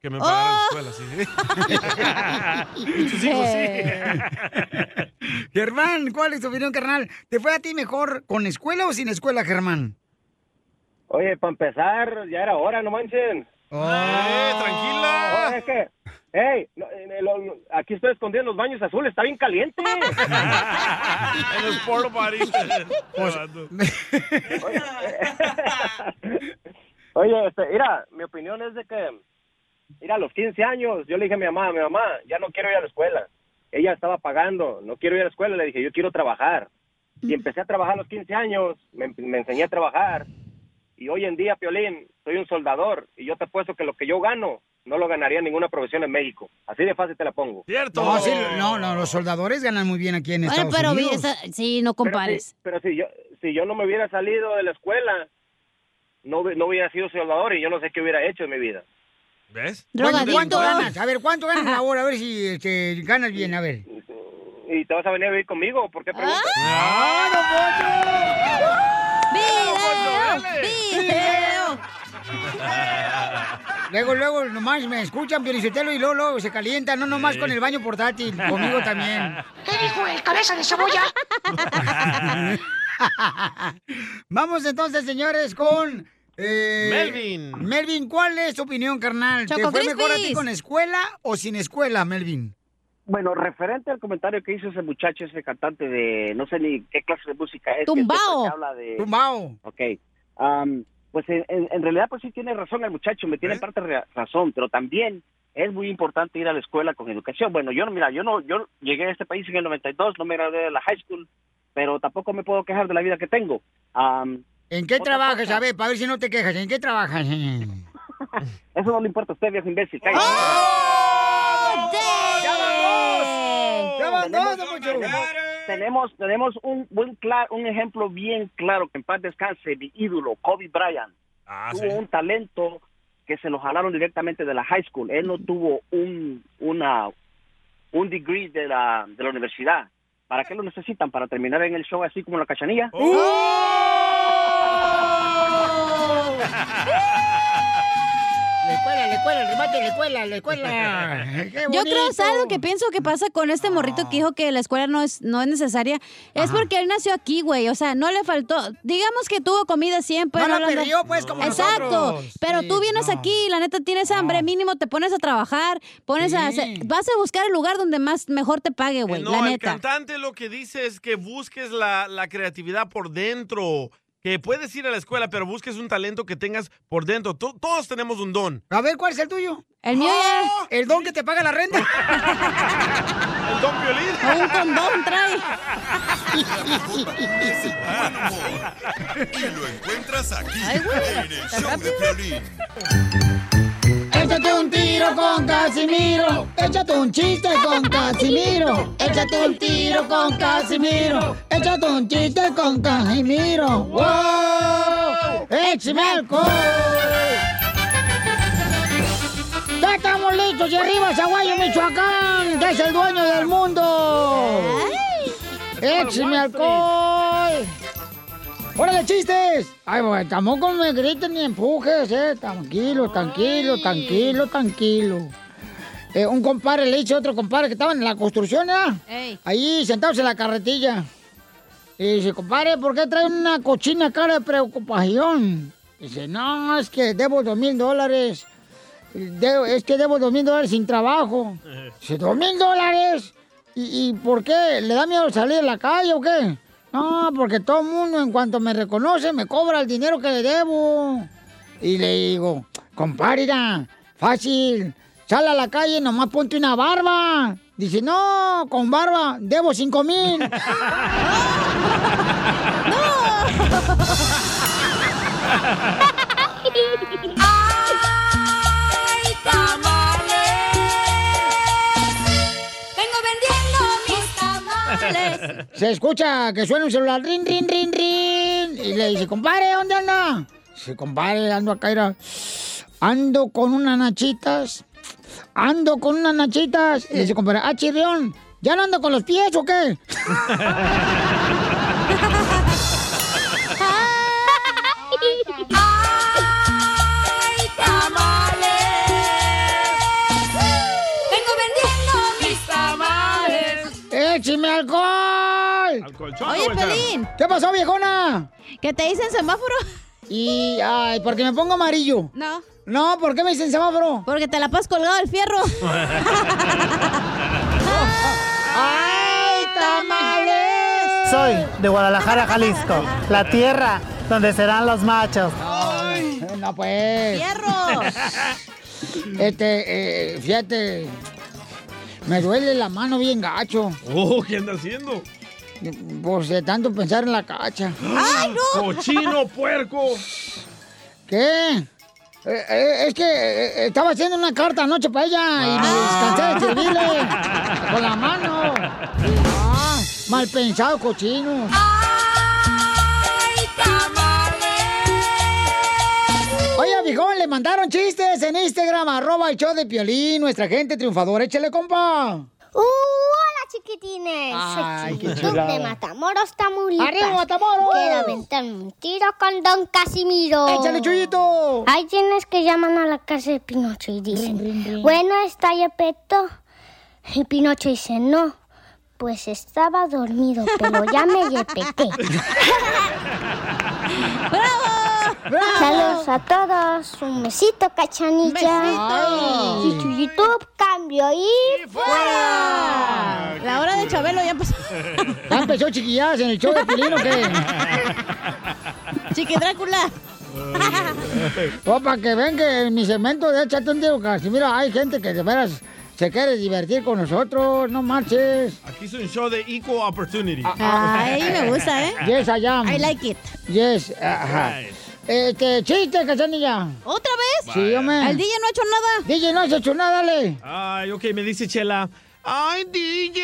[SPEAKER 1] Que me
[SPEAKER 2] Oh.
[SPEAKER 1] pagaron la escuela, sí. Tus hijos, sí.
[SPEAKER 2] Germán, ¿cuál es tu opinión, carnal? ¿Te fue a ti mejor con escuela o sin escuela, Germán?
[SPEAKER 16] Oye, para empezar, ya era hora, no manchen.
[SPEAKER 15] Eh,
[SPEAKER 16] tranquila! es que, hey, no, en el- lo- aquí estoy escondido en los baños azules, está bien caliente. en los porta
[SPEAKER 15] Pues,
[SPEAKER 16] Oye, este, mira, mi opinión es de que, mira, a los 15 años, yo le dije a mi mamá, mi mamá, ya no quiero ir a la escuela. Ella estaba pagando, no quiero ir a la escuela, le dije, yo quiero trabajar. Y empecé a trabajar a los 15 años, me, me enseñé a trabajar. Y hoy en día, Piolín, soy un soldador y yo te apuesto que lo que yo gano no lo ganaría ninguna profesión en México. Así de fácil te la pongo.
[SPEAKER 1] ¡Cierto!
[SPEAKER 2] No, sí, no, no, los soldadores ganan muy bien aquí en
[SPEAKER 3] Bueno,
[SPEAKER 2] Estados
[SPEAKER 3] pero vi
[SPEAKER 2] Unidos.
[SPEAKER 3] esa- sí, no compares.
[SPEAKER 16] Pero si yo, si yo no me hubiera salido de la escuela, no, hubi- no hubiera sido soldador y yo no sé qué hubiera hecho en mi vida.
[SPEAKER 1] ¿Ves?
[SPEAKER 2] ¿Cuánto, cuánto ganas? A ver, ¿cuánto ganas la hora? A ver si este, ganas bien, a ver.
[SPEAKER 16] ¿Y te vas a venir a vivir conmigo? ¿Por qué preguntas?
[SPEAKER 2] Ah. ¡Video! Luego, luego, nomás me escuchan, Pionicetelo, y luego, luego se calientan, no nomás
[SPEAKER 7] Sí.
[SPEAKER 2] con el baño portátil, conmigo también.
[SPEAKER 7] ¿Qué dijo el cabeza de cebolla?
[SPEAKER 2] Vamos entonces, señores, con... eh,
[SPEAKER 1] Melvin.
[SPEAKER 2] Melvin, ¿cuál es tu opinión, carnal? ¿Te
[SPEAKER 16] Choco
[SPEAKER 2] fue mejor a ti
[SPEAKER 16] Crispies.
[SPEAKER 2] con escuela o sin escuela, Melvin?
[SPEAKER 16] Bueno, referente al comentario que hizo ese muchacho, ese cantante de no sé ni qué clase de música es. que
[SPEAKER 2] Tumbao.
[SPEAKER 16] siempre que Habla de...
[SPEAKER 2] Tumbao.
[SPEAKER 16] Ok. Am, pues en, en- en realidad, pues sí tiene razón el muchacho, me tiene
[SPEAKER 2] ¿Eh?
[SPEAKER 16] en parte rea- razón, pero también es muy importante ir a la escuela con educación. Bueno, yo no, mira, yo no, yo llegué a este país en el 92, no me gradué de la high school, pero tampoco me puedo quejar de la vida que tengo. Am,
[SPEAKER 2] ¿En qué
[SPEAKER 16] Otra
[SPEAKER 2] trabajas?
[SPEAKER 16] cosa.
[SPEAKER 2] A ver, para ver si no te quejas. ¿En qué trabajas?
[SPEAKER 16] eso no le importa a usted, viejo imbécil. cállese.
[SPEAKER 2] ¡Oh! ¡Ya van
[SPEAKER 16] dos, tenemos, tenemos, tenemos un, buen cla- un ejemplo bien claro, que en paz descanse, mi ídolo, Kobe Bryant. tuvo
[SPEAKER 7] sí.
[SPEAKER 16] un talento que se lo jalaron directamente de la high school. Él no tuvo un, una, un degree de la, de la universidad. ¿Para qué lo necesitan? ¿Para terminar en el show así como la cachanilla?
[SPEAKER 2] Le cuela, le cuela, el remate, le cuela, le cuela. Qué
[SPEAKER 3] Yo
[SPEAKER 2] bonito. Ah.
[SPEAKER 3] creo, ¿sabes lo que pienso que pasa con este morrito que dijo que la escuela no es, no es necesaria? Es porque él nació aquí, güey. O sea, no le faltó. Digamos que tuvo comida siempre.
[SPEAKER 2] No la
[SPEAKER 3] le andó-
[SPEAKER 2] perdió, pues, como
[SPEAKER 3] Exacto.
[SPEAKER 2] nosotros. Ah.
[SPEAKER 3] Pero tú vienes aquí y la neta tienes hambre. Mínimo te pones a trabajar. pones a hacer- Vas a buscar el lugar donde más mejor te pague, güey.
[SPEAKER 1] No,
[SPEAKER 3] la
[SPEAKER 1] el
[SPEAKER 3] neta.
[SPEAKER 1] cantante lo que dice es que busques la, la creatividad por dentro. Que puedes ir a la escuela, pero busques un talento que tengas por dentro. To- todos tenemos un don.
[SPEAKER 2] A ver, ¿cuál es el tuyo?
[SPEAKER 3] El mío
[SPEAKER 2] ya. El don que te paga la renta.
[SPEAKER 1] El don violín.
[SPEAKER 3] Un condón trae.
[SPEAKER 5] Es el buen humor. Y lo encuentras aquí,
[SPEAKER 7] Ay, güey,
[SPEAKER 5] en el
[SPEAKER 7] tan
[SPEAKER 5] show de Piolín.
[SPEAKER 2] Échate un tiro con Casimiro. Échate un chiste con Casimiro. Échate un tiro con Casimiro. Échate un chiste con Casimiro. ¡Wow! ¡Échame alcohol! Ya estamos listos y arriba, Zaguayo, Michoacán, que es el dueño del mundo. ¡Échame alcohol! ¡Órale, chistes! Ay, bueno, tampoco me griten ni empujes, eh. Tranquilo, tranquilo, tranquilo, tranquilo. Eh, un compadre le dice a otro compadre que estaban en la construcción, ¿ya?
[SPEAKER 3] Ey.
[SPEAKER 2] Ahí sentados en la carretilla. Y dice, compadre, ¿por qué trae una cochina cara de preocupación? Dice, no, es que debo dos mil dólares. De- es que debo dos mil dólares sin trabajo. Dice, ¿dos mil dólares? ¿Y, y por qué? ¿Le da miedo salir a la calle o qué? No, porque todo el mundo en cuanto me reconoce me cobra el dinero que le debo. Y le digo, compárida, fácil, sal a la calle, nomás ponte una barba. Dice, no, con barba, debo cinco mil.
[SPEAKER 7] ¡Ay,
[SPEAKER 3] Vengo vendiendo mis tamales.
[SPEAKER 2] Se escucha que suena un celular, rin, rin, rin, rin. Y le dice, compadre, ¿dónde anda? Dice, compadre, ando acá, era. Ando con unas nachitas. Ando con unas nachitas. Y le dice, compadre, ah, chirrión, ¿ya no ando con los pies o qué?
[SPEAKER 7] Vengo vendiendo mis tamales.
[SPEAKER 2] ¡Écheme alcohol!
[SPEAKER 3] Oye, Pelín.
[SPEAKER 2] ¿Qué pasó, viejona?
[SPEAKER 3] ¿Qué te dicen semáforo?
[SPEAKER 2] Y, ay, porque me pongo amarillo.
[SPEAKER 3] No.
[SPEAKER 2] No, ¿por qué me dicen semáforo?
[SPEAKER 3] Porque te la pasas colgado del fierro.
[SPEAKER 2] ¡Ay, tamales!
[SPEAKER 22] Soy de Guadalajara, Jalisco, la tierra donde serán los machos.
[SPEAKER 2] Ay, no, pues. Este, eh, fíjate, me duele la mano bien gacho.
[SPEAKER 1] Oh, ¿qué anda haciendo?
[SPEAKER 2] Por de tanto pensar en la cacha.
[SPEAKER 1] ¡Cochino, puerco!
[SPEAKER 2] ¿Qué? Eh, eh, es que eh, estaba haciendo una carta anoche para ella y me descansé de escribirle eh. con la mano. Ah, mal pensado, cochino.
[SPEAKER 7] ¡Ay, tamales!
[SPEAKER 2] viejón, le mandaron chistes en Instagram, arroba el show de Piolín, nuestra gente triunfadora, échale compa.
[SPEAKER 23] ¡Uh, hola chiquitines!
[SPEAKER 2] Ay,
[SPEAKER 23] Soy
[SPEAKER 2] qué
[SPEAKER 23] Chiquitub
[SPEAKER 2] chulada.
[SPEAKER 23] de Matamoros, Tamaulipas.
[SPEAKER 2] ¡Arriba, Matamoros!
[SPEAKER 23] Quiero aventarme un tiro con Don Casimiro.
[SPEAKER 2] ¡Échale, Chuyito!
[SPEAKER 23] Hay quienes que llaman a la casa de Pinocho y dicen, bueno, está ya Peto. Y Pinocho dice, no, pues estaba dormido, pero ya me yepeté. ¡Bravo! Saludos a todos. Un besito, cachanilla.
[SPEAKER 3] Besito.
[SPEAKER 23] Y YouTube, cambio y fuera.
[SPEAKER 3] La hora de Chabelo ya empezó.
[SPEAKER 2] Ya empezó chiquilladas en el show de Piolín, ¿o qué?
[SPEAKER 3] Chiqui Drácula.
[SPEAKER 2] O para Oh, que ven que en mi segmento de Échate un tiro, mira, hay gente que de veras se quiere divertir con nosotros, no marches.
[SPEAKER 1] Aquí es un show de equal opportunity.
[SPEAKER 2] Ay, me gusta, ¿eh? Yes, I am. I like it. Yes, ajá. Este, chiste, cachanilla.
[SPEAKER 3] ¿Otra vez?
[SPEAKER 2] Sí, hombre.
[SPEAKER 3] Al DJ no ha hecho nada.
[SPEAKER 2] DJ no has hecho nada, dale.
[SPEAKER 1] Ay, ok, me dice Chela.
[SPEAKER 7] ¡Ay, DJ!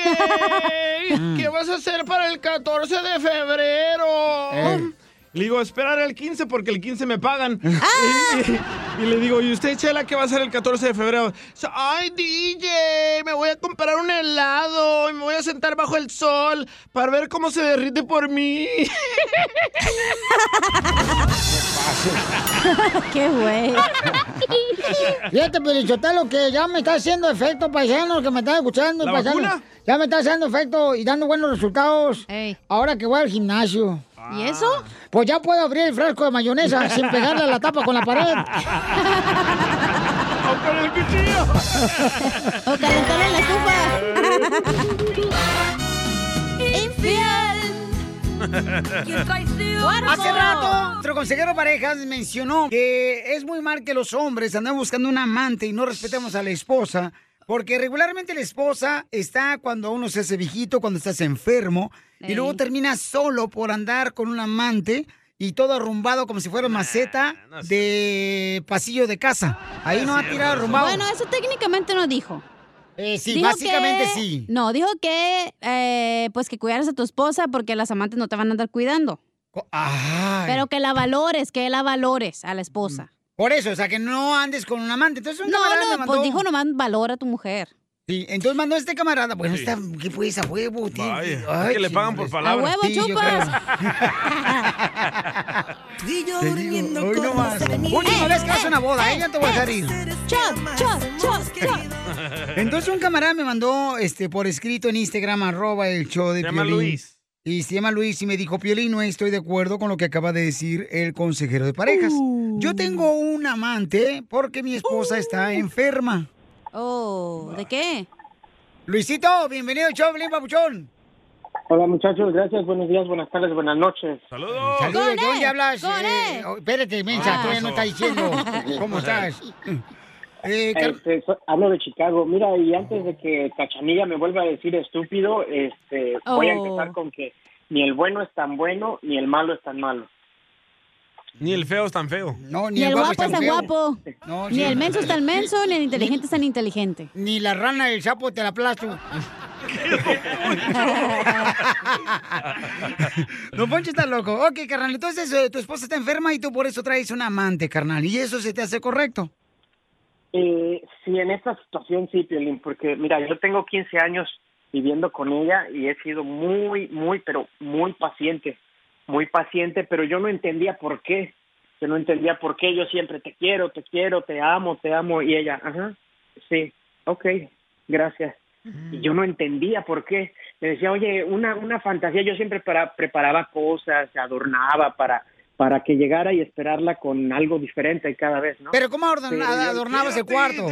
[SPEAKER 7] ¿Qué vas a hacer para el 14 de febrero?
[SPEAKER 2] Eh.
[SPEAKER 1] Le digo, esperar el 15 porque el 15 me pagan.
[SPEAKER 3] Ah.
[SPEAKER 1] Y, y- y le digo, ¿y usted, Chela, qué va a hacer el 14 de febrero?
[SPEAKER 7] So- ¡Ay, DJ! Me voy a comprar un helado y me voy a sentar bajo el sol para ver cómo se derrite por mí.
[SPEAKER 2] Qué güey. Fíjate, lo que ya me está haciendo efecto, paisano, que me está escuchando.
[SPEAKER 7] ¿La
[SPEAKER 2] paisano.
[SPEAKER 7] vacuna?
[SPEAKER 2] Ya me está haciendo efecto y dando buenos resultados. Ahora que voy al gimnasio. ¿Y eso? Pues ya puedo abrir el frasco de mayonesa sin pegarle a la tapa con la pared.
[SPEAKER 7] ¡O con el cuchillo!
[SPEAKER 3] O calentarle la estufa. Infiel.
[SPEAKER 13] Hace rato,
[SPEAKER 8] nuestro consejero parejas mencionó que es muy mal que los hombres andan buscando un amante y no respetamos a la esposa, porque regularmente la esposa está cuando uno se hace viejito, cuando estás enfermo, y luego termina solo por andar con un amante y todo arrumbado como si fuera maceta de pasillo de casa. Ahí no ha tirado arrumbado. Eh,
[SPEAKER 3] Bueno, eso técnicamente no dijo.
[SPEAKER 8] sí,
[SPEAKER 3] Dijo
[SPEAKER 8] básicamente
[SPEAKER 3] que-
[SPEAKER 8] sí.
[SPEAKER 3] No, dijo que eh, pues que cuidaras a tu esposa porque las amantes no te van a andar cuidando. Pero que la valores, que la valores a la esposa.
[SPEAKER 8] Por eso, Mm. o sea, que no andes con un amante. Entonces, un
[SPEAKER 3] No,
[SPEAKER 8] camarada me
[SPEAKER 3] no,
[SPEAKER 8] mandó-
[SPEAKER 3] pues dijo nomás valora a tu mujer.
[SPEAKER 8] Sí, entonces mandó este camarada. Bueno,
[SPEAKER 3] Sí.
[SPEAKER 8] está, ¿qué pues a huevo? tío?
[SPEAKER 3] Vaya,
[SPEAKER 8] Ay,
[SPEAKER 3] es que le pagan
[SPEAKER 8] chingres.
[SPEAKER 3] por palabra. ¡A huevo,
[SPEAKER 8] yo
[SPEAKER 3] chupas!
[SPEAKER 8] creo.
[SPEAKER 7] Y yo
[SPEAKER 8] durmiendo
[SPEAKER 7] hoy
[SPEAKER 8] con
[SPEAKER 7] no más.
[SPEAKER 8] los amigos.
[SPEAKER 7] Última
[SPEAKER 8] Eh,
[SPEAKER 7] vez que vas a una boda,
[SPEAKER 8] eh,
[SPEAKER 7] ella te voy a dejar
[SPEAKER 8] eh.
[SPEAKER 7] ir.
[SPEAKER 8] Chop, chop, chop, chop. Entonces un camarada me mandó este por escrito en Instagram arroba el show de
[SPEAKER 1] Se llama
[SPEAKER 8] Piolín.
[SPEAKER 1] Luis.
[SPEAKER 8] Y se llama Luis y me dijo, Piolín, no estoy de acuerdo con lo que acaba de decir el consejero de parejas.
[SPEAKER 1] Uh.
[SPEAKER 8] Yo tengo un amante porque mi esposa está enferma.
[SPEAKER 3] Oh, ¿de qué?
[SPEAKER 8] Luisito, bienvenido al show, Piolín Papuchón.
[SPEAKER 17] Hola muchachos, gracias, buenos días, buenas tardes, buenas noches. Saludos.
[SPEAKER 8] Saludos, ¿de dónde hablas? Eh, oh, espérate, mensa,
[SPEAKER 3] Ah.
[SPEAKER 8] todavía no está diciendo. ¿Cómo estás? Eh,
[SPEAKER 17] Este, so- hablo de Chicago. Mira, y antes de que Cachanilla me vuelva a decir estúpido, este, voy a
[SPEAKER 7] Oh.
[SPEAKER 17] empezar con que ni el bueno es tan bueno, ni el malo es tan malo.
[SPEAKER 1] Ni el feo es tan feo.
[SPEAKER 8] No,
[SPEAKER 3] Ni el guapo es tan guapo.
[SPEAKER 8] No,
[SPEAKER 3] Ni
[SPEAKER 1] sí.
[SPEAKER 3] el menso es tan menso, ni el inteligente es tan inteligente.
[SPEAKER 8] Ni la rana del sapo te la aplasto. Don Poncho está loco. Ok, carnal, entonces eh, tu esposa está enferma y tú por eso traes un amante, carnal. ¿Y eso se te hace correcto?
[SPEAKER 17] Eh, sí, en esta situación sí, Piolín, porque mira, yo tengo 15 años viviendo con ella y he sido muy, muy, pero muy paciente, muy paciente, pero yo no entendía por qué, yo no entendía por qué, yo siempre te quiero, te quiero, te amo, te amo, y ella, ajá, sí, ok, gracias. Y yo no entendía por qué. Le decía, oye, una, una fantasía, yo siempre para- preparaba cosas, adornaba para, para que llegara y esperarla con algo diferente cada vez, ¿no?
[SPEAKER 8] Pero ¿cómo adorn-
[SPEAKER 17] Pero yo-
[SPEAKER 8] adornabas el cuarto?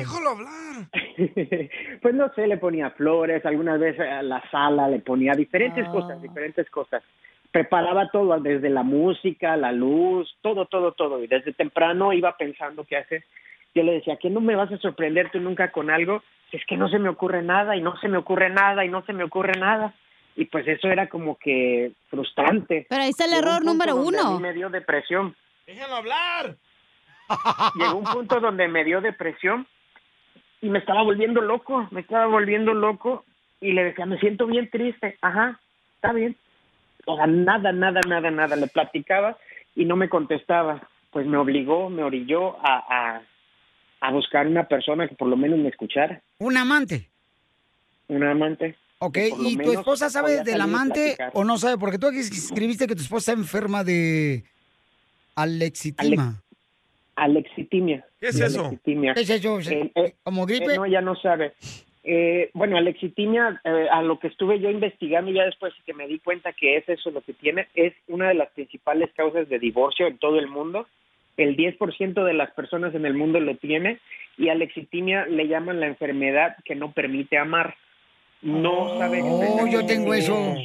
[SPEAKER 17] pues no sé, le ponía flores, algunas veces a la sala le ponía diferentes
[SPEAKER 8] Ah.
[SPEAKER 17] cosas, diferentes cosas. Preparaba todo, desde la música, la luz, todo, todo, todo. Y desde temprano iba pensando qué hacer. Yo le decía, ¿qué no me vas a sorprender tú nunca con algo? Es que no se me ocurre nada y no se me ocurre nada y no se me ocurre nada. Y pues eso era como que frustrante.
[SPEAKER 3] Pero ahí está el
[SPEAKER 17] Llegó un
[SPEAKER 3] error
[SPEAKER 17] punto
[SPEAKER 3] número
[SPEAKER 17] donde a
[SPEAKER 3] uno.
[SPEAKER 17] mí me dio depresión.
[SPEAKER 1] ¡Déjenlo hablar!
[SPEAKER 17] Llegó un punto donde me dio depresión y me estaba volviendo loco, me estaba volviendo loco y le decía, me siento bien triste, ajá, está bien. O sea, nada, nada, nada, nada, le platicaba y no me contestaba. pues me obligó, me orilló a, a, a buscar una persona que por lo menos me escuchara.
[SPEAKER 2] ¿Un amante?
[SPEAKER 17] Un amante.
[SPEAKER 2] Ok,
[SPEAKER 17] que por lo
[SPEAKER 2] ¿y tu
[SPEAKER 17] menos
[SPEAKER 2] esposa sabe
[SPEAKER 17] podía
[SPEAKER 2] del
[SPEAKER 17] salir y
[SPEAKER 2] amante
[SPEAKER 17] platicar.
[SPEAKER 2] o no sabe? Porque tú aquí escribiste que tu esposa está enferma de alexitima.
[SPEAKER 17] Alexitimia.
[SPEAKER 2] ¿Qué es
[SPEAKER 17] De
[SPEAKER 2] eso?
[SPEAKER 17] Alexitimia.
[SPEAKER 2] ¿Qué es eso? ¿Como gripe?
[SPEAKER 17] eh, no, ya no sabe. Eh, bueno, alexitimia, eh, a lo que estuve yo investigando ya después que me di cuenta que es eso lo que tiene, es una de las principales causas de divorcio en todo el mundo. El 10% de las personas en el mundo lo tiene y alexitimia le llaman la enfermedad que no permite amar. No sabe
[SPEAKER 2] Oh, yo tengo eso.
[SPEAKER 17] No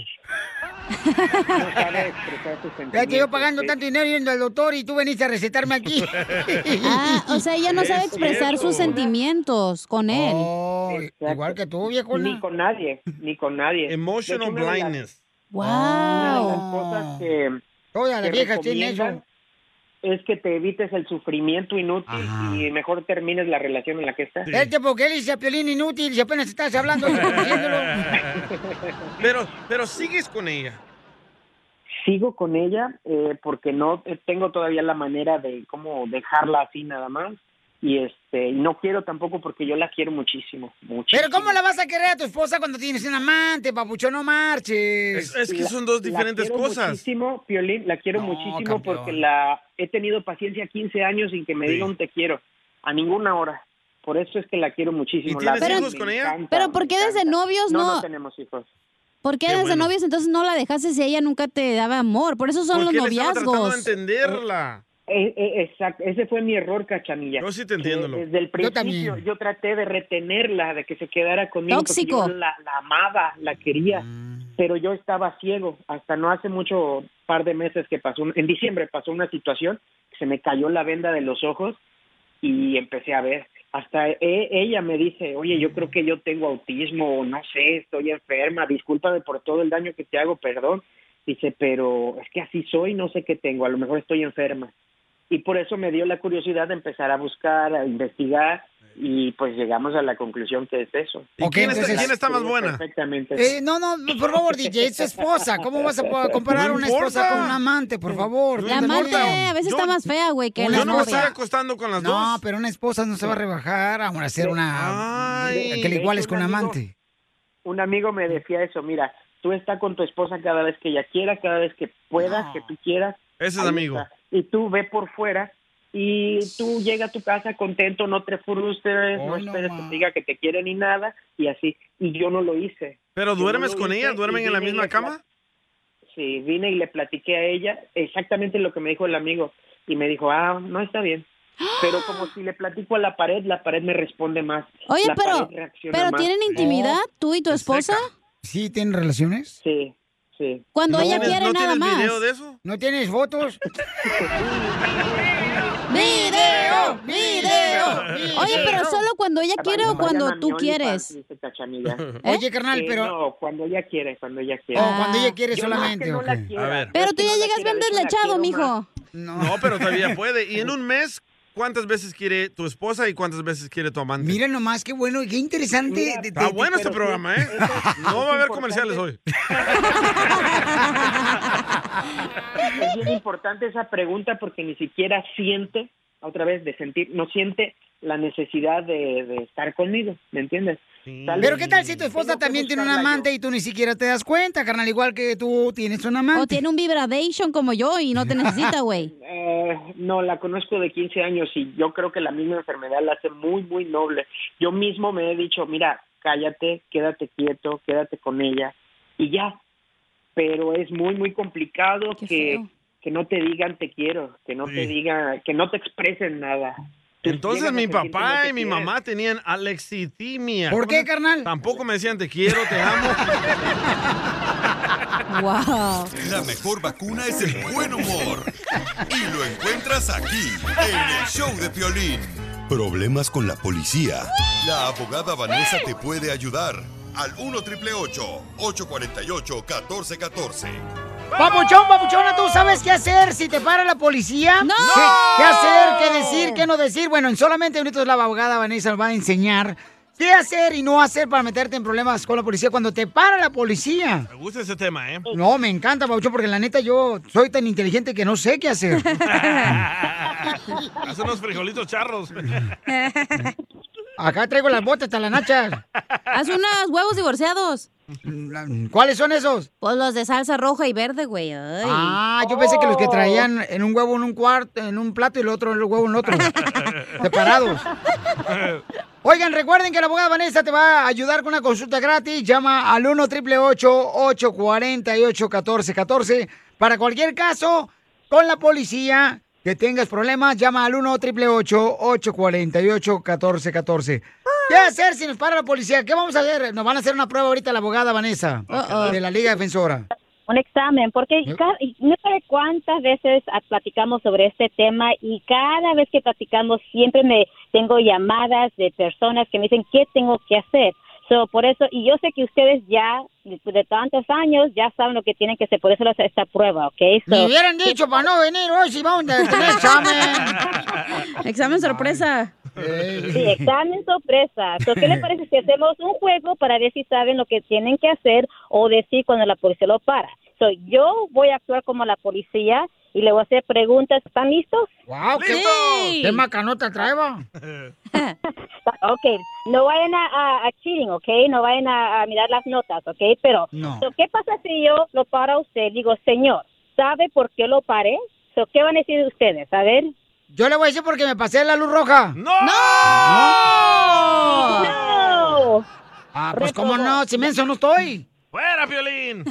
[SPEAKER 17] sabe expresar sus
[SPEAKER 2] Ya que yo
[SPEAKER 17] sentimientos.
[SPEAKER 2] pagando
[SPEAKER 17] Es-
[SPEAKER 2] tanto dinero yendo al doctor y tú veniste a recetarme aquí.
[SPEAKER 3] Ah, o sea, ella no sabe expresar sus sentimientos con él.
[SPEAKER 8] Oh.
[SPEAKER 2] Oh, igual que tú, viejo.
[SPEAKER 17] Ni con nadie, ni con nadie. Emotional
[SPEAKER 1] blindness.
[SPEAKER 3] Wow.
[SPEAKER 17] Una de las cosas que.
[SPEAKER 2] Todas las
[SPEAKER 17] que
[SPEAKER 2] viejas tienen eso.
[SPEAKER 17] recomiendan Es que te evites el sufrimiento inútil y mejor termines la relación en la que estás.
[SPEAKER 2] Este porque él dice a Piolín inútil y apenas estás hablando.
[SPEAKER 1] pero, pero sigues con ella.
[SPEAKER 17] Sigo con ella eh, porque no eh, tengo todavía la manera de cómo dejarla así nada más. Y este y no quiero tampoco porque yo la quiero muchísimo, mucho.
[SPEAKER 2] Pero ¿cómo la vas a querer a tu esposa cuando tienes un amante, papucho? No
[SPEAKER 1] Es-
[SPEAKER 2] marches.
[SPEAKER 1] es que son dos diferentes
[SPEAKER 17] quiero
[SPEAKER 1] cosas.
[SPEAKER 17] Muchísimo, Piolín, la quiero muchísimo porque la he tenido paciencia 15 años sin que me diga un te quiero a ninguna hora. Por eso es que la quiero muchísimo. la
[SPEAKER 3] tienes
[SPEAKER 17] verdad,
[SPEAKER 3] hijos
[SPEAKER 17] me
[SPEAKER 3] con ella?
[SPEAKER 17] encanta,
[SPEAKER 3] Pero ¿por qué
[SPEAKER 17] me
[SPEAKER 3] desde
[SPEAKER 17] encanta.
[SPEAKER 3] novios
[SPEAKER 17] no?
[SPEAKER 3] no-
[SPEAKER 17] No tenemos hijos.
[SPEAKER 3] ¿Por qué
[SPEAKER 17] Qué
[SPEAKER 3] desde
[SPEAKER 17] bueno.
[SPEAKER 3] novios entonces no la dejaste si ella nunca te daba amor? Por eso son los
[SPEAKER 17] Porque él estaba
[SPEAKER 3] noviazgos.
[SPEAKER 17] tratando de entenderla. Eh, eh, exacto, ese fue mi error, Cachanilla. Yo sí te entiendo. desde el
[SPEAKER 3] Yo
[SPEAKER 17] principio yo, traté de retenerla, de que se quedara conmigo. porque
[SPEAKER 3] Tóxico.
[SPEAKER 17] yo la, la amaba, la quería, pero yo estaba ciego. Hasta no hace mucho par de meses que pasó, un- en diciembre pasó una situación, que se me cayó la venda de los ojos y empecé a ver. Hasta e- ella me dice, oye, yo creo que yo tengo autismo, o no sé, estoy enferma, discúlpame por todo el daño que te hago, perdón. Dice, pero es que así soy, no sé qué tengo, a lo mejor estoy enferma. Y por eso me dio la curiosidad de empezar a buscar, a investigar, y pues llegamos a la conclusión que es eso.
[SPEAKER 1] ¿Y quién está- quién está más buena?
[SPEAKER 17] Perfectamente.
[SPEAKER 2] Eh, no, no, por favor, DJ, es su esposa. ¿Cómo vas a po- comparar
[SPEAKER 1] No
[SPEAKER 2] una
[SPEAKER 1] importa.
[SPEAKER 2] esposa con un amante, por favor?
[SPEAKER 3] La amante a veces está más fea, güey, que la
[SPEAKER 1] Yo no me estoy
[SPEAKER 3] novia.
[SPEAKER 1] acostando con las
[SPEAKER 2] No,
[SPEAKER 1] dos.
[SPEAKER 2] pero una esposa no se va a rebajar a hacer una...
[SPEAKER 17] Ay.
[SPEAKER 2] que le iguales con un
[SPEAKER 17] Un amigo-
[SPEAKER 2] amante.
[SPEAKER 17] un amigo me decía eso, mira, tú estás con tu esposa cada vez que ella quiera, cada vez que puedas, que tú quieras.
[SPEAKER 1] Ese es
[SPEAKER 17] ahí
[SPEAKER 1] amigo.
[SPEAKER 17] está. Y tú ve por fuera y tú llega a tu casa contento, no te frustres,
[SPEAKER 3] Oh,
[SPEAKER 17] no esperes que te diga que te quiere ni nada y así. Y yo no lo hice.
[SPEAKER 1] ¿Pero
[SPEAKER 17] Yo no
[SPEAKER 1] duermes
[SPEAKER 17] lo
[SPEAKER 1] con
[SPEAKER 17] hice
[SPEAKER 1] ella?
[SPEAKER 17] y
[SPEAKER 1] ¿Duermen en
[SPEAKER 17] vine
[SPEAKER 1] la
[SPEAKER 17] y
[SPEAKER 1] misma
[SPEAKER 17] le
[SPEAKER 1] cama?
[SPEAKER 17] plat- Sí, vine y le platiqué a ella exactamente lo que me dijo el amigo y me dijo, ah, no está bien.
[SPEAKER 3] ¡Ah!
[SPEAKER 17] Pero como si le platico a la pared, la pared me responde más.
[SPEAKER 3] Oye,
[SPEAKER 17] La
[SPEAKER 3] pero,
[SPEAKER 17] pared reacciona
[SPEAKER 3] pero
[SPEAKER 17] más.
[SPEAKER 3] ¿tienen intimidad tú y tu esposa?
[SPEAKER 2] ¿Sí tienen relaciones?
[SPEAKER 17] Sí, sí.
[SPEAKER 3] Cuando ella quiere nada más.
[SPEAKER 1] eso?
[SPEAKER 2] ¿No tienes fotos?
[SPEAKER 3] ¡Video!
[SPEAKER 2] ¡Video!
[SPEAKER 3] Oye, pero solo cuando ella quiere o cuando
[SPEAKER 17] Vayan a
[SPEAKER 3] tú
[SPEAKER 17] mi
[SPEAKER 3] quieres. ¿Eh?
[SPEAKER 17] OnlyFans, dice Cachanilla. Eh,
[SPEAKER 2] Oye, carnal, pero-
[SPEAKER 17] No, cuando ella quiere, cuando ella quiere. Ah,
[SPEAKER 2] Oh, cuando ella quiere
[SPEAKER 17] Yo no es
[SPEAKER 2] solamente.
[SPEAKER 17] que no la
[SPEAKER 2] ok.
[SPEAKER 17] quiera.
[SPEAKER 3] Pero tú ya llegas
[SPEAKER 17] quiero,
[SPEAKER 3] bien
[SPEAKER 17] la quiero
[SPEAKER 3] deslechado, mijo.
[SPEAKER 1] No, pero todavía puede. Y en un mes, ¿cuántas veces quiere tu esposa y cuántas veces quiere tu amante?
[SPEAKER 2] Mira nomás, qué bueno y qué interesante.
[SPEAKER 1] Mira,
[SPEAKER 2] de-
[SPEAKER 1] está
[SPEAKER 2] de- de-
[SPEAKER 1] bueno este
[SPEAKER 2] pero-
[SPEAKER 1] programa, ¿eh? No va a haber comerciales hoy.
[SPEAKER 17] Es bien importante esa pregunta porque ni siquiera siente, otra vez de sentir, no siente la necesidad de, de estar conmigo, ¿me entiendes? Tal vez-
[SPEAKER 2] Pero qué tal si tu esposa también tiene un amante y tú ni siquiera te das cuenta, carnal, igual que tú tienes un amante.
[SPEAKER 3] O tiene un vibradation como yo y no te necesita, güey.
[SPEAKER 17] Eh, no, la conozco de 15 años y yo creo que la misma enfermedad la hace muy, muy noble. Yo mismo me he dicho, mira, cállate, quédate quieto, quédate con ella y ya. Pero es muy, muy complicado que,
[SPEAKER 1] feo.
[SPEAKER 17] que no te digan te quiero, que no te
[SPEAKER 1] Sí.
[SPEAKER 17] digan, que no te expresen nada.
[SPEAKER 1] Entonces
[SPEAKER 17] Llegas a
[SPEAKER 1] mi
[SPEAKER 17] sentir que
[SPEAKER 1] papá
[SPEAKER 17] no te
[SPEAKER 1] y mi
[SPEAKER 17] quieren.
[SPEAKER 1] mamá tenían alexitimia.
[SPEAKER 17] ¿Por qué,
[SPEAKER 2] carnal?
[SPEAKER 1] Tampoco me decían te quiero, te amo.
[SPEAKER 3] Wow.
[SPEAKER 5] La mejor vacuna es el buen humor. Y lo encuentras aquí, en el show de Piolín. Problemas con la policía. La abogada Vanessa te puede ayudar. Al 1 848 1414
[SPEAKER 2] Papuchón, papuchona, ¿tú sabes qué hacer si te para la policía? ¡No! ¿Qué, qué hacer? ¿Qué decir? ¿Qué no decir? Bueno, en solamente minutos la abogada Vanessa nos va a enseñar ¿Qué hacer y no hacer para meterte en problemas con la policía cuando te para la policía?
[SPEAKER 1] Me gusta ese tema, ¿eh?
[SPEAKER 2] No, me encanta, Paucho, porque la neta yo soy tan inteligente que no sé qué hacer.
[SPEAKER 1] Hace unos frijolitos charros.
[SPEAKER 2] Acá traigo las botas hasta la nacha.
[SPEAKER 7] Haz unos huevos divorciados.
[SPEAKER 2] ¿Cuáles son esos?
[SPEAKER 7] Pues los de salsa roja y verde, güey. Ay.
[SPEAKER 2] Ah, yo pensé que los que traían en un huevo en un cuarto, en un plato y el otro en el huevo en el otro. separados. Oigan, recuerden que la abogada Vanessa te va a ayudar con una consulta gratis. Llama al 1 888 848 1414 para cualquier caso con la policía que tengas problemas. Llama al 1 888 848 1414 ¿Qué hacer si nos para la policía? ¿Qué vamos a hacer? Nos van a hacer una prueba ahorita la abogada Vanessa de la Liga Defensora.
[SPEAKER 18] un examen, porque ca- y no sabe cuántas veces ah, platicamos sobre este tema y cada vez que platicamos siempre me tengo llamadas de personas que me dicen qué tengo que hacer. So, por eso, y yo sé que ustedes ya, después de tantos años, ya saben lo que tienen que hacer, por eso les esta prueba, ¿ok? So,
[SPEAKER 2] Me hubieran dicho para no venir hoy si vamos a tener examen.
[SPEAKER 7] Examen sorpresa.
[SPEAKER 18] Sí, examen sorpresa. So, ¿Qué les parece si hacemos un juego para ver si saben lo que tienen que hacer o decir cuando la policía lo para? So, yo voy a actuar como la policía y le voy a hacer preguntas. ¿Están listos?
[SPEAKER 2] ¡Wow! ¡Qué, qué macanota traigo!
[SPEAKER 18] Ah, ok, no vayan a, a- a cheating, ok? No vayan a, a mirar las notas, ok? Pero,
[SPEAKER 6] No.
[SPEAKER 18] so, ¿qué pasa si yo lo paro a usted? Digo, señor, ¿sabe por qué lo paré? So, ¿Qué van a decir ustedes? A ver.
[SPEAKER 2] Yo le voy a decir porque me pasé la luz roja.
[SPEAKER 1] ¡No!
[SPEAKER 2] ¡No!
[SPEAKER 18] ¡No!
[SPEAKER 2] Ah, pues cómo no, si menso no estoy.
[SPEAKER 1] ¡Fuera, Piolín!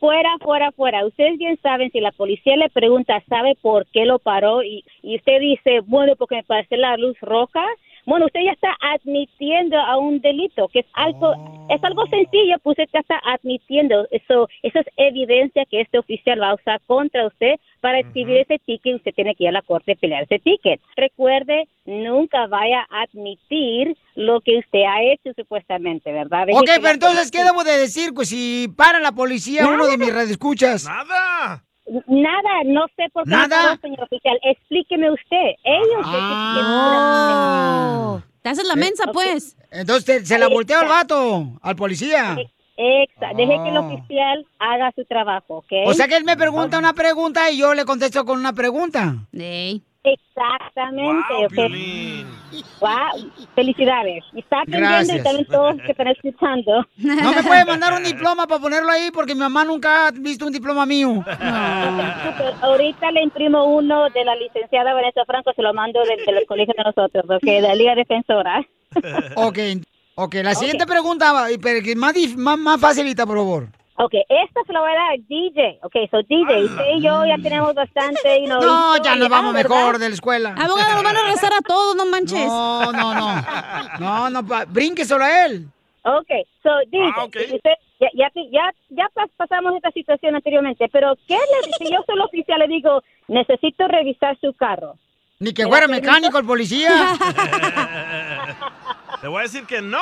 [SPEAKER 18] Fuera, fuera, fuera. Ustedes bien saben, si la policía le pregunta, ¿sabe por qué lo paró? Y, y usted dice, bueno, porque me pasé la luz roja. Bueno, usted ya está admitiendo a un delito, que es algo,
[SPEAKER 2] Ah.
[SPEAKER 18] es algo sencillo, pues usted ya está admitiendo. Eso, eso es evidencia que este oficial va a usar contra usted para escribir ese ticket. Usted tiene que ir a la corte a pelear ese ticket. Recuerde, nunca vaya a admitir lo que usted ha hecho supuestamente, ¿verdad? Deje
[SPEAKER 2] Ok,
[SPEAKER 18] que la
[SPEAKER 2] pero entonces, ¿qué
[SPEAKER 18] policía-
[SPEAKER 2] debo de decir? Pues si para la policía uno de mis radioescuchas.
[SPEAKER 1] ¡Nada!
[SPEAKER 18] Nada, no sé por qué.
[SPEAKER 2] Nada.
[SPEAKER 18] no paró, señor oficial. Explíqueme usted. Ellos.
[SPEAKER 2] Ah.
[SPEAKER 7] Te haces la mensa, pues.
[SPEAKER 2] Entonces te- se la volteo al vato, al policía.
[SPEAKER 18] Exacto. Deje que el
[SPEAKER 2] Ah.
[SPEAKER 18] oficial haga su trabajo, ¿ok?
[SPEAKER 2] O sea que él me pregunta una pregunta y yo le contesto con una pregunta.
[SPEAKER 18] Exactamente. ok. Guau, Felicidades. Y está aprendiendo
[SPEAKER 2] Gracias.
[SPEAKER 18] y también todos que están escuchando.
[SPEAKER 2] No me puede mandar un diploma para ponerlo ahí porque mi mamá nunca ha visto un diploma mío.
[SPEAKER 18] Súper. Ahorita le imprimo uno de la licenciada Vanessa Franco, se lo mando desde los colegios de nosotros, ok, de la Liga Defensora.
[SPEAKER 2] Ok, ok. La siguiente pregunta, y- pero que más, dif- más, más facilita, por favor.
[SPEAKER 18] Ok, esta se la voy a dar al DJ. Ok, so DJ, usted y yo ya tenemos bastante. you know,
[SPEAKER 2] Ah, mm. No, ya
[SPEAKER 18] historia,
[SPEAKER 2] nos vamos
[SPEAKER 18] ¿verdad?
[SPEAKER 2] mejor de la escuela.
[SPEAKER 18] Abogado, nos van a
[SPEAKER 7] rezar a todos, no manches.
[SPEAKER 2] No, no, no. No, no, pa- brinque solo a él. Ah,
[SPEAKER 18] Ok, so DJ, usted, ya, ya, ya, ya pas- pasamos esta situación anteriormente, pero ¿qué le si yo soy el oficial le digo, necesito revisar su carro?
[SPEAKER 2] Ni que
[SPEAKER 18] ¿Me
[SPEAKER 2] fuera
[SPEAKER 18] da permiso?
[SPEAKER 2] mecánico el policía.
[SPEAKER 1] Te voy a decir que no.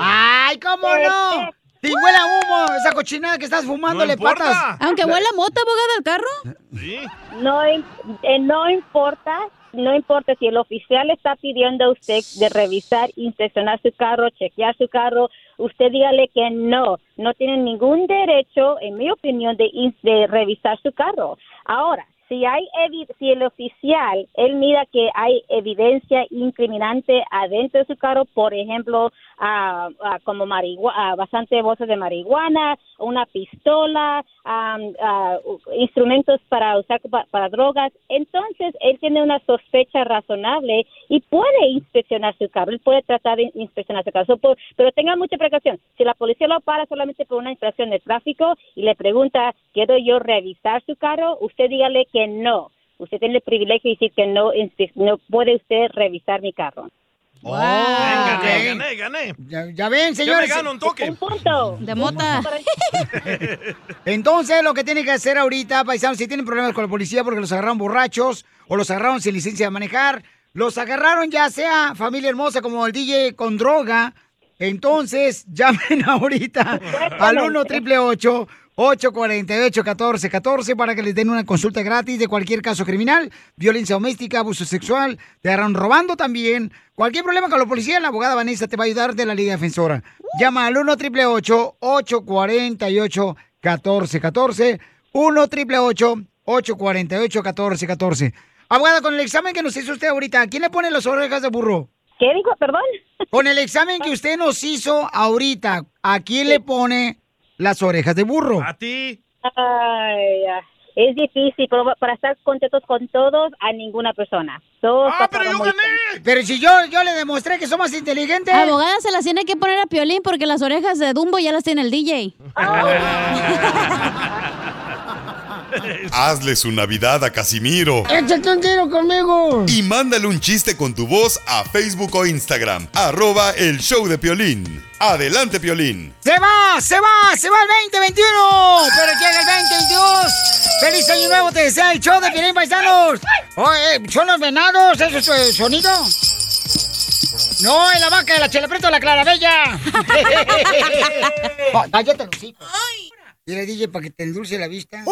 [SPEAKER 2] ¡Ay, cómo
[SPEAKER 18] Este,
[SPEAKER 2] no! ¡Te huele a humo! Esa cochinada que estás fumando, le
[SPEAKER 1] importa.
[SPEAKER 2] patas.
[SPEAKER 1] Aunque
[SPEAKER 18] huela
[SPEAKER 7] mota, abogada del carro.
[SPEAKER 18] No, im- eh, no importa, no importa si el oficial le está pidiendo a usted de revisar, inspeccionar su carro, chequear su carro, usted dígale que no, no tiene ningún derecho, en mi opinión, de, ins- de revisar su carro. Ahora, si hay evi- si el oficial él mira que hay evidencia incriminante adentro de su carro, por ejemplo, ah, ah, como marigua- ah, bastante bolsas de marihuana, una pistola, am, ah, u- instrumentos para usar pa- para, drogas, entonces él tiene una sospecha razonable y puede inspeccionar su carro, él puede tratar de inspeccionar su carro, So, por- pero tenga mucha precaución. Si la policía lo para solamente por una infracción de tráfico y le pregunta, ¿quiero yo revisar su carro? Usted dígale que no. Usted tiene el privilegio de decir que no, inspe- no puede usted revisar mi carro.
[SPEAKER 7] Oh,
[SPEAKER 2] Ah,
[SPEAKER 1] gané,
[SPEAKER 2] ok.
[SPEAKER 1] gané, gané.
[SPEAKER 2] Ya, ya
[SPEAKER 1] Ya
[SPEAKER 2] ven, señores.
[SPEAKER 1] me gano un toque. Un
[SPEAKER 18] punto.
[SPEAKER 7] De mota.
[SPEAKER 2] Entonces, lo que tienen que hacer ahorita, paisanos, si tienen problemas con la policía porque los agarraron borrachos o los agarraron sin licencia de manejar, los agarraron ya sea familia hermosa como el DJ con droga Entonces, llamen ahorita al 1 triple 848 1414 para que les den una consulta gratis de cualquier caso criminal, violencia doméstica, abuso sexual, te harán robando también. Cualquier problema con la policía, la abogada Vanessa te va a ayudar de la Liga Defensora. Llama al 1 triple 848 1414 1 triple 848 1414 Abogada, con el examen que nos hizo usted ahorita, ¿quién le pone las orejas de burro?
[SPEAKER 18] ¿Qué dijo, perdón?
[SPEAKER 2] Con el examen que usted nos hizo ahorita, ¿a quién le pone las orejas de burro?
[SPEAKER 24] A ti.
[SPEAKER 18] Ay, ah, es difícil, pero para estar contentos con todos, a ninguna persona. Todos pasaron muy
[SPEAKER 2] Pero si yo, yo le demostré que somos inteligentes.
[SPEAKER 3] Abogada se las tiene que poner a Piolín porque las orejas de Dumbo ya las tiene el DJ.
[SPEAKER 18] Ah.
[SPEAKER 5] Hazle su Navidad a Casimiro.
[SPEAKER 25] ¡Échate un tiro conmigo!
[SPEAKER 5] Y mándale un chiste con tu voz a Facebook o Instagram. Arroba el show de Piolín. Adelante, Piolín.
[SPEAKER 2] ¡Se va! ¡Se va! ¡Se va el 2021! ¡Pero llega el 2022! ¡Feliz año nuevo! ¡Te desea el show de Piolín Paisanos! Oye, ¿Son los venados? ¿Eso es eh, sonido? No, es la vaca de la chelepreta la clarabella. oh, cállate, Lucy. Y le dije para que te endulce la vista.